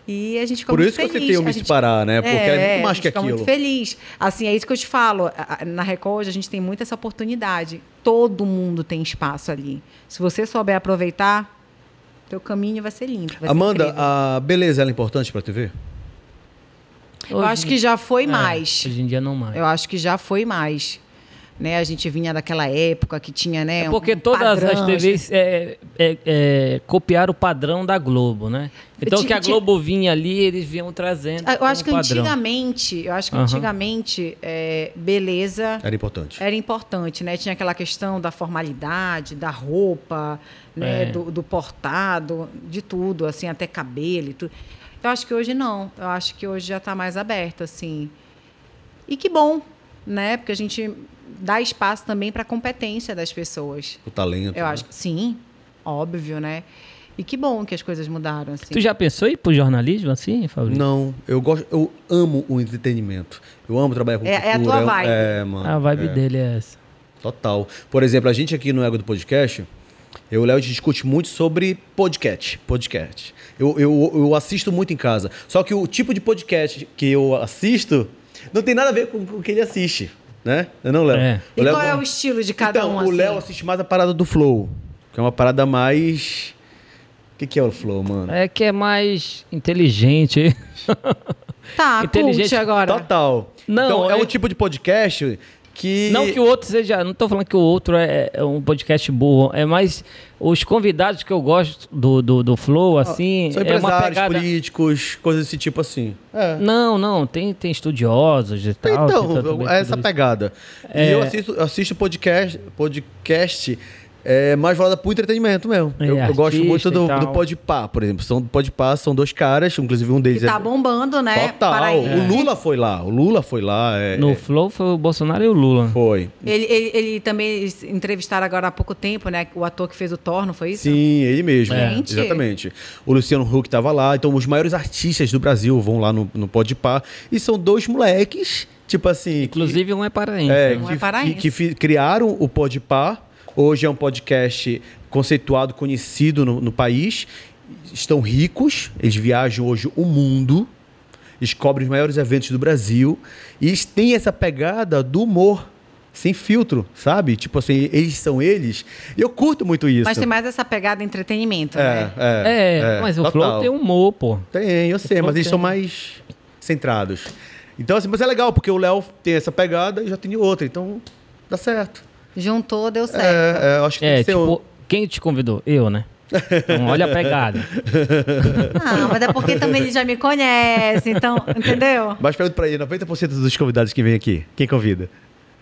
C: E a gente ficou
B: Por
C: muito
B: isso que eu
C: feliz.
B: citei o
C: A
B: Miss
C: gente-
B: Pará, né? Porque ela é muito mais
C: a
B: que
C: gente fica
B: aquilo.
C: muito feliz. Assim, é isso que eu te falo. A- a- Na Record, a gente tem muito essa oportunidade. Todo mundo tem espaço ali. Se você souber aproveitar, teu caminho vai ser limpo. vai ser
B: Amanda,
C: incrível.
B: a beleza ela é importante pra TV?
C: eu acho que já foi
A: É,
C: mais.
A: Hoje em dia não mais.
C: Eu acho que já foi mais. Né? A gente vinha daquela época que tinha, né?
A: É porque
C: um
A: todas as
C: padrão,
A: TVs é, é, é, copiaram o padrão da Globo, né? Então o
C: Ti-
A: que a
C: ti-
A: Globo vinha ali, eles vinham trazendo.
C: Ah, Eu acho que
A: como um padrão.
C: antigamente, eu acho que
A: Aham.
C: antigamente, é, beleza
B: Era importante.
C: era importante, né? Tinha aquela questão da formalidade, da roupa, né?
A: É.
C: Do, do portado, de tudo, assim, até cabelo e tudo. Eu acho que hoje não. Eu acho que hoje já está mais aberto, assim. E que bom, né? Porque a gente dá espaço também para a competência das pessoas.
B: O talento.
C: Eu
A: Uhum.
B: né?
C: acho que sim, óbvio, né? E que bom que as coisas mudaram, assim.
A: Tu já pensou em ir pro jornalismo assim, Fabrício?
B: Não, eu gosto, eu amo o entretenimento. Eu amo trabalhar com
C: É-
B: cultura.
C: é a tua
B: eu-
C: vibe.
B: É, mano.
A: A vibe
B: é,
A: dele é essa.
B: Total. Por exemplo, a gente aqui no Ego do Podcast, eu e o Léo a gente discute muito sobre podcast. Podcast. Eu, eu, eu assisto muito em casa. Só que o tipo de podcast que eu assisto não tem nada a ver com com o que ele assiste, né? Não, é não Léo?
A: É.
C: E
B: O Léo-
C: qual é o estilo de cada
B: então,
C: um?
B: o
C: assim?
B: Léo assiste mais a parada do Flow, que é uma parada mais. O que, que é o Flow, mano?
A: É que é mais inteligente.
C: Tá,
A: Inteligente.
C: cult agora.
B: Total.
A: Não,
B: então, é
A: eu-
B: um tipo de podcast que.
A: Não que o outro seja. Não tô falando que o outro é, é um podcast burro. É mais os convidados que eu gosto do, do, do Flow, assim.
B: São
A: é uma
B: empresários,
A: pegada.
B: políticos, coisas desse tipo assim. É.
A: Não, não, tem, tem estudiosos e tal. tem tudo tá,
B: Então,
A: bem, É.
B: é essa
A: tudo isso.
B: pegada. E eu assisto, eu assisto podcast, podcast é, mais voltada pro entretenimento mesmo.
A: É,
B: eu, eu gosto
A: artista
B: muito do,
A: e tal.
B: do Podpah, por exemplo. São, do Podpah são dois caras, inclusive um
C: Que
B: deles
C: tá
B: é...
C: bombando, né?
B: Total.
C: Paraíba.
B: O Lula foi lá. O Lula foi lá. é-
A: No
B: é,
A: Flow foi o Bolsonaro e o Lula.
B: foi.
C: Ele, ele, ele também se entrevistaram agora há pouco tempo, né? O ator que fez o Thor, não foi isso?
B: Sim, ele mesmo.
C: É. Gente.
B: Então, Exatamente. O Luciano Huck tava lá. Então, os maiores artistas do Brasil vão lá no, no Podpah. E são dois moleques, tipo assim... que-
A: Inclusive um é paraense. né?
B: É,
C: Não é
B: que,
C: paraense.
B: que- que fi- criaram o Podpah. Hoje é um podcast conceituado, conhecido no, no país. Estão ricos, eles viajam hoje o mundo, descobrem os maiores eventos do Brasil e eles têm essa pegada do humor. Sem filtro, sabe? Tipo assim, eles são eles. E eu curto muito isso.
C: Mas tem mais essa pegada entretenimento,
B: é,
C: né?
B: é,
A: É, mas o
B: total.
A: Flow tem humor, pô.
B: Tem, eu sei, mas eles são mais centrados. Então, assim, mas é legal, porque o Léo tem essa pegada e já tem outra. Então, dá certo.
C: Juntou, deu certo.
B: É, é, eu acho que tem
A: É,
B: que ser um-
A: tipo, quem te convidou? Eu, né? Então, olha a pegada.
C: Ah, mas é porque também ele já me conhece, então, entendeu?
B: Mas pergunta pra ele, 90% dos convidados que vem aqui, quem convida?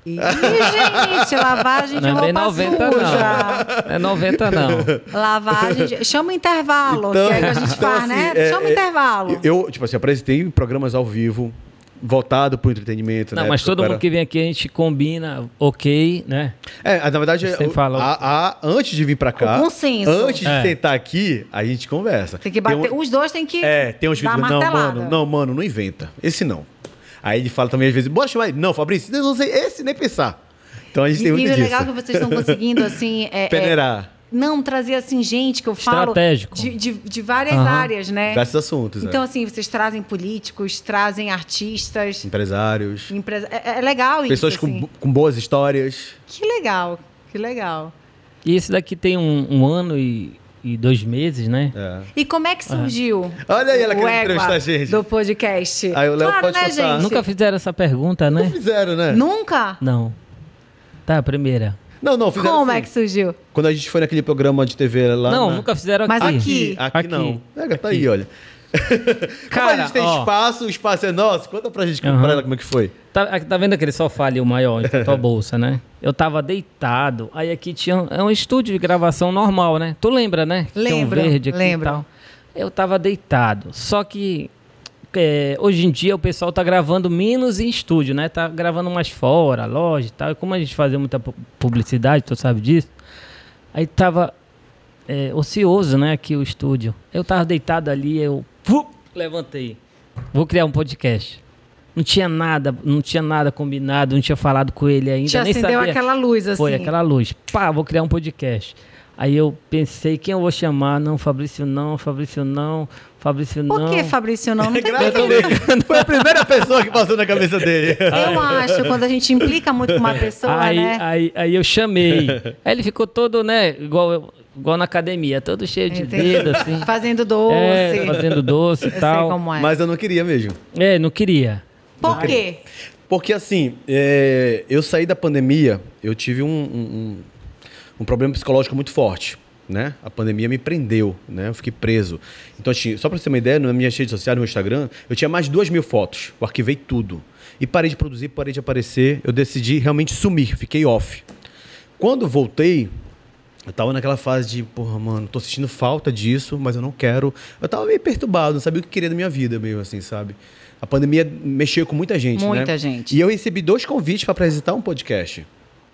C: Ih, gente, lavagem de
A: Não é bem
C: roupa
A: 90,
C: suja.
A: não. É 90, não.
C: Lavagem de... Chama o intervalo,
B: Então-
C: que é o que a gente
B: então,
C: faz, né?
B: assim, é,
C: Chama o
B: é,
C: intervalo.
B: Eu, tipo assim, apresentei programas ao vivo, voltado pro entretenimento,
A: Não,
B: né?
A: mas
B: Porque
A: todo
B: eu
A: mundo que vem aqui a gente combina, ok, né?
B: era- É, na verdade,
A: Você
B: eu-
A: fala-
B: a- a- antes de vir pra cá,
C: O consenso.
B: antes
A: É.
B: de sentar aqui, a gente conversa.
C: Tem que bater.
B: um-
C: Os dois têm que
B: É, tem uns
C: dar
B: vídeos, não,
C: martelada.
B: mano, não, mano, não inventa. Esse não. Aí ele fala também às vezes, bora chamar ele. Não, Fabrício, eu não sei, esse nem pensar. Então a gente
C: E,
B: tem muito
C: e o
B: disso.
C: legal é que vocês estão conseguindo, assim... é- é,
B: Peneirar
C: Não, trazer assim gente que eu falo
A: Estratégico.
C: de, de, de várias
A: Aham.
C: áreas, né?
B: diversos assuntos,
C: Então,
B: é.
C: assim, vocês trazem políticos, trazem artistas,
B: empresários,
C: empresa... é, é legal
B: pessoas
C: isso.
B: com,
C: assim.
B: bo- com boas histórias.
C: Que legal, que legal.
A: E esse daqui tem um, um ano e, e dois meses, né?
B: É.
C: E como é que surgiu?
B: Olha aí, ela
C: o
B: querendo
C: Égua
B: entrevistar a gente.
C: Do podcast.
B: Aí o Léo
C: claro,
B: pode
C: né,
B: contar.
C: gente?
A: Nunca fizeram essa pergunta, né?
B: Fizeram, né?
C: Nunca?
A: Não. Tá, a primeira.
B: Não, não, fizeram
C: Como
B: assim.
C: é que surgiu?
B: Quando a gente foi naquele programa de TV lá.
A: não,
B: na-
A: nunca fizeram aqui.
C: Mas
B: Aqui, aqui,
A: Aqui.
B: não. Pega, tá aí, olha. Cara,
A: Cara,
B: a gente tem
A: ó.
B: espaço, o espaço é nosso. Conta pra gente,
A: Aham.
B: pra ela como é que foi.
A: Tá, aqui, tá vendo aquele sofá ali, o maior, em tua bolsa, né? Eu tava deitado, aí aqui tinha um, é um estúdio de gravação normal, né? Tu lembra, né? Que tinha um
C: Lembro,
A: verde aqui e
C: lembro.
A: tal. Eu tava deitado, só que é, hoje em dia o pessoal tá gravando menos em estúdio, né? Tá gravando mais fora, loja e tal. E como a gente fazia muita pu- publicidade, tu sabe disso? Aí tava é, ocioso, né, aqui o estúdio. Eu tava deitado ali, eu fu, levantei. Vou criar um podcast. Não tinha nada, não tinha nada combinado, não tinha falado com ele ainda,
C: Te
A: nem
C: acendeu
A: sabia.
C: aquela luz, assim.
A: Foi aquela luz. Pá, vou criar um podcast. Aí eu pensei, quem eu vou chamar? Não, Fabrício não, Fabrício não, Fabrício não.
C: Por que, Fabrício, não? Não tem
B: Graças a Deus. Foi a primeira pessoa que passou na cabeça dele.
C: Eu acho, quando a gente implica muito com uma pessoa,
A: aí,
C: né?
A: aí, aí eu chamei. aí ele ficou todo, né, igual, eu- igual na academia, todo cheio de
C: Entendi.
A: dedo, assim.
C: Fazendo doce.
A: É, fazendo doce e
C: Eu
A: tal.
C: sei como é.
B: Mas eu não queria mesmo.
A: É, não queria.
C: Por quê?
B: Porque assim, é, eu saí da pandemia, eu tive um, um, um problema psicológico muito forte. Né? A pandemia me prendeu, né? Eu fiquei preso. Então, assim, só para você ter uma ideia, na minha rede social, no meu Instagram, eu tinha mais de duas mil fotos. Eu arquivei tudo. E parei de produzir, parei de aparecer. Eu decidi realmente sumir, fiquei off. Quando voltei, eu tava naquela fase de, porra, mano, tô sentindo falta disso, mas eu não quero. Eu tava meio perturbado, não sabia o que queria da minha vida, meio assim, sabe? A pandemia mexeu com muita gente, né?
C: Muita gente.
B: E eu recebi dois convites para apresentar um podcast.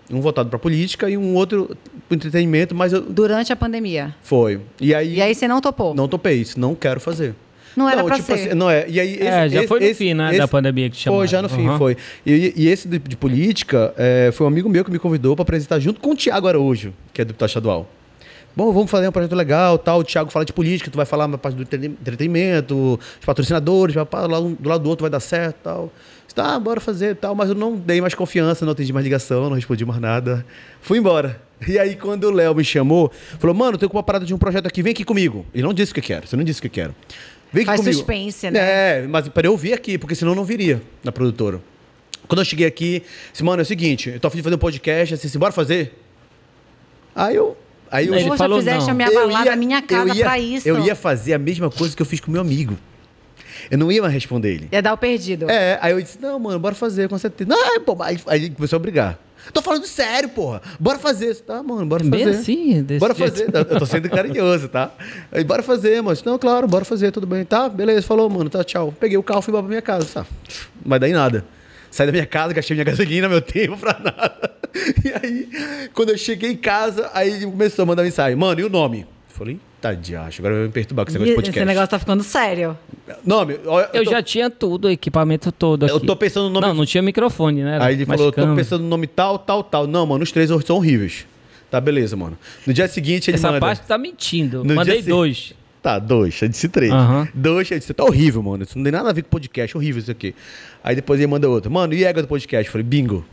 B: Um voltado para política e um outro para entretenimento, mas eu
C: Durante a pandemia.
B: foi. E aí,
C: E aí você não topou?
B: não topei isso, não quero fazer.
C: Não era pra ser.
B: não é. E aí esse,
A: É, já
B: esse-
A: foi no
B: esse-
A: fim, né,
B: esse-
A: da pandemia que chamaram.
B: Foi já no fim,
A: Aham.
B: foi. E, e esse de, de política é, foi um amigo meu que me convidou para apresentar junto com o Tiago Araújo, que é deputado estadual. Bom, vamos fazer um projeto legal, tal. O Thiago fala de política, tu vai falar na parte do entreten- entretenimento, os patrocinadores, papá, lá um- do lado do outro vai dar certo, tal. Disse, Tá, bora fazer, tal. Mas eu não dei mais confiança, não atendi mais ligação, não respondi mais nada. Fui embora. E aí, quando o Léo me chamou, falou, mano, tô com uma parada de um projeto aqui, vem aqui comigo. Ele não disse o que eu quero, você não disse o que eu quero. Vem aqui
C: Faz
B: comigo.
C: suspense, né?
B: É, é, mas para eu vir aqui, porque senão eu não viria na produtora. Quando eu cheguei aqui, disse, mano, é o seguinte, eu tô afim de fazer um podcast, assim, assim, bora fazer? Aí eu. Aí eu,
A: Ele
C: Pô, já
A: falou
C: fizeste
A: não.
C: a minha
B: eu
C: balada, a minha casa
B: eu ia,
C: pra isso.
B: Eu ia fazer a mesma coisa que eu fiz com meu amigo. Eu não ia mais responder ele.
C: Ia dar o perdido.
B: É, aí eu disse, não, mano, bora fazer, com certeza. Não, pô, aí, aí ele começou a brigar. Tô falando sério, porra. Bora fazer. Eu disse, Tá, mano, bora
A: Bem
B: fazer.
A: assim, desse
B: Bora
A: jeito.
B: fazer. Eu tô sendo carinhoso, tá? Aí, bora fazer, mano. Não, claro, bora fazer, tudo bem. Tá, beleza. Falou, mano, tá, tchau. Peguei o carro, fui embora pra minha casa, tá? Não vai dar em nada. Saí da minha casa, gastei minha gasolina, meu tempo pra nada. E aí, quando eu cheguei em casa, aí ele começou a mandar mensagem. Mano, e o nome? Eu Falei, tá de acho, agora vai me perturbar com esse negócio de
C: Esse
B: podcast.
C: negócio tá ficando sério.
B: Nome, ó,
A: Eu
B: tô-
A: já tinha tudo, o equipamento todo aqui.
B: Eu tô pensando no nome
A: Não, não tinha microfone, né? Era
B: Aí ele
A: mais
B: falou, eu tô
A: câmera.
B: pensando no nome tal, tal, tal. Não, mano, os três são horríveis. Tá, beleza, mano. No dia seguinte ele
A: Essa
B: manda...
A: parte tá mentindo.
B: No
A: Mandei
B: dia se-
A: dois.
B: Tá, dois. Eu disse três.
A: Aham.
B: Dois, eu disse, tá horrível, mano. Isso não tem nada a ver com podcast, horrível isso aqui. Aí depois ele manda outro. Mano, e égua do podcast? Eu falei, bingo.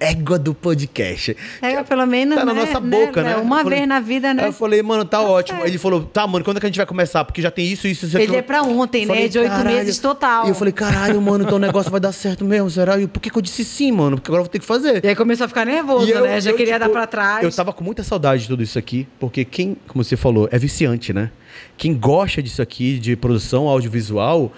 B: Égua do podcast.
C: É, pelo menos,
B: Tá na
C: né,
B: nossa boca, né?
C: Léo? Uma
B: Eu falei-
C: vez na vida,
B: Aí
C: né?
B: eu falei, mano, tá, ótimo.
C: certo.
B: Ele falou, tá, mano, quando é que a gente vai começar? Porque já tem isso, isso, isso.
C: Ele
B: aquilo.
C: é pra ontem, né?
B: Falei,
C: De oito
B: "Caralho."
C: meses total.
B: E eu falei, caralho, mano, então o negócio vai dar certo mesmo, será? E por que que eu disse sim, mano? Porque agora eu vou ter que fazer.
C: E aí começou a ficar nervoso,
B: E eu-
C: né? Já
B: eu,
C: queria
B: tipo,
C: dar pra trás.
B: Eu tava com muita saudade de tudo isso aqui, porque quem, como você falou, é viciante, né? Quem gosta disso aqui, de produção audiovisual,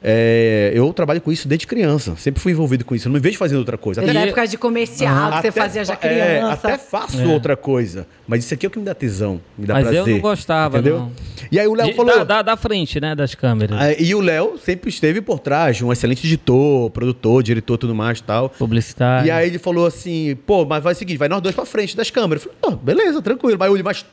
B: é, eu trabalho com isso desde criança. Sempre fui envolvido com isso. Eu não me vejo fazendo outra coisa.
C: Desde
B: Até-
C: a época de comercial, que você
B: até
C: fazia já
B: fa- é,
C: criança.
B: até faço outra coisa. Mas isso aqui é o que me dá tesão, me dá
A: Mas eu
B: prazer.
A: não gostava,
B: entendeu?
A: não.
B: E aí o Léo
A: De-
B: falou...
A: da, da, da frente, né? Das câmeras.
B: Ah, E o Léo sempre esteve por trás, um excelente editor, produtor, diretor, tudo mais e tal.
A: Publicidade.
B: E aí ele falou assim, pô, mas vai o seguinte, vai nós dois pra frente das câmeras. Eu falei, ah, beleza, tranquilo. Mas eu mas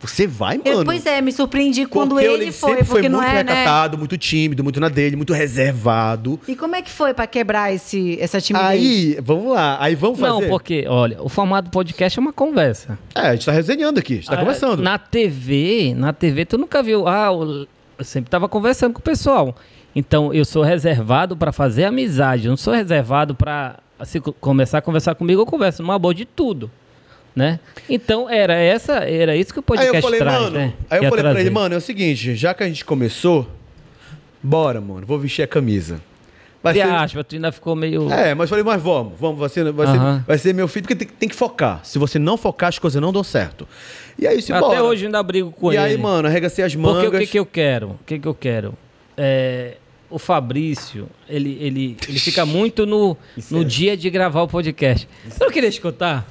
B: você vai, mano?
C: Eu- pois é, me surpreendi quando
B: Porque
C: ele foi,
B: sempre
C: porque
B: foi
C: não
B: muito
C: é, né?
B: recatado, muito tímido, muito na dele, muito reservado.
C: E como é que foi pra quebrar esse, essa timidez?
B: Aí, vamos lá, aí vamos fazer.
A: não, porque, olha, o formato do podcast é uma conversa.
B: É, a gente tá resenhando aqui, a gente tá
A: Ah,
B: conversando.
A: Na TV, na TV, tu nunca viu. Ah, o- eu sempre tava conversando com o pessoal. Então, eu sou reservado pra fazer amizade. Eu não sou reservado pra se co- começar a conversar comigo, eu converso numa boa de tudo. Né? Então, era essa, era isso que o
B: Aí
A: podcast
B: eu falei,
A: traz,
B: mano,
A: né?
B: aí eu
A: Ia
B: falei pra
A: trazer.
B: ele, mano, é o seguinte, já que a gente começou, bora, mano, vou vestir a camisa. Vai
A: Entre
B: ser- um
A: aspas, tu ainda ficou meio.
B: É, mas falei, mas vamos, vamos, vai ser, vai,
A: Aham.
B: ser, vai ser meu filho, porque tem, que- tem que focar. Se você não focar, as coisas não dão certo. E aí, se
A: Até
B: bora.
A: hoje eu ainda brigo com
B: tipo, E
A: ele.
B: aí, mano, arregacei as mangas.
A: Porque o que, que eu quero? O que, que eu quero? É, o Fabrício, ele, ele, ele fica muito no,
B: é-
A: no dia de gravar o podcast. Você não queria escutar?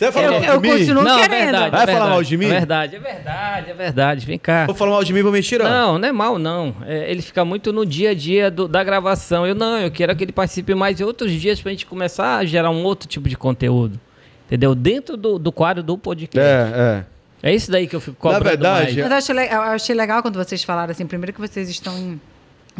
B: Você vai falar
C: Eu-
B: mal de
C: eu
B: mim?
C: continuo- Não
A: é
C: querendo.
A: verdade.
B: Vai
A: é
B: falar
A: verdade,
B: mal de mim?
A: É verdade, é verdade, é verdade. Vem cá.
B: Vou falar mal de mim, vou me tirar.
A: Não, não é mal, não. É, ele fica muito no dia a dia do- da gravação. Eu não, eu quero é que ele participe mais de outros dias pra gente começar a gerar um outro tipo de conteúdo. Entendeu? Dentro do, do quadro do podcast.
B: É, é.
A: É. isso daí que eu fico cobrando
B: verdade,
A: mais.
C: Mas eu achei, le- eu achei legal quando vocês falaram assim, primeiro que vocês estão em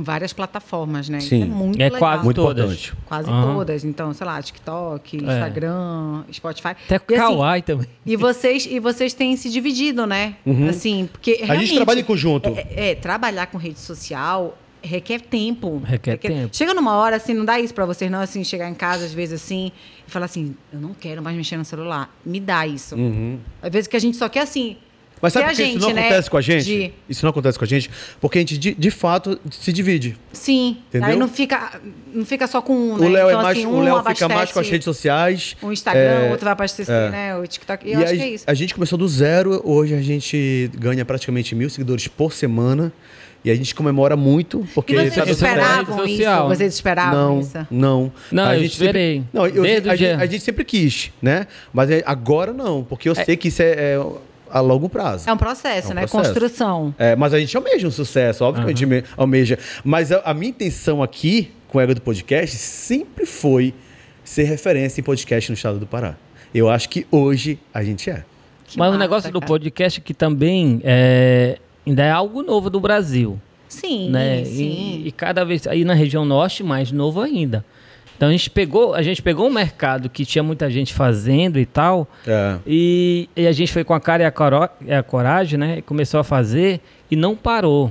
C: várias plataformas, né?
B: Sim.
C: Isso é muito
A: É
C: legal.
A: quase
B: Muito
A: todas.
B: importante.
C: Quase
A: Aham.
C: todas. Então, sei lá, TikTok,
B: É.
C: Instagram, Spotify.
A: Até com
C: e, assim,
A: Kawaii também.
C: e vocês e vocês têm se dividido, né? Assim, porque
B: Uhum. A gente
C: realmente-
B: trabalha em conjunto.
C: É, é, trabalhar com rede social requer tempo.
A: Requer tempo.
C: Chega numa hora, assim, não dá isso pra vocês, não, assim, chegar em casa, às vezes, assim, é. e falar assim, eu não quero mais mexer no celular. Me dá isso. Às vezes que a gente só quer, assim,
B: Hum. Uhum. Mas sabe
C: Que
B: por
C: a
B: que isso não
C: gente, né,
B: acontece com a gente?
C: de-
B: Isso não acontece com a gente porque a gente, de, de fato, se divide.
C: Sim.
B: Entendeu?
C: Aí não fica, não fica só com um, né?
B: O Léo é
C: Então,
B: mais,
C: assim,
B: o
C: um
B: Léo fica
C: abastece
B: mais com as redes sociais.
C: O Um Instagram,
B: É,
C: outro vai abastecer,
B: é.
C: né? O TikTok.
B: E
C: Eu acho
B: a,
C: que é isso.
B: a gente começou do zero, hoje a gente ganha praticamente mil seguidores por semana. E a gente comemora muito, porque
C: E vocês
A: sabe, você tá na
C: esperavam
A: rede
C: isso?
A: social, né?
C: Vocês esperavam
B: é não,
C: isso?
B: não.
A: Não,
B: a
A: eu
B: gente sempre-
A: esperei.
B: não, eu-
A: Desde
B: a,
A: o
B: gente,
A: dia.
B: a gente sempre quis, né? Mas é- agora não, porque eu sei que isso é, é a longo prazo.
C: É um processo,
B: É um
C: né?
B: processo.
C: Construção.
B: É, mas a gente almeja um sucesso, óbvio que a gente me- almeja. Mas a, a minha intenção aqui, com o Ego do Podcast, sempre foi ser referência em podcast no estado do Pará. Eu acho que hoje a gente é.
A: Mas
C: Que
A: o
C: massa,
A: negócio do
C: cara.
A: podcast que também é, ainda é algo novo do Brasil,
C: Sim,
A: né?
C: sim.
A: E, e cada vez aí na região norte mais novo ainda. Então a gente pegou, a gente pegou um mercado que tinha muita gente fazendo e tal,
B: É.
A: e, e a gente foi com a cara e a, coro- e a coragem, né? E começou a fazer e não parou.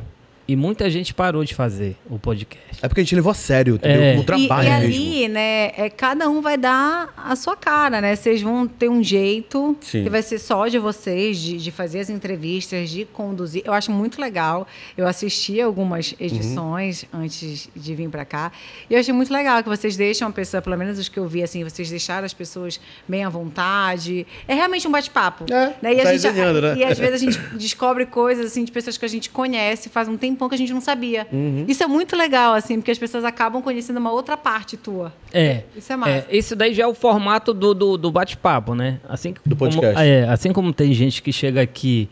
A: E muita gente parou de fazer o podcast.
B: É porque a gente levou a sério, entendeu?
A: É.
B: O trabalho
C: e, e
B: mesmo.
C: ali, né, é, cada um vai dar a sua cara, né? Vocês vão ter um jeito
B: Sim.
C: que vai ser só de vocês, de, de fazer as entrevistas, de conduzir. Eu acho muito legal. Eu assisti algumas edições
B: Uhum.
C: antes de vir pra cá. E eu achei muito legal que vocês deixam a pessoa, pelo menos os que eu vi, assim, vocês deixaram as pessoas bem à vontade. É realmente um bate-papo.
B: É,
C: né? e, a
B: tá
C: gente-
B: desenhando, né?
C: e às vezes a gente descobre coisas assim de pessoas que a gente conhece faz um tempão que a gente não sabia.
B: Uhum.
C: Isso é muito legal, assim, porque as pessoas acabam conhecendo uma outra parte tua.
A: É.
C: Isso é massa.
A: É, esse daí já é o formato do, do, do bate-papo, né? Assim que-
B: Do podcast.
A: Como, é, assim como tem gente que chega aqui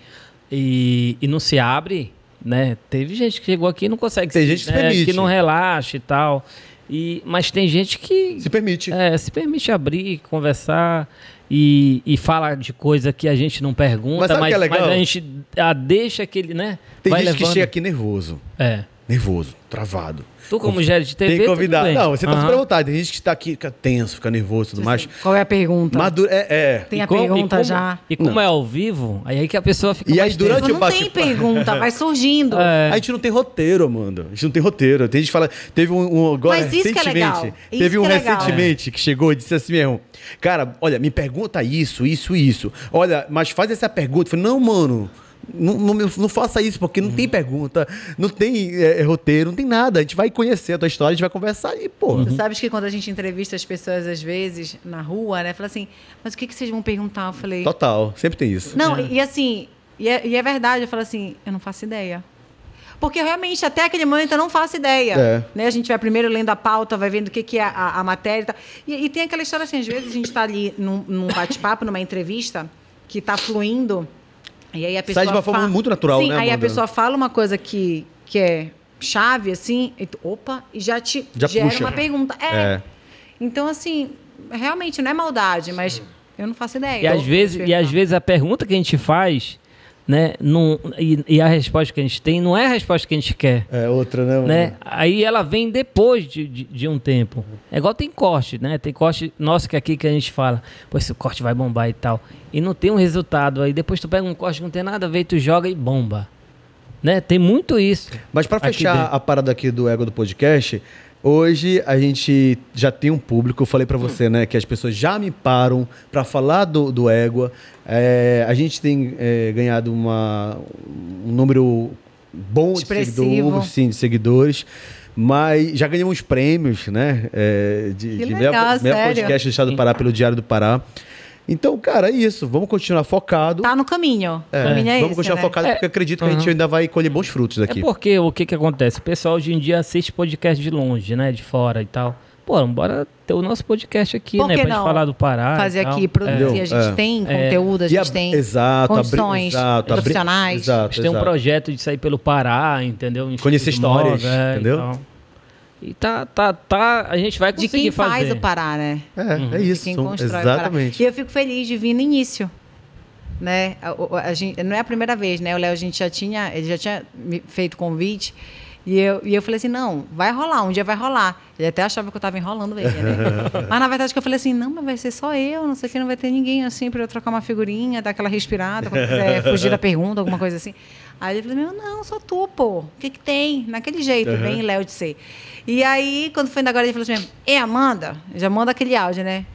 A: e, e não se abre, né? Teve gente que chegou aqui e não consegue
B: Tem
A: se-
B: gente que se
A: né,
B: permite.
A: Que não relaxa e tal. E, mas tem gente que
B: Se permite.
A: é, se permite abrir, conversar e, e fala de coisa que a gente não pergunta, mas,
B: Mas sabe o que é legal?
A: mas a gente a deixa que ele, né?
B: Tem
A: vai
B: gente que
A: levando.
B: chega aqui nervoso.
A: É.
B: Nervoso, travado.
A: Tu, como gerente de TV,
B: tem
A: tudo
B: convidado.
A: bem.
B: Não, você tá
A: Aham.
B: super à vontade. Tem gente que tá aqui, fica tenso, fica nervoso e tudo mais.
C: Qual é a
A: Então.
C: pergunta?
B: Madura, é, é.
C: Tem a
A: como-
C: pergunta
A: como-
C: já.
A: E como é ao vivo, aí é que a pessoa fica.
B: E aí,
A: mais tensa.
B: durante o
C: Não tem
B: bate-papo.
C: pergunta, vai surgindo.
A: É.
B: A gente não tem roteiro, Amanda. A gente não tem roteiro. Tem gente que fala. Teve um, um agora
C: Mas isso que é
B: recentemente.
C: legal. Isso
B: teve um
C: que é legal.
B: recentemente que chegou e disse assim mesmo. Cara, olha, me pergunta isso, isso, isso. Olha, mas faz essa pergunta. Eu falei, não, mano. Não, não, me- não faça isso, porque não tem pergunta, não tem é, é, roteiro, não tem nada. A gente vai conhecer a tua história, a gente vai conversar e, pô.
C: Tu sabes que quando a gente entrevista as pessoas, às vezes, na rua, né? Fala assim, mas o que, que vocês vão perguntar? Eu falei.
B: Total, sempre tem isso.
C: Não, e e assim, e é, e é verdade, eu falo assim, eu não faço ideia. Porque realmente, até aquele momento, eu não faço ideia.
B: É.
C: Né? A gente vai primeiro lendo a pauta, vai vendo o que, que é a, a matéria e tal. E, e tem aquela história assim, às vezes a gente está ali num, num bate-papo, numa entrevista, que está fluindo. E aí a pessoa
B: Sai de uma forma
C: fa-
B: muito natural,
C: Sim,
B: né,
C: Aí a
B: Amanda?
C: pessoa fala uma coisa que, que é chave, assim, e tu, opa, e já te
B: Já
C: gera
B: puxa.
C: uma pergunta.
B: É.
C: É. Então, assim, realmente não é maldade, mas eu não faço ideia.
A: E
C: Eu
A: às,
C: vou
A: vezes, e às
C: perguntar.
A: vezes a pergunta que a gente faz, né, não, e, e a resposta que a gente tem não é a resposta que a gente quer.
B: É outra, né? mano?
A: Né? Aí ela vem depois de, de, de um tempo. É igual tem corte, né? Tem corte nosso que aqui que a gente fala, pô, esse corte vai bombar e tal. E não tem um resultado. Aí depois tu pega um corte que não tem nada a ver, tu joga e bomba. Né? Tem muito isso.
B: Mas para
A: Aqui
B: fechar
A: dentro.
B: a parada aqui do ego do podcast, hoje a gente já tem um público. Eu falei para você, né, que as pessoas já me param para falar do, do égua. É, a gente tem é, ganhado uma, um número bom de
C: Expressivo.
B: seguidores, sim, de seguidores. Mas já ganhamos prêmios, né? é, de
C: Que
B: de
C: legal,
B: melhor, melhor
C: sério.
B: podcast do Estado do Pará pelo Diário do Pará. Então, cara, é isso. Vamos continuar focado.
C: Tá no caminho.
B: É,
C: O caminho é
B: vamos
C: esse,
B: continuar
C: né? Uhum.
B: focado,
A: É.
B: porque eu acredito que a gente ainda vai colher bons frutos
A: É
B: aqui.
A: porque o que que acontece? O pessoal hoje em dia assiste podcast de longe, né? De fora e tal. Pô, bora ter o nosso podcast aqui,
C: Por
A: né?
C: que
A: Pra gente
C: não?
A: falar do Pará. e
C: Fazer
A: tal.
C: aqui, produzir.
B: É.
C: A gente
B: Ah, É.
C: tem conteúdo, a
B: E
C: gente
B: ab-
C: tem
B: exato, abri-
C: condições
B: exato, abri-
C: profissionais.
A: A gente tem um projeto de sair pelo Pará, entendeu? Em
B: Conhecer
A: Instituto Móvel,
B: histórias,
A: é,
B: entendeu?
A: E, tal. E tá, tá, tá. A gente vai
C: De
A: conseguir
C: quem
A: fazer.
C: faz o Pará, né?
B: É, é
C: De
B: isso.
C: quem
B: são-
C: constrói o Pará.
B: exatamente.
A: é
C: E eu fico feliz de vir no início. Né? A- o- a- a gente- não é a primeira vez, né? O Léo, a gente já tinha, ele já tinha me feito convite. E eu, e eu falei assim, não, vai rolar, um dia vai rolar. Ele até achava que eu tava enrolando ele, né? mas na verdade que eu falei assim, não, mas vai ser só eu, não sei o que, não vai ter ninguém assim pra eu trocar uma figurinha, dar aquela respirada, quando quiser fugir da pergunta, alguma coisa assim. Aí ele falou, meu, não, só tu, pô. O que que tem? Naquele jeito, bem Léo de ser. E aí, quando foi ainda agora, ele falou assim, é Amanda, já manda aquele áudio, né?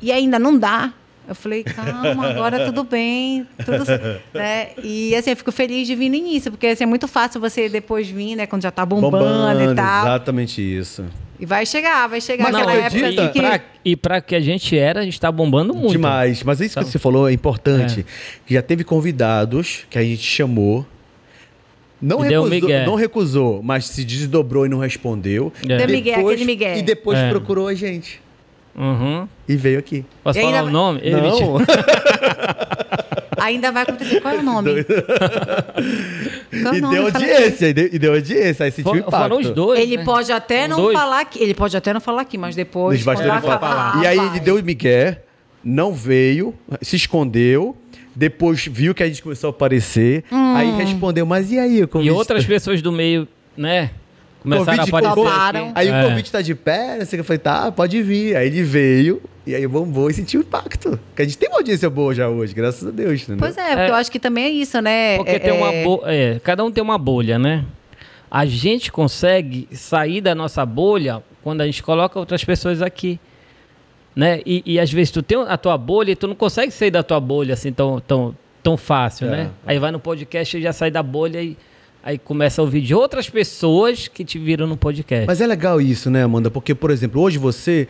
C: E ainda não dá. Eu falei, calma, agora tudo bem. Tudo... né? E assim, eu fico feliz de vir no início, porque assim, é muito fácil você depois vir, né? Quando já tá bombando, e tal.
B: Exatamente isso.
C: e vai chegar, vai chegar
B: Mas
A: Não,
C: aquela
A: e,
B: acredita?
C: época assim, que.
A: pra, e pra que a gente era, a gente tá bombando muito.
B: Demais. Mas isso que
A: Então- É.
B: você falou é importante. Que Já teve convidados que a gente chamou. Não
A: E deu um
B: recusou,
A: migué.
B: não recusou, mas se desdobrou e não respondeu.
A: É.
C: Deu migué,
B: Depois-
C: aquele migué.
B: E depois
A: É.
B: procurou a gente.
A: Uhum.
B: E veio aqui.
A: Posso
C: E ainda
A: falar o
C: vai-
A: nome? Ele te-
B: Não,
C: Ainda vai acontecer. Qual é o nome? Qual
B: e
C: é o
B: deu
C: nome? Fala-
B: audiência, e deu, e deu audiência, aí sentiu
A: For-
B: impacto.
A: Foram os dois.
C: Ele
A: né?
C: pode até não
A: Dois.
C: falar aqui. Ele pode até não falar aqui, mas depois.
B: Eles
C: quando
B: bastaram
C: acabar,
B: falar. E aí ele
C: vai.
B: deu o migué, não veio, se escondeu, depois viu que a gente começou a aparecer, aí respondeu, mas e aí? o
A: E
B: convite
A: outras pessoas do meio, né? Começaram
B: Convite
A: a aparecer.
C: coparam.
A: aqui.
B: Aí
A: É.
B: o convite tá de pé, você falei, tá, pode vir. Aí ele veio, e aí bombou e sentiu impacto. Porque a gente tem uma audiência boa já hoje, graças a Deus, entendeu?
C: Pois é, porque
A: É.
C: eu acho que também é isso, né?
A: Porque
C: É-
A: tem uma
C: é-
A: bolha. cada um tem uma bolha, né? A gente consegue sair da nossa bolha quando a gente coloca outras pessoas aqui. Né? E, e às vezes tu tem a tua bolha e tu não consegue sair da tua bolha assim tão, tão, tão fácil,
B: É.
A: né? Aí vai no podcast e já sai da bolha e aí começa a ouvir de outras pessoas que te viram no podcast.
B: Mas é legal isso, né, Amanda? Porque, por exemplo, hoje você.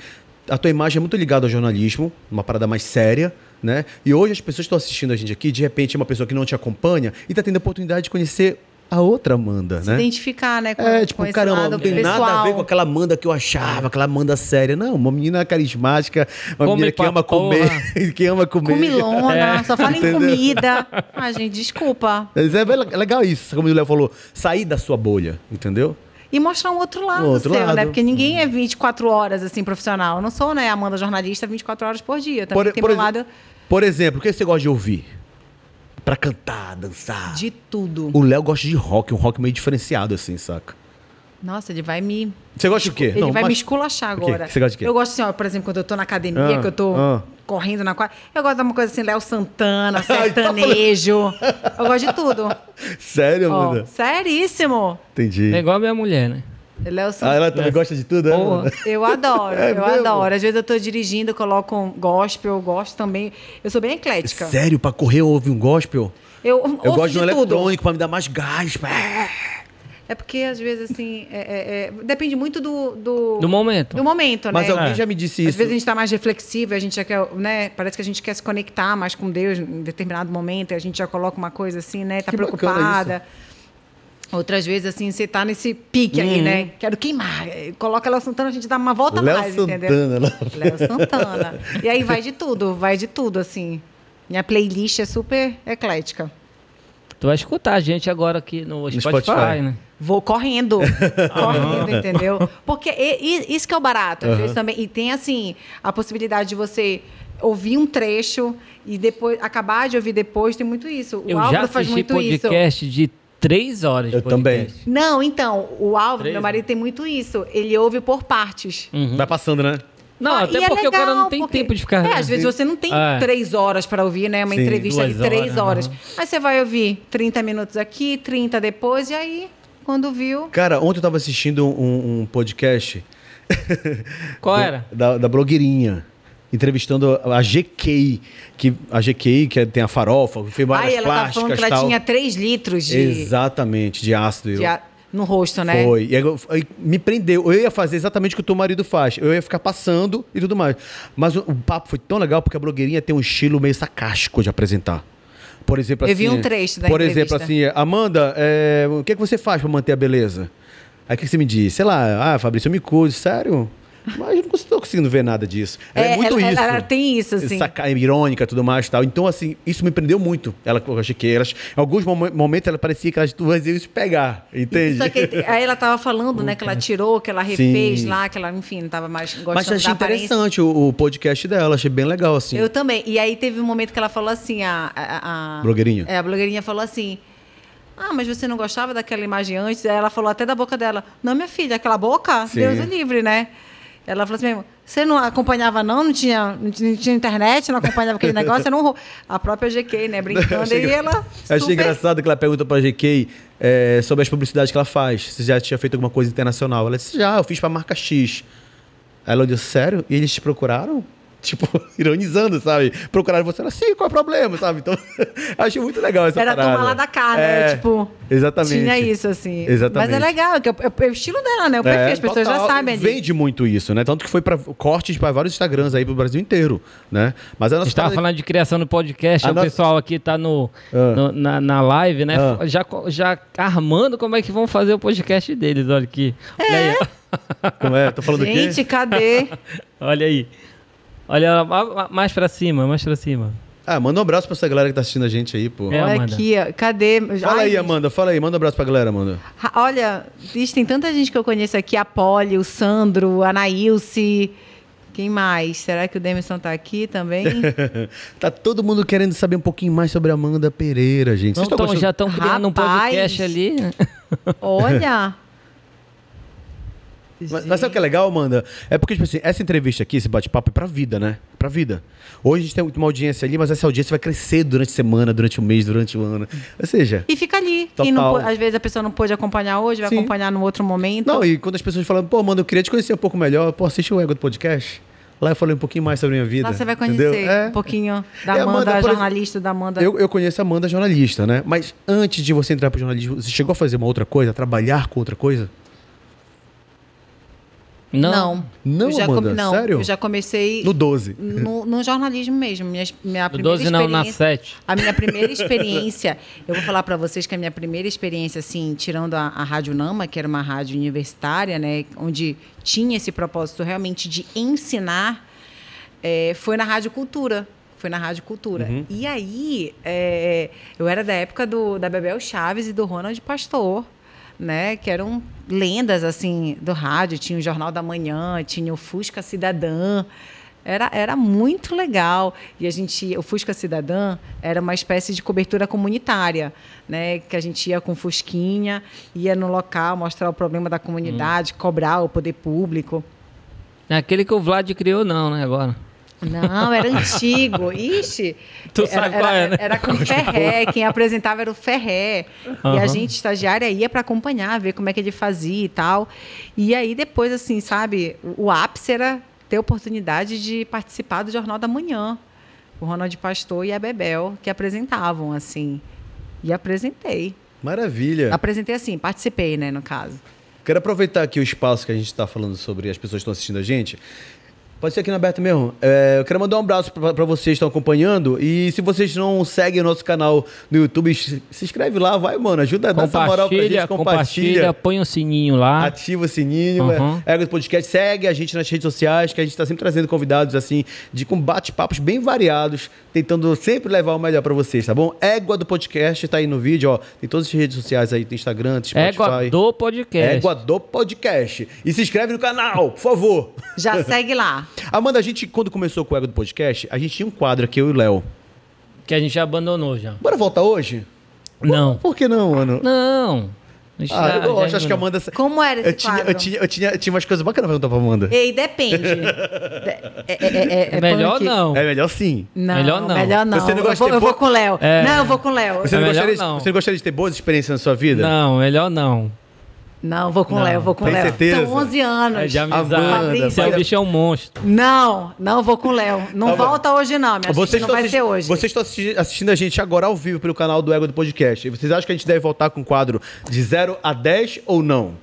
B: A tua imagem é muito ligada ao jornalismo, uma parada mais séria, né? E hoje as pessoas que estão assistindo a gente aqui, de repente, é uma pessoa que não te acompanha e tá tendo a oportunidade de conhecer a outra Amanda,
C: se
B: né?
C: identificar, né? Com,
B: É, tipo,
C: com esse
B: caramba,
C: lado
B: não tem nada a ver com aquela Amanda que eu achava, aquela Amanda séria. Não, uma menina carismática, uma
A: Come
B: menina que
A: pra
B: ama comer,
A: porra.
B: que ama comer.
C: Comilona, só fala em
B: Entendeu?
C: comida. Ah, gente, desculpa.
B: Mas é bem le- legal isso, como o Léo falou, sair da sua bolha, entendeu?
C: E mostrar um outro lado
B: Um outro
C: seu,
B: lado. Uhum.
C: né? Porque ninguém é 24 horas, assim, profissional. Eu não sou, né, Amanda, jornalista, 24 horas por dia. Eu Também
B: Por,
C: tem
B: por
C: Tá, meu
B: exe-
C: lado
B: por exemplo, o que você gosta de ouvir? Pra cantar, dançar.
C: de tudo.
B: O Léo gosta de rock, um rock meio diferenciado, assim, saca?
C: Nossa, ele vai me...
B: Você gosta de quê?
C: Ele
B: Não,
C: vai me
B: mas-
C: esculachar
B: O quê?
C: agora.
B: Você gosta de quê?
C: Eu gosto assim, ó, por exemplo, quando eu tô na academia,
B: Ah,
C: que eu tô
B: ah.
C: correndo na quadra. Eu gosto de uma coisa assim, Léo Santana,
B: Ai, tá falando-
C: sertanejo. eu gosto de tudo.
B: Sério,
C: Ó,
B: Amanda?
C: seríssimo.
B: Entendi.
A: É igual a minha mulher, né?
C: Léo
B: Ah,
C: Santana.
B: ela também gosta de tudo, né?
A: Porra.
B: Amanda?
C: Eu adoro,
B: É
C: eu
B: mesmo?
C: adoro. Às vezes eu tô dirigindo, eu coloco um gospel, eu gosto também. Eu sou bem eclética.
B: Sério, pra correr eu ouvi um gospel?
C: Eu,
B: Eu
C: ouço
B: gosto de um
C: de tudo.
B: eletrônico pra me dar mais gás. pá.
C: É porque, às vezes, assim, é- é- é- depende muito do, do,
A: Do momento.
C: do momento,
B: Mas
C: né?
B: alguém
A: É.
B: já me disse
C: Às
B: isso.
C: vezes a gente tá mais reflexivo, a gente já quer, né? Parece que a gente quer se conectar mais com Deus em determinado momento, e a gente já coloca uma coisa assim, né? Tá
B: Que bacana
C: preocupada. Outras vezes, assim, você tá nesse pique aí, né? Quero queimar. Coloca Léo Santana, a gente dá uma volta
B: Uhum. Léo
C: mais, entendeu?
B: Santana, né? Léo.
C: Léo Santana. E aí vai de tudo, vai de tudo, assim. Minha playlist é super eclética.
A: Tu vai escutar a gente agora aqui no, Spotify,
B: Spotify.
A: né?
C: Vou correndo. correndo, entendeu? Porque e- e- isso que é o barato. Às vezes também. E tem, assim, a possibilidade de você ouvir um trecho e depois acabar de ouvir depois. Tem muito isso. O
A: Eu já
C: Álvaro faz
A: assisti
C: muito isso.
A: podcast de três horas. de
B: Eu também.
A: podcast.
C: Não, então, o Álvaro,
A: Três, Hum.
C: meu marido, tem muito isso. Ele ouve por partes.
B: Vai passando, né?
A: Não,
C: Ah,
A: até
C: e é
A: porque o cara
C: legal,
A: não tem
C: porque-
A: tempo de ficar.
C: É, às vezes você não tem
A: É.
C: três horas para ouvir, né? Uma
B: Sim,
C: entrevista de
A: duas
C: três
A: horas,
C: horas. Aí você vai ouvir 30 minutos aqui, 30 depois, e aí, quando viu.
B: Cara, ontem eu tava assistindo um, um podcast
A: Qual
B: do-
A: era?
B: Da, da blogueirinha. Entrevistando a GK, que a GK, que é- tem a farofa, fez várias
C: Aí ela tava
B: plásticas
C: falando que ela
B: tal.
C: tinha 3 litros de,
B: Exatamente, de ácido.
C: de a- no rosto, né?
B: Foi. E aí eu- aí me prendeu. Eu ia fazer exatamente o que o teu marido faz. Eu ia ficar passando e tudo mais. Mas o, o papo foi tão legal porque a blogueirinha tem um estilo meio sacástico de apresentar. Por exemplo, assim.
C: Eu vi um trecho da
B: Por
C: entrevista.
B: exemplo, assim, Amanda, é, o que, é que você faz pra manter a beleza? Aí o que que você me diz? Sei lá, ah, Fabrício, eu me cuido, sério? Mas eu não estou conseguindo ver nada disso. Ela é,
C: É,
B: muito
C: ela-
B: isso.
C: ela- ela tem isso, assim.
B: Saca, irônica e tudo mais tal. Então, assim, isso me prendeu muito. Ela com as chiqueiras. Em alguns momen- momentos ela parecia que elas duas iam se pegar. Entende?
C: Só que aí ela tava falando, né, que ela tirou, que ela refez
B: Sim.
C: lá, que ela, enfim, não tava mais gostando
B: Mas achei
C: da aparência.
B: interessante o, o podcast dela, achei bem legal, assim.
C: Eu também. E aí teve um momento que ela falou assim, a... a, a-
B: Blogueirinha.
C: É, a blogueirinha falou assim... Ah, mas você não gostava daquela imagem antes? Aí ela falou até da boca dela. Não, minha filha, aquela boca,
B: Sim.
C: Deus o livre, né? Ela falou assim mesmo, você não acompanhava não? Não tinha, não tinha não tinha internet, não acompanhava aquele negócio? Você não... ro-" A própria GK, né, brincando.
B: Achei
C: e
B: engra-
C: ela
B: Achei
C: super-
B: engraçado que ela pergunta pra GK é, sobre as publicidades que ela faz. Se já tinha feito alguma coisa internacional. Ela disse, já, eu fiz pra marca X. Aí Ela disse, sério? E eles te procuraram? tipo, ironizando, sabe? Procuraram você, ela, sim, qual é o problema, sabe? Então, acho muito legal essa
C: Era
B: parada. É.
C: tomar lá da cara, né? Tipo,
B: Exatamente.
C: Tinha isso, assim.
B: Exatamente.
C: Mas é legal, que é, o- é o estilo dela, né? O perfil,
B: É,
C: as pessoas
B: total.
C: já sabem ali.
B: Vende muito isso, né? Tanto que foi para cortes para vários Instagrams aí pro Brasil inteiro, né? Mas a
A: A
B: nossa
A: gente tava
B: parada-
A: falando de criação do podcast,
B: A
A: aí o
B: nossa-
A: pessoal aqui tá no,
B: Ah.
A: no- na, na live, né?
B: Ah.
A: Já, co- já armando como é que vão fazer o podcast deles, olha aqui.
C: É?
A: Olha aí,
B: Como é? Tô falando do quê?
C: Gente, cadê?
A: olha aí. Olha lá, ma- mais pra cima, mais pra cima.
B: Ah, manda um abraço pra essa galera que tá assistindo a gente aí, pô.
A: É,
C: Olha
A: Amanda.
C: aqui, ó. Cadê?
B: Fala
C: Ai,
B: aí, Amanda, fala aí, manda um abraço pra galera, Amanda.
C: ra- Olha, bicho, tem tanta gente que eu conheço aqui. A Polly, o Sandro, a Nailce. Quem mais? Será que o Demerson tá aqui também?
B: tá todo mundo querendo saber um pouquinho mais sobre a Amanda Pereira, gente.
A: Não
B: Vocês tão
A: tão-
C: então,
B: gostando-
A: já estão criando um
C: Rapaz.
A: podcast ali. né?
C: Olha!
B: Mas, mas sabe o que é legal, Amanda? É porque, tipo assim, essa entrevista aqui, esse bate-papo é pra vida, né? Pra vida. Hoje a gente tem uma audiência ali, mas essa audiência vai crescer durante a semana, durante o mês, durante o ano. Ou seja,
C: E fica ali.
B: Total.
C: Quem não pô- às vezes a pessoa não pôde acompanhar hoje, vai
B: Sim.
C: acompanhar num outro momento.
B: Não, e quando as pessoas falam, pô, mano, eu queria te conhecer um pouco melhor, pô, assiste o Ego do Podcast. Lá eu falei um pouquinho mais sobre a minha vida.
C: Lá você vai
B: entendeu?
C: conhecer
B: É.
C: um pouquinho da
B: É,
C: Amanda,
B: por exemplo,
C: jornalista da Amanda.
B: Eu, eu conheço a Amanda, jornalista, né? Mas antes de você entrar pro jornalismo, você chegou a fazer uma outra coisa, a trabalhar com outra coisa?
C: Não.
B: Não,
C: Eu já
B: Amanda?
C: come- não,
B: Sério?
C: Eu já comecei
B: No 12.
C: no, no jornalismo mesmo. Minha, minha
A: No
C: primeira
A: 12 não, na
C: experiência-
A: 7.
C: A minha primeira experiência, eu vou falar pra vocês que a minha primeira experiência, assim, tirando a, a Rádio Nama, que era uma rádio universitária, né, onde tinha esse propósito realmente de ensinar, eh, foi na Rádio Cultura. Foi na Rádio Cultura.
B: Uhum.
C: E aí, eh, eu era da época do, da Bebel Chaves e do Ronald Pastor, né, que eram lendas, assim, do rádio. Tinha o Jornal da Manhã, tinha o Fusca Cidadã. Era, era muito legal. E a gente, o Fusca Cidadã era uma espécie de cobertura comunitária, né? Que a gente ia com Fusquinha, ia no local mostrar o problema da comunidade, cobrar o poder público.
A: Não é aquele que o Vlad criou, não, né, agora.
C: Não, era antigo. Ixi.
A: Tu
C: era,
A: sabe qual
C: era,
A: é, né?
C: Era com o Ferré. Quem apresentava era o Ferré. E a
A: Aham.
C: gente, estagiária, ia para acompanhar, ver como é que ele fazia e tal. E aí, depois, assim, sabe? o- O ápice era ter a oportunidade de participar do Jornal da Manhã. O Ronald Pastor e a Bebel, que apresentavam, assim. E apresentei.
B: Maravilha.
C: Apresentei assim, participei, né, no caso.
B: Quero aproveitar aqui o espaço que a gente está falando sobre as pessoas que estão assistindo a gente. Pode ser aqui na aberta mesmo. É, eu quero mandar um abraço para vocês que estão acompanhando. E se vocês não seguem o nosso canal no YouTube, se se inscreve lá, vai, mano. Ajuda a dar essa moral pra gente.
A: Compartilha, compartilha, põe o sininho lá.
B: Ativa o sininho,
A: Uhum.
B: é, Ego do Podcast, segue a gente nas redes sociais, que a gente está sempre trazendo convidados assim, de com bate-papos bem variados, tentando sempre levar o melhor para vocês, tá bom? Égua do Podcast tá aí no vídeo, ó. Tem todas as redes sociais aí, tem Instagram, tem Spotify.
A: Égua do podcast.
B: Égua do Podcast. E se inscreve no canal, por favor.
C: Já segue lá.
B: Amanda, a gente, quando começou com o Égua do Podcast, a gente tinha um quadro aqui, eu e o Léo.
A: Que a gente já abandonou já.
B: Bora voltar hoje?
A: Não.
B: Por que não, mano?
A: Não. A gente
B: Ah,
A: já-
B: eu gosto,
A: já
B: acho que a
A: abandonou.
B: Amanda...
C: Como era esse
B: Eu tinha, eu,
C: quadro?
B: tinha, eu, tinha, eu tinha umas coisas bacanas pra perguntar pra Amanda.
C: Ei, depende. É, é- é- é- é
A: Melhor
C: punk.
A: não.
B: É melhor sim.
C: Não,
A: Melhor não.
C: Melhor não.
B: Você não
C: eu
B: gosta
C: vou,
B: de ter
C: eu vou
B: bo-
C: com o Léo.
A: É.
C: Não, eu vou com o Léo.
B: Você
A: É
B: não,
A: melhor
B: gostaria de,
A: não.
B: você não gostaria de ter boas experiências na sua vida?
A: Não, melhor não.
C: Não, eu vou com o Léo, eu vou com o
B: Tem
C: Léo.
B: certeza?
C: São 11 anos.
A: É de
B: Amanda,
A: amizade. Esse é o
B: faz-
A: bicho é um monstro.
C: Não, não eu vou com o Léo. Não
B: Tá bom.
C: volta hoje não, minha
B: Vocês
C: gente. Não
B: estão,
C: vai
B: assisti-
C: ser hoje.
B: vocês estão assisti- assistindo a gente agora ao vivo pelo canal do Ego do Podcast. E vocês acham que a gente deve voltar com o quadro de 0 a 10 ou não?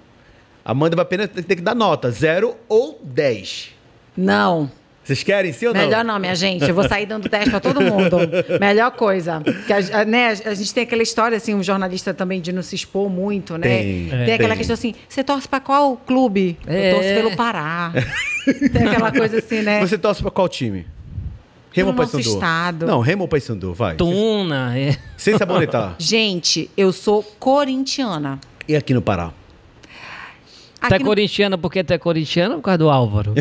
B: Amanda vai apenas ter que dar nota: 0 ou 10.
C: Não.
B: Vocês querem sim ou não?
C: Melhor não, minha gente. Eu vou sair dando 10 pra todo mundo. Melhor coisa. Que a, a- né, a gente tem aquela história, assim, um jornalista também de não se expor muito, né?
B: Tem,
C: Tem,
B: é,
C: aquela
B: tem.
C: questão assim, você torce pra qual clube?
A: É.
C: Eu torço pelo Pará. tem aquela coisa assim, né?
B: Você torce pra qual time? Remo ou
C: Pro nosso
B: Paysandu?
C: estado.
B: Não, Remo ou Paysandu, vai.
A: Tuna. é.
B: Sem sabonetar.
C: Gente, eu sou corintiana.
B: e aqui no Pará?
A: Tu é
C: Aqui no-
A: corintiano porque tu é corintiano ou por causa do Álvaro?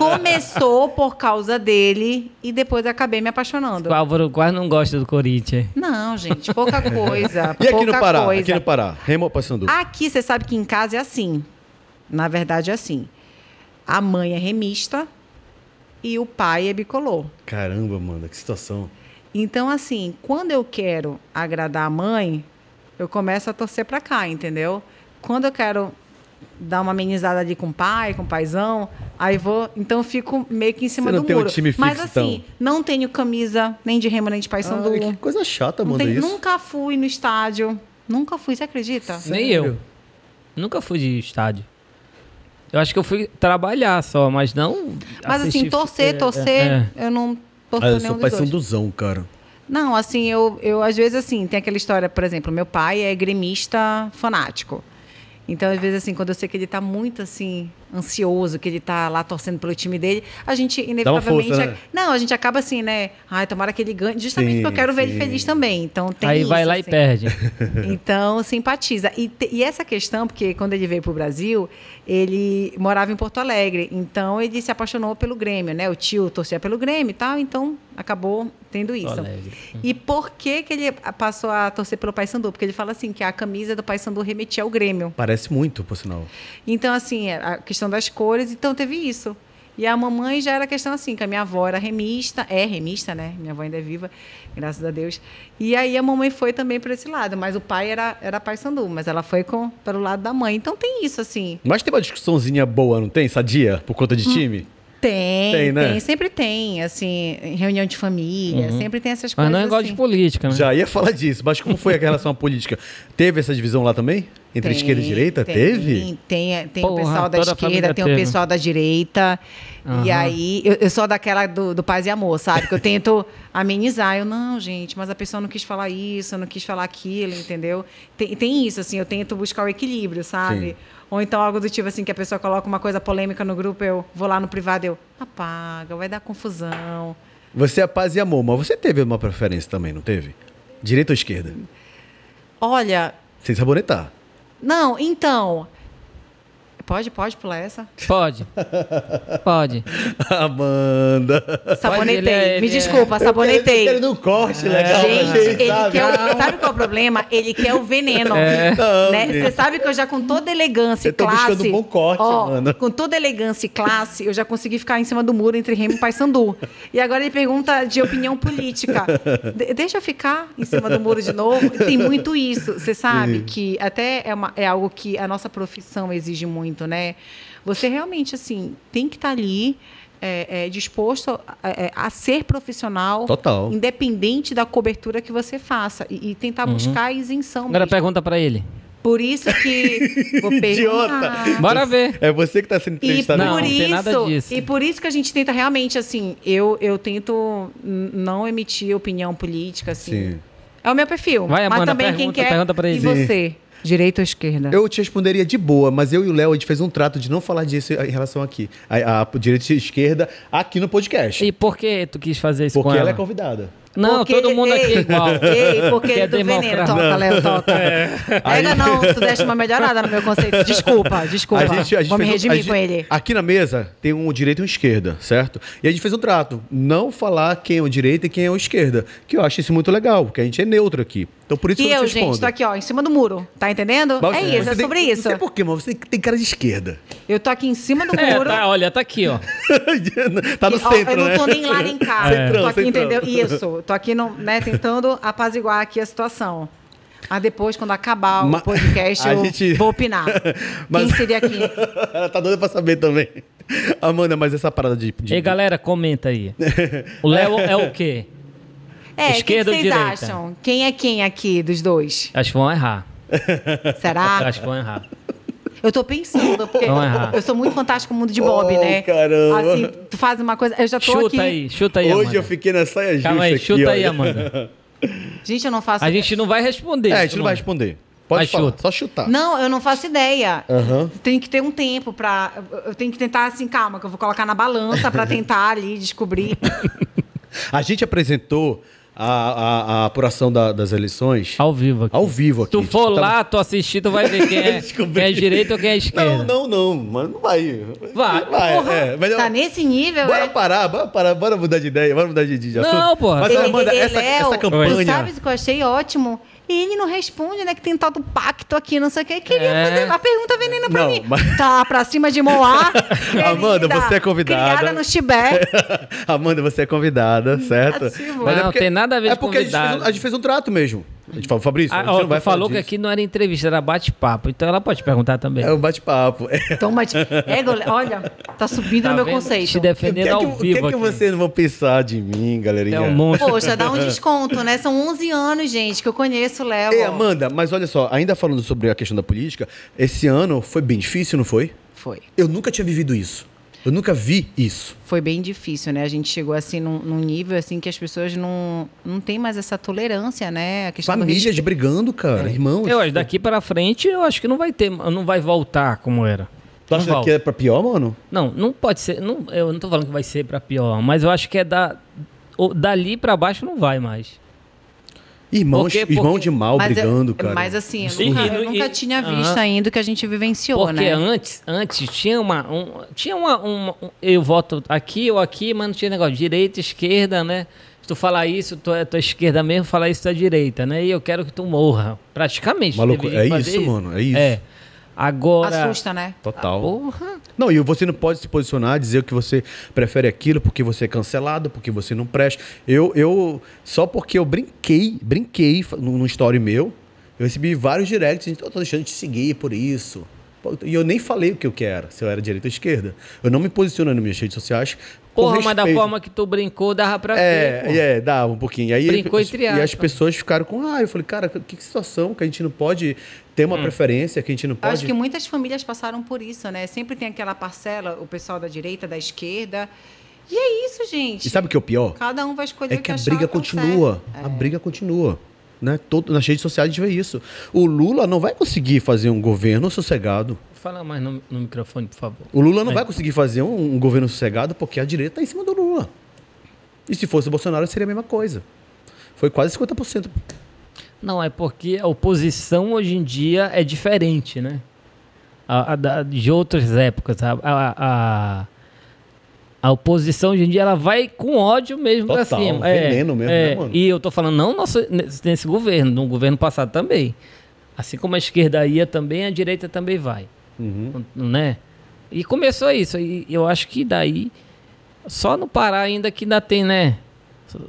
C: Começou por causa dele e depois acabei me apaixonando.
A: o Álvaro quase não gosta do Corinthians.
C: Não, gente, pouca coisa.
B: E aqui
C: pouca
B: no Pará?
C: Coisa.
B: Aqui no Pará? Remo ou Paysandu?
C: Aqui, você sabe que em casa é assim. Na verdade, é assim. A mãe é remista e o pai é bicolor.
B: Caramba, Amanda, que situação.
C: Então, assim, quando eu quero agradar a mãe, eu começo a torcer pra cá, entendeu? Quando eu quero dar uma amenizada ali com o pai, com o paizão. Aí vou. Então fico meio que em cima
B: Você não
C: do
B: tem um
C: muro.
B: time fixo,
C: Mas assim,
B: então?
C: não tenho camisa nem de remo nem de paysandu.
B: Ai, que coisa chata,
C: Não
B: mano,
C: tem-
B: isso.
C: Nunca fui no estádio. Nunca fui, você acredita?
A: Nem eu. Nunca fui de estádio. Eu acho que eu fui trabalhar só, mas não.
C: Mas assim,
A: assistir
C: torcer,
A: futebol.
C: torcer,
A: É.
C: eu não torço
B: Ah,
C: pra
B: eu
C: nenhum
B: sou
C: né, um dos dois.
B: paisanduzão, cara.
C: Não, assim, eu, eu às vezes assim, tem aquela história, por exemplo, meu pai é gremista fanático. Então, às vezes, assim, quando eu sei que ele tá muito assim, ansioso, que ele tá lá torcendo pelo time dele, a gente inevitavelmente.
B: força, né?
C: Não, a gente acaba assim, né? Ai, tomara que ele ganhe. Justamente
B: Sim,
C: porque eu quero ver
B: sim.
C: ele feliz também. Então tem
A: Aí
C: isso,
A: vai lá e
C: assim.
A: perde.
C: Então, simpatiza. E, te- e essa questão, porque quando ele veio para o Brasil, ele morava em Porto Alegre. Então, ele se apaixonou pelo Grêmio, né? O tio torcia pelo Grêmio e tal. Então, acabou tendo isso.
A: Alegre.
C: E por que, que ele passou a torcer pelo Paysandu? Porque ele fala assim, que a camisa do Paysandu remetia ao Grêmio.
B: Parece muito, por sinal.
C: Então, assim, a questão das cores, então teve isso. E a mamãe já era questão assim, que a minha avó era remista, é remista, né? Minha avó ainda é viva, graças a Deus. E aí a mamãe foi também para esse lado, mas o pai era, era pai sandu, mas ela foi com, pelo lado da mãe. Então tem isso, assim.
B: Mas tem uma discussãozinha boa, não tem? Sadia? Por conta de
C: Hum.
B: time? Tem,
C: Tem, tem,
B: né?
C: sempre tem, assim, em reunião de família, sempre tem
A: Mas
C: essas coisas.
A: não é igual
C: assim.
A: de política, né?
B: Já ia falar disso, mas como foi a relação à política? Teve essa divisão lá também? Entre
C: Tem,
B: esquerda e direita?
C: tem,
B: Teve?
C: Tem, tem
A: Porra,
C: o pessoal da
A: toda a família
C: esquerda, tem
A: teve.
C: o pessoal da direita. E
A: Aham.
C: aí, eu, eu sou daquela do, do paz e amor, sabe? Que eu tento amenizar. Eu, não, gente, mas a pessoa não quis falar isso, não quis falar aquilo, entendeu? Tem, tem isso, assim, eu tento buscar o equilíbrio, sabe?
B: Sim.
C: Ou então algo do tipo assim, que a pessoa coloca uma coisa polêmica no grupo, eu vou lá no privado, eu apaga, vai dar confusão.
B: Você é paz e amor, mas você teve uma preferência também, não teve? Direita ou esquerda?
C: Olha,
B: Sem sabonetar.
C: não, então. Pode, pode pular essa?
A: Pode. Pode.
B: Amanda!
C: Sabonetei.
A: ele é- ele
C: Me
A: é-
C: desculpa,
B: Eu
C: sabonetei. Ah,
B: quero no corte, legal.
C: Gente,
B: vocês,
C: ele
B: sabe? É.
C: quer o, sabe qual é o problema? Ele quer o veneno.
B: Não,
C: né?
B: gente.
C: Você sabe que eu já com toda elegância
B: Eu
C: e
B: tô
C: classe.
B: buscando um bom corte,
C: ó,
B: mano.
C: Com toda elegância e classe, eu já consegui ficar em cima do muro entre Remo e Paysandu. E agora ele pergunta de opinião política. De- deixa eu ficar em cima do muro de novo. Tem muito isso. Você
B: Uhum.
C: sabe que até é, uma- é algo que a nossa profissão exige muito, né? Você realmente, assim, tem que estar ali. é, é, disposto a, é, a ser profissional,
B: Total.
C: independente da cobertura que você faça e, e tentar buscar a isenção.
A: Uhum. Agora
C: mesmo.
A: pergunta pra ele.
C: Por isso que vou perguntar.
B: Idiota.
A: Bora ver.
B: É você que tá sendo
C: E por
B: entrevistado.
A: Não,
B: aqui.
A: tem nada disso.
C: isso, e por isso que a gente tenta realmente assim, eu eu tento n- não emitir opinião política assim.
B: Sim.
C: É o meu perfil.
A: Vai, Amanda,
C: mas também quem
A: pergunta-
C: quer.
A: pergunta pra ele.
C: E você, direita ou esquerda?
B: Eu te responderia de boa, mas eu e o Léo, a gente fez um trato de não falar disso em relação aqui. A, a direita e esquerda aqui no podcast.
A: E por que tu quis fazer isso
B: porque
A: com
B: ela
A: ela?
B: é convidada.
A: Não,
C: Porque-
A: todo mundo aqui é
C: ei,
A: igual.
C: Ei, porque
A: Que
C: ele
A: é
C: é do veneno.
A: democrata.
C: Toca, Léo, toca. Pega não, tu deixa uma melhorada no meu conceito. Desculpa, desculpa.
B: A gente, a gente
C: Vou me
B: fez um-
C: redimir
B: a gente-
C: com ele.
B: Aqui na mesa tem um direito e um esquerda, certo? E a gente fez um trato. Não falar quem é o direito e quem é o esquerda. Que eu acho isso muito legal, porque a gente é neutro aqui. Então por isso
C: E
B: que eu,
C: eu,
B: te respondo.
C: gente, tô aqui, ó, em cima do muro. Tá entendendo?
B: Mas
C: é
B: você- você
C: isso,
B: tem-
C: é
B: um
C: sobre isso.
B: Não sei porquê, mas você tem, tem cara de esquerda.
C: Eu tô aqui em cima do
A: É,
C: muro.
A: tá, olha, tá aqui, ó.
B: tá no
C: Ó,
B: centro,
C: eu não tô
B: né?
C: nem lá nem cá.
B: Centrão,
C: tô aqui,
B: centrão.
C: entendeu? Isso. Tô aqui no, né, tentando apaziguar aqui a situação. Ah, depois, quando acabar o
B: Ma-
C: podcast,
B: a
C: eu
B: gente-
C: vou opinar.
B: Mas-
C: Ah, Quem seria aqui?
B: Ela tá doida pra saber também. Amanda, mas essa parada de. de-
A: Ei, galera, comenta aí. O Léo é o quê?
C: É,
A: Esquerda
C: o
A: ou
C: que que,
A: direita?
C: vocês acham? Quem é quem aqui dos dois?
A: Acho que vão errar.
C: Será?
A: Acho que é vão errar.
C: Ah. Eu tô pensando, porque
A: Vamos errar.
C: eu sou muito fantástico no mundo de Bob,
B: Oh,
C: né?
B: caramba.
C: Assim, tu faz uma coisa. Eu já tô
A: Chuta
C: aqui.
A: aí, chuta aí,
B: Hoje
A: Amanda.
B: eu fiquei na saia justa.
A: Calma aí,
B: aqui,
A: chuta aí,
B: olha.
A: Amanda.
C: Gente, eu não faço.
A: A gente não vai responder.
B: É, a gente não vai responder. Pode
A: Mas
B: falar,
A: chuta.
B: só chutar.
C: Não, eu não faço ideia.
B: Aham.
C: Tem que ter um tempo pra. eu- Eu tenho que tentar assim, calma, que eu vou colocar na balança pra tentar ali descobrir.
B: Então, A gente apresentou a, a- a apuração da- das eleições
A: Ao vivo aqui.
B: ao vivo aqui.
A: Tu for
B: Tava-
A: lá, tu assistir, tu vai ver quem é,
B: Descobri.
A: quem é direito ou quem é esquerda.
B: Não, não, não, mano, não vai.
A: Vai,
C: Porra,
B: é, melhor-
C: Tá nesse nível,
B: Bora
C: é?
B: parar, bora parar, bora mudar de ideia, bora mudar de, de assunto.
A: Não, porra.
B: Mas,
C: é,
A: Ele-
B: Amanda,
C: Ê, ê,
B: essa,
C: Léo,
B: essa
C: Tu
B: campanha...
C: sabe o que eu achei ótimo? E ele não responde, né? Que tem tal do pacto aqui, não sei o que. Queria
A: É.
C: fazer uma pergunta veneno pra
B: Não,
C: mim.
B: mas-
C: Tá pra cima de Moá.
B: Amanda,
C: querida,
B: você é convidada.
C: Criada no Tibete.
B: Amanda, você é convidada, certo?
C: Assim,
A: Não, tem nada a ver
B: É
A: de
B: porque a gente, fez um,
A: convidado.
B: a gente fez um trato mesmo. A gente fala, Fabrício,
A: Ah,
B: a gente
A: ó,
B: não vai
A: tu falou que
B: falar disso.
A: aqui não era entrevista, era bate-papo. Então ela pode perguntar também.
B: É o bate-papo. É.
C: Toma, de- é, gole- olha, tá subindo
A: Tá
C: no meu
A: vendo? Te
C: conceito.
B: O que,
A: defendendo
B: é que,
A: ao
B: o que
A: vivo
B: é que
A: aqui.
B: vocês não vão pensar de mim, galerinha?
A: É um monstro.
C: Poxa, dá um desconto, né? São 11 anos, gente, que eu conheço o Léo.
B: Ei,
C: ó.
B: Amanda, mas olha só, ainda falando sobre a questão da política, esse ano foi bem difícil, não foi?
C: Foi.
B: Eu nunca tinha vivido isso. Eu nunca vi isso.
C: Foi bem difícil, né? A gente chegou assim num, num nível assim que as pessoas não, não tem mais essa tolerância, né? A
A: é
C: questão do
B: Famílias brigando, cara, irmãos.
A: Eu acho, daqui para frente, eu acho que não vai ter, não vai voltar como era.
B: Tu
A: Não
B: acha
A: volta.
B: que é pra pior, mano?
A: Não, não pode ser. não- eu não tô falando que vai ser pra pior, mas eu acho que é da. o- dali pra baixo não vai mais.
B: Irmãos,
A: Porque-
B: irmão
A: porque-
B: de mal
C: Mas é-
B: brigando, cara.
C: Mas assim,
A: Sim.
C: eu nunca, eu
A: E-
C: nunca
A: e-
C: tinha
A: aham.
C: visto ainda o que a gente vivenciou,
A: Porque
C: né?
A: antes, antes tinha uma. um- tinha uma, uma- um- Eu voto aqui ou aqui, mas não tinha negócio. de Direita, esquerda, né? Se tu falar isso, tu é tu é esquerda mesmo, falar isso tu é direita, né? E eu quero que tu morra. Praticamente.
B: Maluco,
A: teve
B: é
A: gente
B: isso,
A: fazer
B: mano, é isso.
A: É. Agora.
C: Assusta, né?
B: Total.
A: Porra.
B: Não, e você não pode se posicionar, dizer que você prefere aquilo porque você é cancelado, porque você não presta. Eu, eu só porque eu brinquei, brinquei fa- num num story meu, eu recebi vários directs, gente, eu tô deixando de te seguir por isso. Pô, E eu nem falei o que eu quero, se eu era direita ou esquerda. Eu não me posiciono nas minhas redes sociais. com
A: Porra, mas da
B: respeito.
A: forma que tu brincou, dava pra ver. pô.
B: É, é, dava um pouquinho. E Aí,
A: Brincou entre
B: e as
A: aspas.
B: pessoas ficaram com, ah, eu falei, cara, que, que situação que a gente não pode ter
A: Hum.
B: uma preferência, que a gente não
C: Eu
B: pode.
C: acho que muitas famílias passaram por isso, né? Sempre tem aquela parcela, o pessoal da direita, da esquerda. E é isso, gente.
B: E sabe o que é o pior?
C: Cada um vai escolher
B: É
C: o
B: que a
C: achar
B: briga
A: tá
C: certo.
B: continua.
A: É.
B: A briga continua. Né? Todo, nas redes sociais a gente vê isso. O Lula não vai conseguir fazer um governo sossegado.
A: Fala mais no, no microfone, por favor.
B: O Lula não
A: É.
B: vai conseguir fazer um, um governo sossegado porque a direita está em cima do Lula. E se fosse o Bolsonaro, seria a mesma coisa. Foi quase 50%.
A: Não, é porque a oposição hoje em dia é diferente, né? A- a da- de outras épocas. A, a, a- a oposição hoje em dia ela vai com ódio mesmo pra
B: Total,
A: cima. É,
B: veneno mesmo, né, mano?
A: E eu tô falando, não nosso, nesse nesse governo, no governo passado também. Assim como a esquerda ia também, a direita também vai.
B: Uhum.
A: Né? E começou isso. E eu acho que daí, só no Pará ainda que ainda tem, né?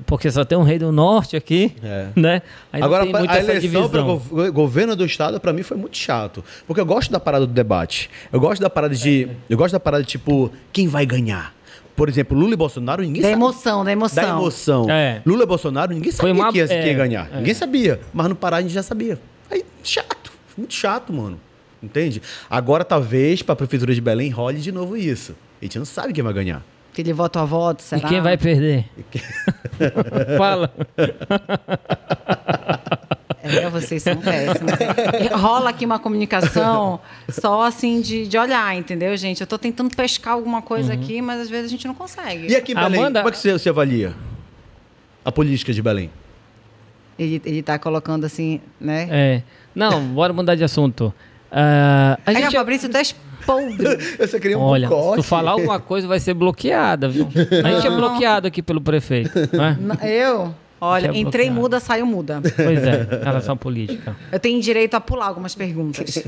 A: Porque só tem um rei do norte aqui,
B: É.
A: né? Aí não
B: Agora,
A: tem
B: pa-
A: muita
B: a
A: essa
B: eleição para
A: divisão.
B: governo do estado para mim foi muito chato, porque eu gosto da parada do debate. Eu gosto da parada de,
A: É.
B: eu gosto da parada tipo quem vai ganhar. Por exemplo, Lula e Bolsonaro, ninguém
C: Da
B: sabe
C: emoção, da emoção.
B: da emoção.
A: É.
B: Lula e Bolsonaro, ninguém
A: Foi
B: sabia
A: uma-
B: que ia, que ia
A: é,
B: ganhar.
A: é.
B: Ninguém sabia. Mas no Pará a gente já sabia. Aí, chato. Muito chato, mano. Entende? Agora, talvez, pra Prefeitura de Belém, role de novo isso. A gente não sabe quem vai ganhar.
C: Que ele voto a voto,
A: E
C: será?
A: quem vai perder? Fala.
C: É, vocês são péssimos. Rola aqui uma comunicação só assim de, de olhar, entendeu, gente? Eu tô tentando pescar alguma coisa aqui, mas às vezes a gente não consegue.
B: E aqui em Belém,
A: Amanda-
B: como é que você, você avalia a política de Belém?
C: Ele, ele tá colocando assim, né?
A: É. Não, bora mudar de assunto. Ah, a
C: É. que o
A: gente...
C: Fabrício tá expondo.
B: Eu só queria um
A: Olha, se
B: boicote.
A: tu falar alguma coisa vai ser bloqueada, viu? A gente é bloqueado aqui pelo prefeito. Né?
C: N- Eu? Olha,
A: Deixa eu
C: entrei
A: bloquear.
C: muda, saio muda.
A: Pois é, em relação à política.
C: Eu tenho direito a pular algumas perguntas.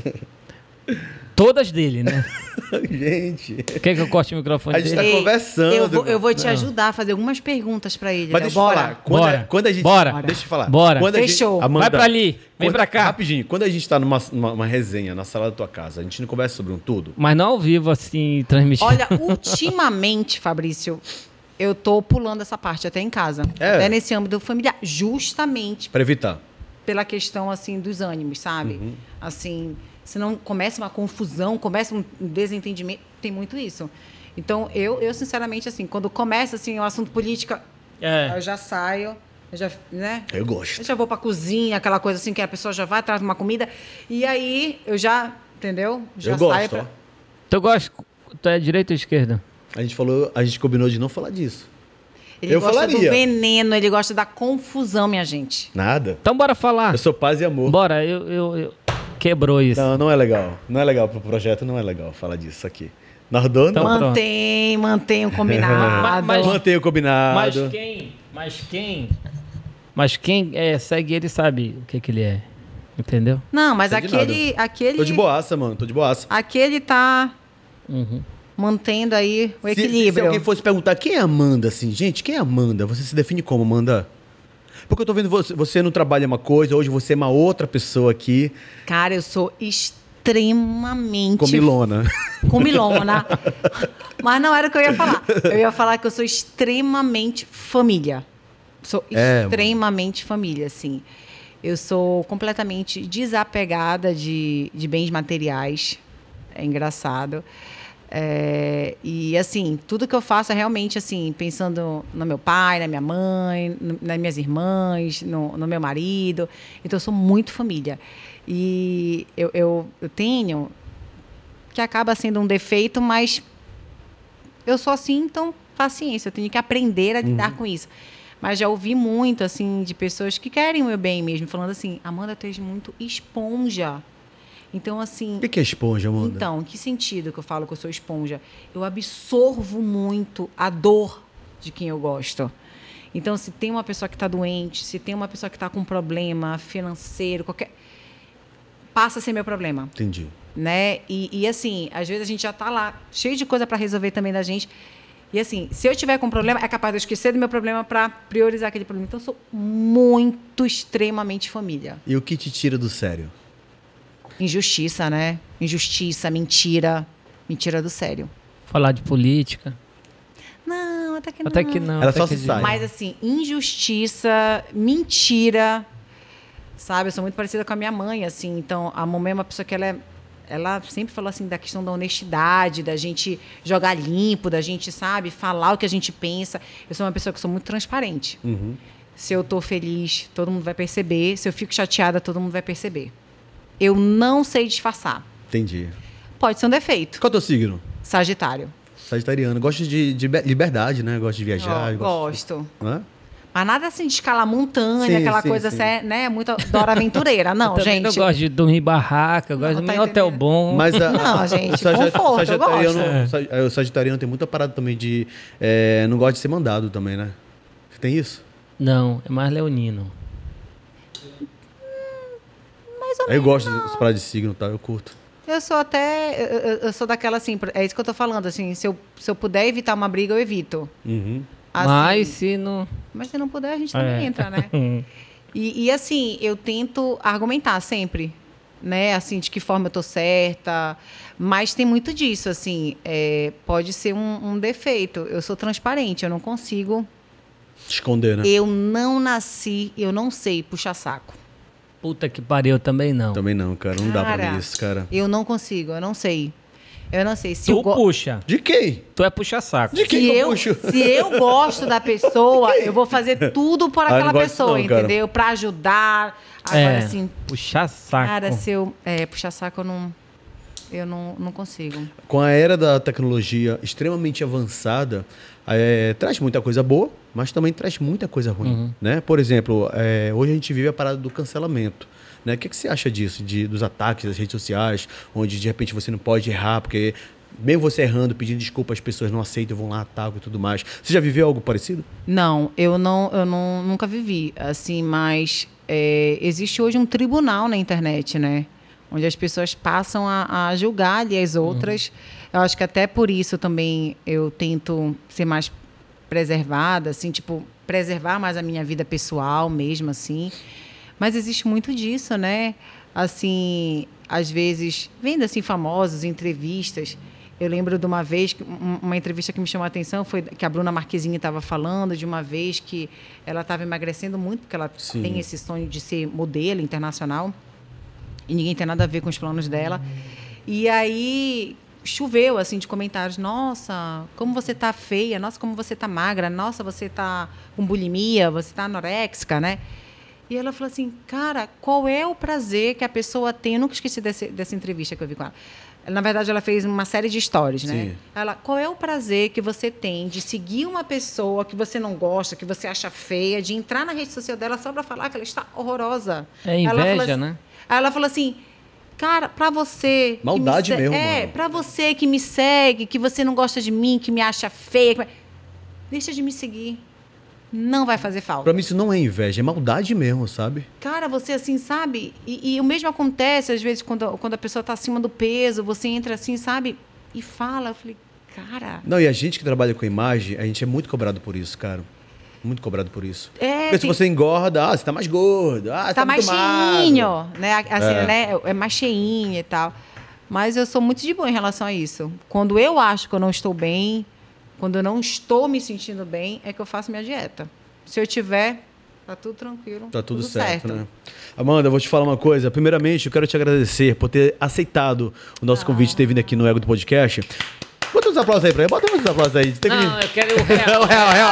A: Todas dele, né?
B: Gente.
A: Quer que eu corte o microfone
B: A gente
A: dele?
B: Tá
C: Ei,
B: conversando,
C: Eu vou, eu vou te
A: não.
C: ajudar a fazer algumas perguntas pra ele.
B: Mas
C: Léo.
B: deixa eu
C: Bora.
B: falar. Quando,
A: Bora.
B: A, quando a gente.
A: Bora.
B: Deixa eu falar.
A: Bora.
B: Quando a gente-
C: Fechou.
B: Amanda,
A: Vai pra ali. Vem
B: quando-
A: pra cá.
B: Rapidinho. Quando a gente tá numa numa- uma resenha na sala da tua casa, a gente não conversa sobre um tudo?
A: Mas não ao vivo, assim, transmitindo.
C: Olha, ultimamente, Fabrício, eu tô pulando essa parte até em casa.
B: É.
C: Até nesse âmbito familiar. Justamente
B: Pra evitar.
C: pela questão assim dos ânimos, sabe?
B: Uhum.
C: Assim, se não começa uma confusão, começa um desentendimento, tem muito isso. Então, eu, eu sinceramente assim, quando começa assim o assunto política,
A: É.
C: eu já saio, eu já, né?
B: Eu gosto.
C: Eu já vou pra cozinha, aquela coisa assim que a pessoa já vai traz uma comida e aí eu já, entendeu? Já
B: eu gosto,
C: pra-
B: ó.
A: Tu gosta... Tu é direita ou esquerda?
B: A gente falou, a gente combinou de não falar disso.
C: Ele
B: Eu
C: gosta
B: falaria.
C: do veneno, ele gosta da confusão, minha gente.
B: Nada.
A: Então bora falar.
B: Eu sou paz e amor.
A: Bora, eu... eu- eu- Quebrou isso.
B: Não, não é legal. Não é legal pro projeto, não é legal falar disso aqui. Nardô,
A: Então,
B: não.
A: pronto.
C: mantém, mantém o combinado.
A: Ma- mas-
B: Mantenha o combinado.
A: Mas quem, mas quem, mas quem é, segue ele sabe o que, que ele é, entendeu?
C: Não, mas
B: Entendi nada.
C: aquele, aquele
B: Tô de boaça, mano. Tô de boaça.
C: Aquele tá
A: Uhum.
C: mantendo aí o
B: Se- Se,
C: equilíbrio.
B: alguém fosse perguntar quem é Amanda, assim, gente, quem é Amanda? Você se define como Amanda? Porque eu tô vendo você, você não trabalha uma coisa, hoje você é uma outra pessoa aqui,
C: Cara, eu sou extremamente
B: comilona.
C: comilona. né? Mas não era o que eu ia falar. Eu ia falar que eu sou extremamente família. Sou
B: É,
C: extremamente família, assim. Eu sou completamente desapegada de, de bens materiais. É engraçado. É, e assim, tudo que eu faço é realmente assim, pensando no meu pai, na minha mãe, no- nas minhas irmãs, no, no meu marido. Então eu sou muito família. E eu- eu, eu tenho que acaba sendo um defeito, mas eu sou assim, então paciência, eu tenho que aprender a
B: Uhum.
C: lidar com isso. Mas já ouvi muito, assim, de pessoas que querem o meu bem mesmo, falando assim, Amanda, tu és muito esponja. Então, assim,
B: O que que é esponja, Amanda?
C: então, que sentido que eu falo que eu sou esponja? Eu absorvo muito a dor de quem eu gosto. Então, se tem uma pessoa que está doente, se tem uma pessoa que está com um problema financeiro, qualquer. Passa a ser meu problema
B: Entendi.
C: né? E, e, assim, às vezes a gente já tá lá, cheio de coisa para resolver também da gente. E assim, se eu tiver com problema, é capaz de eu esquecer do meu problema para priorizar aquele problema. Então, eu sou muito, extremamente família.
B: E o que te tira do sério?
C: Injustiça, né? Injustiça, mentira. Mentira do sério.
A: Falar de política.
C: Não, até que não.
A: Até que não.
B: Ela
A: até
B: só
A: que
B: se
A: de-
B: sai.
C: Mas assim, injustiça, mentira, sabe? Eu sou muito parecida com a minha mãe, assim. Então, a mamãe é uma pessoa que ela é- Ela sempre falou assim da questão da honestidade, da gente jogar limpo, da gente, sabe, falar o que a gente pensa. Eu sou uma pessoa que sou muito transparente. Se eu tô feliz, todo mundo vai perceber. Se eu fico chateada, todo mundo vai perceber. Eu não sei disfarçar.
B: Entendi.
C: Pode ser um defeito.
B: Qual é o teu signo?
C: Sagitário.
B: Sagitariano. Gosta de, de be- liberdade, né? Gosta de viajar.
C: Ó,
B: gosta
C: gosto.
B: de- Hã?
C: Mas nada assim de escalar montanha,
B: Sim,
C: aquela
B: sim,
C: coisa
B: sim.
C: assim, né? Muito Dora Aventureira. Não,
A: Também
C: gente.
A: não gosto de dormir em barraca, eu gosto
C: Não,
A: de
C: tá
A: dormir em hotel
C: entendendo.
A: bom.
B: Mas a,
C: Não,
B: a-
C: gente,
B: o sagi-
C: conforto, eu
B: sagitariano,
C: gosto.
B: o sag- o sagitariano tem muita parada também de. é, não gosta de ser mandado também, né? Você tem isso?
A: Não, é mais leonino.
B: eu gosto dessas paradas de signo, tá? Eu curto.
C: Eu sou até. Eu, eu- eu sou daquela assim, é isso que eu tô falando, assim, se eu, se eu puder evitar uma briga, eu evito.
B: Uhum.
C: Assim,
A: Mas se não.
C: Mas se não puder, a gente
A: É.
C: também entra, né? E, e, assim, eu tento argumentar sempre, né? Assim, de que forma eu tô certa. Mas tem muito disso, assim. é, pode ser um, um defeito. Eu sou transparente, eu não consigo.
B: Esconder, né?
C: Eu não nasci, eu não sei puxar saco.
A: Puta que pariu, também não.
B: Também não, cara. Não dá pra
C: Cara.
B: mim isso, cara.
C: Eu não consigo, eu não sei. Eu não sei. Se eu
A: Tu
C: go-
A: puxa.
B: De quem?
A: Tu é puxa-saco.
B: De quem
C: se
B: que eu
C: eu,
B: puxo?
C: se eu gosto da pessoa, eu vou fazer tudo por
B: Ah, eu não
C: aquela
B: gosto
C: pessoa,
B: não, cara.
C: entendeu? Pra ajudar. Agora,
A: É,
C: assim,
A: puxa-saco.
C: cara, se eu é, puxar saco, eu não. Eu não, não consigo.
B: Com a era da tecnologia extremamente avançada, é, traz muita coisa boa, mas também traz muita coisa ruim. Né? Por exemplo, é, hoje a gente vive a parada do cancelamento. Né? O que, que você acha disso, de, dos ataques das redes sociais, onde de repente você não pode errar, porque mesmo você errando, pedindo desculpa, as pessoas não aceitam, vão lá, atacam e tudo mais. Você já viveu algo parecido?
C: Não, eu não, eu não, nunca vivi, assim, mas é, existe hoje um tribunal na internet, né? Onde as pessoas passam a, a julgar ali as outras. Eu acho que até por isso também eu tento ser mais preservada, assim, tipo, preservar mais a minha vida pessoal mesmo, assim. Mas existe muito disso, né? Assim, às vezes, vendo assim famosos, entrevistas. Eu lembro de uma vez, que- um- uma entrevista que me chamou a atenção foi que a Bruna Marquezine estava falando de uma vez que ela estava emagrecendo muito, porque ela
B: Sim.
C: tem esse sonho de ser modelo internacional e ninguém tem nada a ver com os planos dela. E aí choveu assim de comentários: "Nossa, como você tá feia, nossa, como você tá magra, nossa, você tá com bulimia, você tá anoréxica, né?" E ela falou assim: "Cara, qual é o prazer que a pessoa tem?" Eu nunca esqueci desse, dessa entrevista que eu vi com ela. Na verdade, ela fez uma série de stories, né?
B: Sim.
C: Ela, qual é o prazer que você tem de seguir uma pessoa que você não gosta, que você acha feia, de entrar na rede social dela só pra falar que ela está horrorosa?
A: É
C: Ela falou
A: inveja,
C: assim-
A: né?
C: Aí ela falou assim, cara, pra você. que
B: Maldade
C: me se-
B: mesmo,
C: É,
B: mano.
C: pra você que me segue, que você não gosta de mim, que me acha feia. que- Deixa de me seguir. Não vai fazer falta.
B: Pra mim isso não é inveja, é maldade mesmo, sabe?
C: Cara, você assim, sabe? E, e o mesmo acontece, às vezes, quando, quando a pessoa tá acima do peso, você entra assim, sabe? E fala. Eu falei, cara.
B: Não, e a gente que trabalha com imagem, a gente é muito cobrado por isso, cara. muito cobrado por isso.
C: É,
B: Porque se
C: tem-
B: você engorda, ah, você tá mais gordo, ah, você tá,
C: tá mais
B: muito magro.
C: cheinho, né? Assim, né? É mais cheinha e tal. Mas eu sou muito de boa em relação a isso. Quando eu acho que eu não estou bem, quando eu não estou me sentindo bem, é que eu faço minha dieta. Se eu tiver, tá tudo tranquilo.
B: Tá tudo, certo, né? Amanda, eu vou te falar uma coisa. Primeiramente, eu quero te agradecer por ter aceitado o nosso convite de ter vindo aqui no Ego do Podcast. Bota uns aplausos aí pra ele. Bota uns aplausos aí. De ter,
A: Não,
B: conhe-
A: Ah, eu quero o real.
B: O real,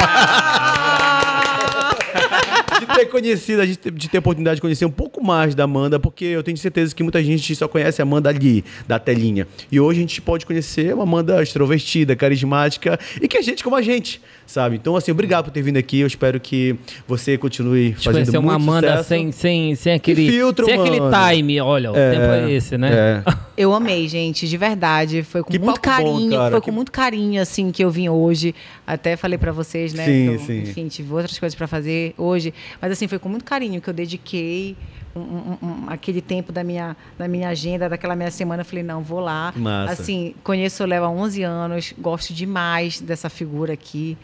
B: de ter conhecido, de ter, de ter a oportunidade de conhecer um pouco mais da Amanda, porque eu tenho certeza que muita gente só conhece a Amanda ali, da telinha. E hoje a gente pode conhecer uma Amanda extrovertida, carismática e que é gente como a gente, sabe? Então, assim, obrigado por ter vindo aqui. Eu espero que você continue
A: Deixa eu
B: fazendo
A: conhecer
B: muito
A: uma Amanda
B: sucesso.
A: sem, sem, sem aquele.
B: filtro,
A: sem aquele
B: mano.
A: time, olha, o tempo é esse, né?
B: É.
C: Eu amei, gente, de verdade. Foi com
B: Que
C: muito
B: papo bom,
C: carinho,
B: cara,
C: foi
B: que-
C: com muito carinho, assim, que eu vim hoje. Até falei pra vocês, né?
B: Sim,
C: que eu,
B: sim.
C: Enfim, tive outras coisas pra fazer hoje. Mas, assim, foi com muito carinho que eu dediquei um- um- um- aquele tempo da minha, da minha agenda, daquela minha semana. Eu falei, não, vou lá.
B: Massa.
C: Assim, conheço o Léo há 11 anos, gosto demais dessa figura aqui.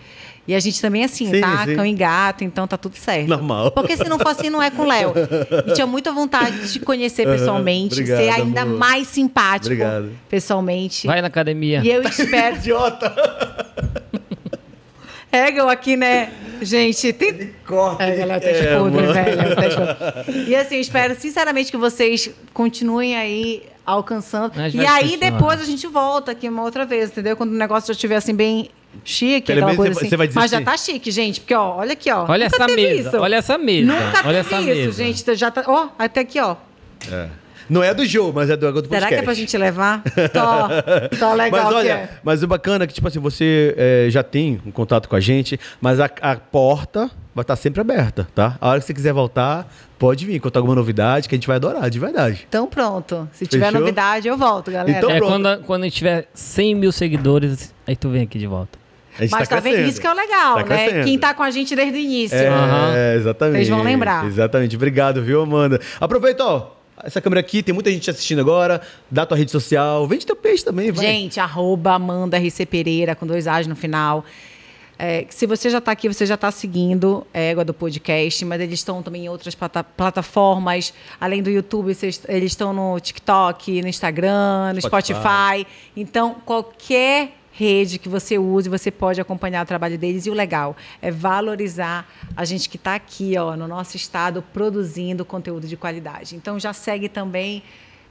C: E a gente também, é assim,
B: Sim,
C: tá?
B: sim.
C: Cão e gato, então tá tudo certo.
B: Normal.
C: Porque se não for assim, não é com o Léo. E tinha muita vontade de te conhecer pessoalmente,
B: Obrigado,
C: ser ainda
B: amor.
C: mais mais simpático
B: Obrigado.
C: pessoalmente.
A: Vai na academia.
C: E eu espero.
B: Idiota!
C: Hegel aqui, né? Gente, tem.
B: Corta!
C: É, galera, tá de podre, velho. tá de podre. E assim, eu espero sinceramente que vocês continuem aí alcançando.
A: Mas
C: E
A: vai
C: aí
A: funcionar.
C: depois a gente volta aqui uma outra vez, entendeu? Quando o negócio já estiver assim, bem chique,
B: Pelo
C: aquela
B: menos
C: coisa
B: você-
C: assim.
B: você vai
C: Mas já
B: desistir.
C: tá chique, gente, porque ó, olha aqui, ó.
A: Olha
C: Nunca
A: essa
C: teve
A: mesa,
C: isso.
A: olha essa mesa,
C: Nunca
A: olha
C: teve
A: essa
C: isso,
A: mesa.
C: gente. Já tá. Ó, até aqui, ó.
B: Não é do jogo, mas é do Ego do
C: Será
B: Podcast.
C: que é pra gente levar? Tô, tô legal
B: mas
C: que
B: olha,
C: é.
B: mas o bacana é que, tipo assim, você eh, já tem um contato com a gente, mas a, a porta vai estar sempre aberta, tá? A hora que você quiser voltar, pode vir, contar alguma novidade que a gente vai adorar, de verdade.
C: Então pronto. Se tiver
B: Fechou?
C: novidade, eu volto, galera.
B: Então
A: é
B: pronto.
A: quando, quando a gente tiver 100 mil seguidores, aí tu vem aqui de volta.
B: A gente
C: Mas tá, vendo?
B: crescendo.
C: Isso que é o legal,
B: Tá
C: né?
B: crescendo.
C: Quem tá com a gente desde o início.
B: É,
A: Aham.
B: exatamente.
C: Vocês vão lembrar.
B: Exatamente. Obrigado, viu, Amanda? Aproveita, ó. Essa câmera aqui, tem muita gente te assistindo agora. Dá tua rede social. Vende teu peixe também, vai.
C: Gente, arroba Amanda RC Pereira, com dois A's no final. É, se você já está aqui, você já está seguindo a Égua do Podcast, mas eles estão também em outras plata- plataformas. Além do YouTube, vocês- eles estão no TikTok, no Instagram, no
B: Spotify.
C: Spotify. Então, qualquer rede que você use, você pode acompanhar o trabalho deles. E o legal é valorizar a gente que está aqui, ó, no nosso estado, produzindo conteúdo de qualidade. Então, já segue também.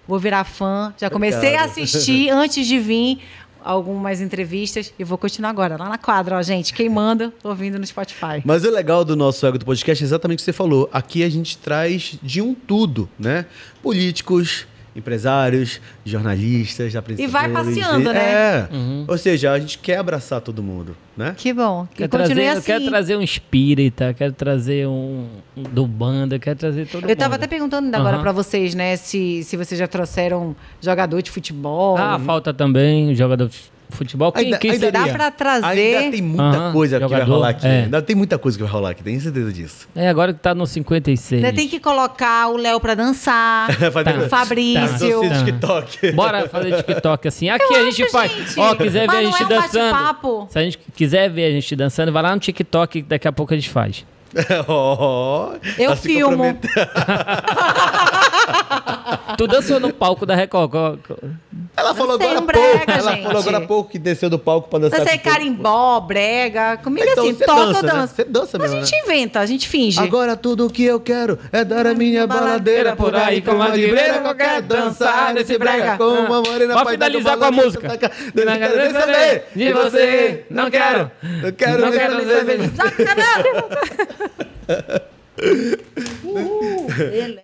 C: Vou virar fã. Já comecei a
B: Obrigado.
C: assistir antes de vir algumas entrevistas e vou continuar agora lá na quadra, ó, gente, queimando, ouvindo no Spotify.
B: Mas o legal do nosso Ego do Podcast é exatamente o que você falou. Aqui a gente traz de um tudo, né? Políticos, empresários, jornalistas, apresentadores.
C: vai passeando,
B: e-
C: né?
B: É.
A: Uhum.
B: Ou seja, a gente quer abraçar todo mundo, né?
C: Que bom. Que
A: Quero
C: continue
A: trazer,
C: assim.
A: Eu quero trazer um espírita, quero trazer um, um do banda, quero trazer todo mundo.
C: Eu tava até perguntando ainda agora
A: Aham.
C: pra vocês, né, se, se vocês já trouxeram jogador de futebol. né?
A: Ah, falta também o jogador de futebol. Quem, quem
C: ainda-
A: seria?
C: dá pra trazer-
B: Ainda tem muita
A: Aham,
B: coisa que
A: jogador,
B: vai rolar aqui.
A: é.
B: Ainda tem muita coisa que vai rolar aqui, tenho certeza disso.
A: É, agora que tá no 56.
C: Ainda tem que colocar o Léo pra dançar,
B: Fazer-
C: o Fabrício.
B: Dancinha de TikTok.
A: Tá. Bora fazer TikTok assim. Aqui a gente
C: acho,
A: faz.
C: gente.
A: Ó, quiser ver
C: Mas
A: a
C: não
A: gente
C: é um
A: dançando.
C: bate-papo.
A: Se a gente quiser ver a gente dançando, vai lá no TikTok que daqui a pouco a gente faz.
B: Ó,
C: Eu
B: tá se
C: filmo.
B: comprometendo.
C: Ah.
A: Tu dançou no palco da Record. qual- qual-
B: Ela falou
C: Dancei
B: agora há
C: um
B: pouco.
C: brega,
B: ela
C: gente.
B: falou agora há pouco que desceu do palco pra dançar.
C: Dançar
B: com o povo.
C: é carimbó, brega, comigo
B: Então,
C: assim,
B: você
C: toca
B: dança,
C: ou
B: né?
C: dança.
B: Você dança
C: Mas
B: mesmo,
C: a gente inventa, a gente finge.
B: Agora tudo o que eu quero é dar a minha baladeira por aí com uma libreira que eu quero dançar nesse brega com uma morena
A: Vamos finalizar com a música.
B: Não quero nem saber de você, não quero. Não quero
A: Não
B: nem
A: quero
C: tá
B: saber.
C: Sacanagem! Uhul! Uh, Ele-